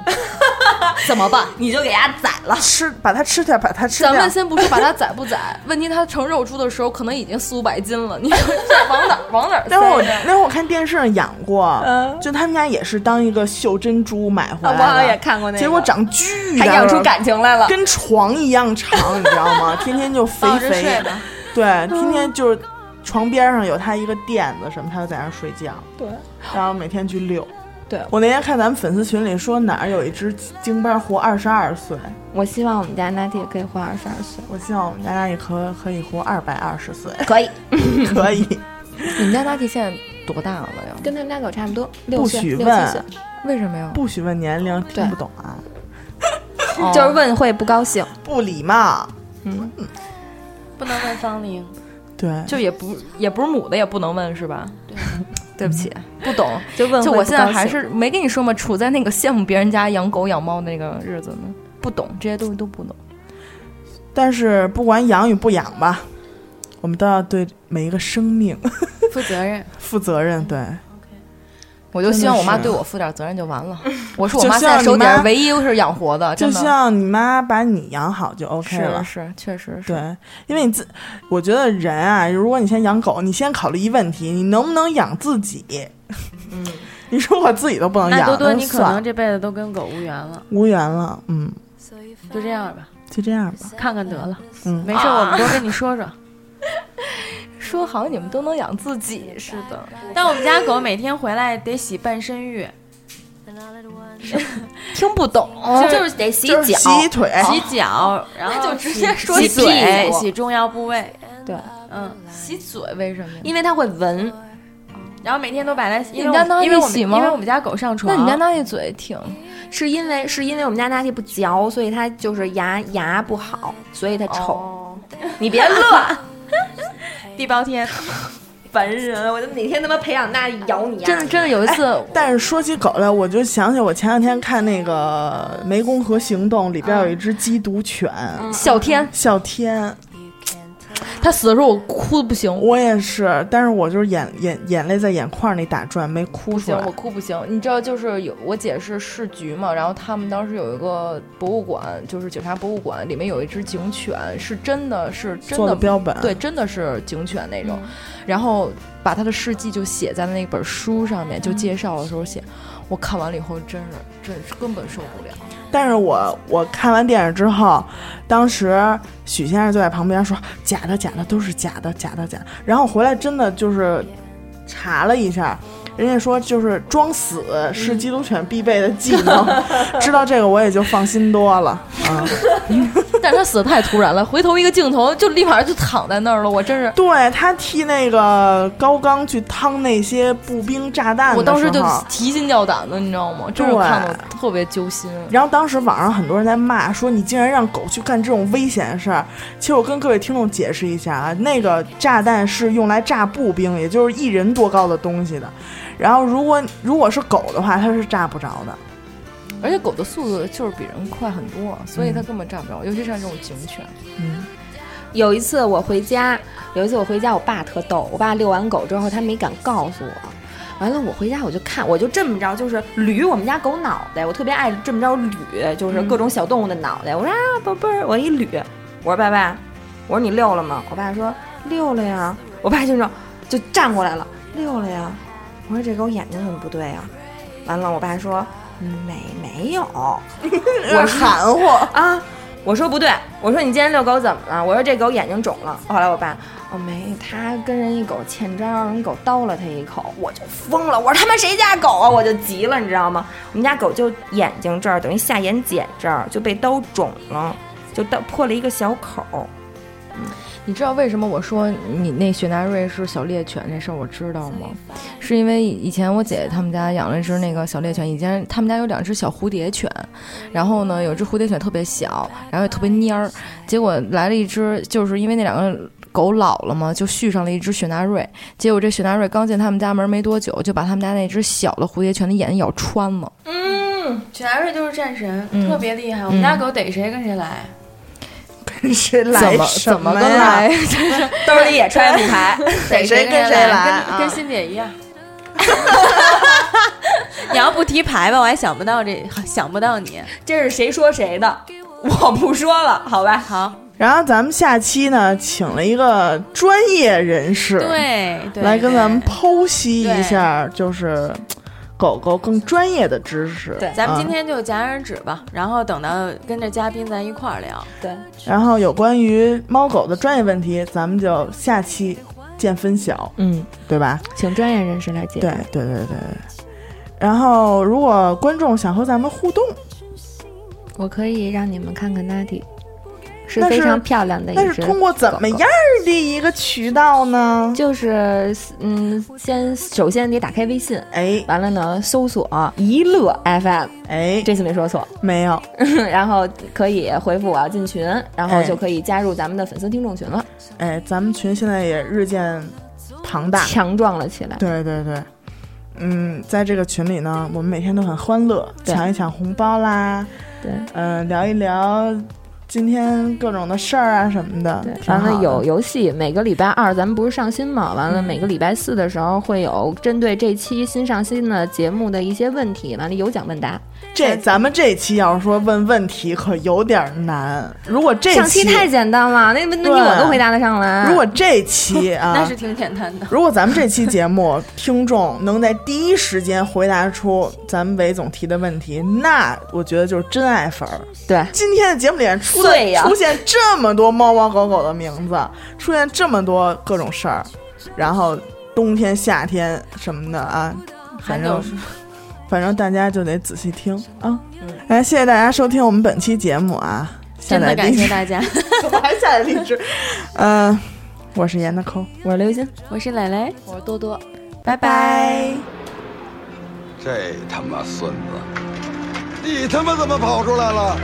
Speaker 4: 怎么办？
Speaker 5: 你就给它宰了，
Speaker 3: 吃，把它吃掉，把它吃掉
Speaker 4: 咱。们先不说把它宰不宰，问题它成肉猪的时候可能已经四五百斤了。 你说这往哪儿往哪儿
Speaker 3: 那会儿我
Speaker 4: 塞呀？
Speaker 3: 那会儿我看电视上养过，就他们家也是当一个袖珍猪买回来的，
Speaker 5: 嗯啊我好像也看过那个
Speaker 3: 结果长巨大
Speaker 5: 还
Speaker 3: 个儿，
Speaker 5: 养出感情来 了。
Speaker 3: 跟床一样长，你知道 吗？天天就肥肥的，
Speaker 5: 嗯
Speaker 3: 对，天天就是床边上有他一个垫子什么，他就在那儿睡觉，
Speaker 5: 对，
Speaker 3: 然后每天去遛。
Speaker 5: 对
Speaker 3: 我那天看咱们粉丝群里说哪儿有一只京巴活二十二岁，
Speaker 5: 我希望我们家 Natty 也可以活二十二岁，
Speaker 3: 我希望我们家大也可可以活二百二十岁，
Speaker 5: 可以
Speaker 3: 可以
Speaker 4: 你们家大地现在多大了呀？
Speaker 5: 跟他们家狗差不多， 六
Speaker 3: 不
Speaker 5: 岁
Speaker 3: 许
Speaker 5: 六七岁
Speaker 3: 问，，
Speaker 4: 为什么 呀？
Speaker 3: 不许问年龄，听不懂啊，哦
Speaker 5: 就是
Speaker 4: 哦
Speaker 5: 问会不高兴。
Speaker 3: 不礼貌。
Speaker 2: 不能问芳龄。
Speaker 3: 对，
Speaker 4: 就也不也不是母的，也不能问是吧？对，对不起， 不懂。
Speaker 5: 就问
Speaker 4: 就
Speaker 5: 会
Speaker 4: 我
Speaker 5: 不
Speaker 4: 现在
Speaker 5: 高
Speaker 4: 还
Speaker 5: 兴
Speaker 4: 是没跟你说吗？处在那个羡慕别人家养狗养猫的那个日子呢，不懂这些东西都不懂。
Speaker 3: 但是不管养与不养吧，我们都要对每一个生命
Speaker 2: 负责任，
Speaker 3: 负责任。对，
Speaker 4: 我就希望我妈
Speaker 3: 真的
Speaker 4: 对
Speaker 3: 是
Speaker 4: 我负点责任就完 了。我是我妈
Speaker 3: 就
Speaker 4: 现
Speaker 3: 像
Speaker 4: 在手底
Speaker 3: 你
Speaker 4: 下
Speaker 3: 妈
Speaker 4: 唯一是养活的，
Speaker 3: 就
Speaker 4: 真的
Speaker 3: 像你妈把你养好就 OK
Speaker 4: 是
Speaker 3: 了。
Speaker 4: 是确实是。
Speaker 3: 对，因为你自，我觉得人啊，如果你先养狗，你先考虑一问题，你能不能养自己？嗯， 你说我自己都不能
Speaker 2: 那
Speaker 3: 养，
Speaker 2: 多多，
Speaker 3: 那
Speaker 2: 你可
Speaker 3: 算
Speaker 2: 能这辈子都跟狗无缘了，
Speaker 3: 无缘了。嗯，
Speaker 2: 就这样吧，
Speaker 3: 就这样吧。
Speaker 2: 看看得了。
Speaker 3: 嗯
Speaker 2: 没事，我们多跟你说 说。
Speaker 4: 说好你们都能养自己，是的。
Speaker 2: 但我们家狗每天回来得洗半身浴，
Speaker 4: 听不懂，
Speaker 5: 哦就是得洗
Speaker 3: 就是
Speaker 5: 脚，
Speaker 3: 洗腿，
Speaker 2: 洗脚，然后
Speaker 4: 就直接
Speaker 2: 洗
Speaker 4: 说
Speaker 2: 洗
Speaker 5: 洗屁
Speaker 2: 嘴、
Speaker 5: 股
Speaker 2: 洗重要部位。
Speaker 5: 对，
Speaker 2: 嗯，
Speaker 4: 洗嘴为什么呀？
Speaker 5: 因为它会闻。
Speaker 2: 然后每天都把它，因
Speaker 4: 你
Speaker 2: 为
Speaker 4: 们家
Speaker 2: 我
Speaker 4: 拿
Speaker 2: 因为我
Speaker 4: 那洗
Speaker 2: 们
Speaker 4: 吗
Speaker 2: 因为我们家狗上床，
Speaker 4: 那你们家那一嘴挺
Speaker 5: 是因为是因为我们家 Natty 不嚼，所以它
Speaker 2: 哦
Speaker 5: 就是牙牙不好，所以它臭。你别乐，
Speaker 2: 地包天，
Speaker 5: 烦
Speaker 2: 啊
Speaker 5: 人！我就哪天他妈培养那咬你、啊！
Speaker 7: 真的真的有一次，
Speaker 3: 但是说起狗来，我就想起我前两天看那个《湄公河行动》，里边有一只缉毒犬，
Speaker 2: 嗯
Speaker 7: 小天
Speaker 3: 小天，
Speaker 4: 他死的时候我哭的不行，
Speaker 3: 我也是，但是我就是眼眼眼泪在眼眶里打转，没哭
Speaker 4: 不
Speaker 3: 出
Speaker 4: 行，
Speaker 3: 来
Speaker 4: 我。哭不行。你知道，就是有我姐是市局嘛，然后他们当时有一个博物馆，就是警察博物馆，里面有一只警犬，是真的是真
Speaker 3: 做
Speaker 4: 的
Speaker 3: 的标嗯本，
Speaker 4: 对，，真的是警犬那种。然后把他的事迹就写在那本书上面，就
Speaker 3: 嗯
Speaker 4: 介绍的时候写。我看完了以后，真是真是根本受不了。
Speaker 3: 但是我我看完电影之后，当时许先生就在旁边说：“假的，假的，都是假的，假的，假的。”然后回来真的就是查了一下，人家说就是装死是缉毒犬必备的技 能，知道这个我也就放心多了。啊，
Speaker 4: 但是他死的太突然了，回头一个镜头就立马就躺在那儿了，我真是。
Speaker 3: 对他替那个高刚去趟那些步兵炸弹
Speaker 4: 我
Speaker 3: 的时候，
Speaker 4: 当时就提心吊胆的，你知道吗？这是我
Speaker 3: 对
Speaker 4: 看的我特别揪心。
Speaker 3: 然后当时网上很多人在骂说你竟然让狗去干这种危险的事儿。其实我跟各位听众解释一下啊，那个炸弹是用来炸步兵，也就是一人多高的东西的。然后如果如果是狗的话，它是炸不着的。
Speaker 4: 而且狗的速度就是比人快很多，所以它
Speaker 7: 嗯
Speaker 4: 根本站不着，尤其像这种警犬。
Speaker 5: 有一次我回家，有一次我回家，我爸特逗，我爸遛完狗之后，他没敢告诉我。完了，我回家我就看，我就这么着，就是捋我们家狗脑袋，我特别爱这么着捋，就是各种小动物的脑袋。我说啊，宝贝儿，我一捋，我说爸爸，我说你溜了吗？我爸说溜了呀。我爸就说就站过来了，溜了呀。我说这狗眼睛怎么不对呀、完了，我爸说嗯没没有，我
Speaker 3: 含糊，
Speaker 5: 啊！我说不对，我说你今天遛狗怎么了？我说这狗眼睛肿了。后来我爸，哦没，他跟人一狗欠招，人狗叨了他一口，我就疯了。我说他妈谁家狗啊？我就急了，你知道吗？我们家狗就眼睛这儿，等于下眼睑这儿就被刀肿了，就刀破了一个小口。
Speaker 7: 你知道为什么我说你那雪纳瑞是小猎犬这事儿我知道吗？是因为以前我姐他们家养了一只那个小猎犬，以前他们家有两只小蝴蝶犬，然后呢有一只蝴蝶犬特别小，然后也特别蔫儿，结果来了一只，就是因为那两个狗老了嘛，就续上了一只雪纳瑞，结果这雪纳瑞刚进他们家门没多久，就把他们家那只小的蝴蝶犬的眼睛咬穿了。
Speaker 2: 雪纳瑞嗯就是战神，
Speaker 7: 嗯
Speaker 2: 特别厉害。我们家狗逮谁跟谁来，
Speaker 3: 跟谁
Speaker 7: 怎
Speaker 3: 来
Speaker 7: 么
Speaker 3: 什
Speaker 7: 怎么
Speaker 3: 呀
Speaker 7: 个来？
Speaker 5: 兜里也揣副 牌，
Speaker 2: 逮
Speaker 3: 谁
Speaker 2: 跟
Speaker 3: 跟谁来
Speaker 2: 跟
Speaker 3: 啊
Speaker 2: 跟欣姐一样。 你要不提牌吧，我还想不到这，想不到你。
Speaker 5: 这是谁说谁的？我不说了，好吧？
Speaker 2: 好，
Speaker 3: 然后咱们下期呢，请了一个专业人士，，
Speaker 2: 对，对
Speaker 3: 来跟咱们
Speaker 2: 对
Speaker 3: 剖析一下，就是狗狗更专业的知识。
Speaker 5: 对
Speaker 2: 咱们
Speaker 3: 啊
Speaker 2: 今天就戛然而止吧，然后等到跟着嘉宾咱一块儿聊。
Speaker 5: 对，
Speaker 3: 然后有关于猫狗的专业问题，咱们就下期见分晓，
Speaker 5: 嗯，
Speaker 3: 对吧？
Speaker 5: 请专业人士来解
Speaker 3: 对对对对对。然后，如果观众想和咱们互动，
Speaker 8: 我可以让你们看看 Natty，是
Speaker 3: 那
Speaker 8: 非
Speaker 3: 是
Speaker 8: 常漂亮的
Speaker 3: 那
Speaker 8: 一
Speaker 3: 是
Speaker 8: 只。
Speaker 3: 通过怎么样的一个渠道呢？
Speaker 8: 就是嗯，先首先得打开微信，
Speaker 3: 哎
Speaker 8: 完了呢，搜索“一乐 FM”，
Speaker 3: 哎，
Speaker 8: 这次没说错，
Speaker 3: 没有，
Speaker 8: 然后可以回复我要进群，然后
Speaker 3: 哎
Speaker 8: 就可以加入咱们的粉丝听众群了，
Speaker 3: 哎，咱们群现在也日渐 庞大，
Speaker 8: 强壮了起来。
Speaker 3: 对对对，嗯，在这个群里呢，我们每天都很欢乐，
Speaker 8: 对
Speaker 3: 抢一抢红包啦，
Speaker 8: 对，
Speaker 3: 嗯、聊一聊今天各种的事儿啊什么的，
Speaker 8: 对，
Speaker 3: 挺
Speaker 8: 完
Speaker 3: 好
Speaker 8: 了
Speaker 3: 的嗯
Speaker 8: 有游戏，每个礼拜二咱们不是上新嘛？完了，每个礼拜四的时候会有针对这期新上新的节目的一些问题，完了有奖问答。哎
Speaker 3: 这咱们这期要是说问问题可有点难，如果这
Speaker 8: 上期太嗯简单了，那问题
Speaker 3: 对
Speaker 8: 我都回答得上来。
Speaker 3: 如果这期
Speaker 2: 那
Speaker 3: 啊
Speaker 2: 是。挺简单的。
Speaker 3: 如果咱们这期节目听众能在第一时间回答出咱们韦总提的问题，那我觉得就是真爱粉儿。
Speaker 8: 对，
Speaker 3: 今天的节目里面出的
Speaker 8: 碎呀
Speaker 3: 出现这么多猫猫狗狗的名字，出现这么多各种事儿，然后冬天、夏天什么的啊，反正反正大家就得仔细听啊。来，谢谢大家收听我们本期节目啊，下
Speaker 2: 嗯真的
Speaker 3: 载
Speaker 2: 感
Speaker 3: 荔
Speaker 2: 谢
Speaker 3: 枝，
Speaker 2: 大家，
Speaker 3: 还下 载荔枝。嗯、我是严的抠，
Speaker 8: 我是刘雨欣。
Speaker 2: 我是蕾蕾，
Speaker 4: 我说多多，
Speaker 2: 拜
Speaker 3: 拜。
Speaker 9: 这他妈孙子，你他妈怎么跑出来了？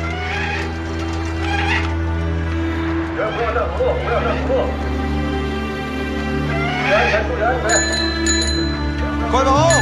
Speaker 10: 不要站不住，不要站不住！
Speaker 9: 快跑！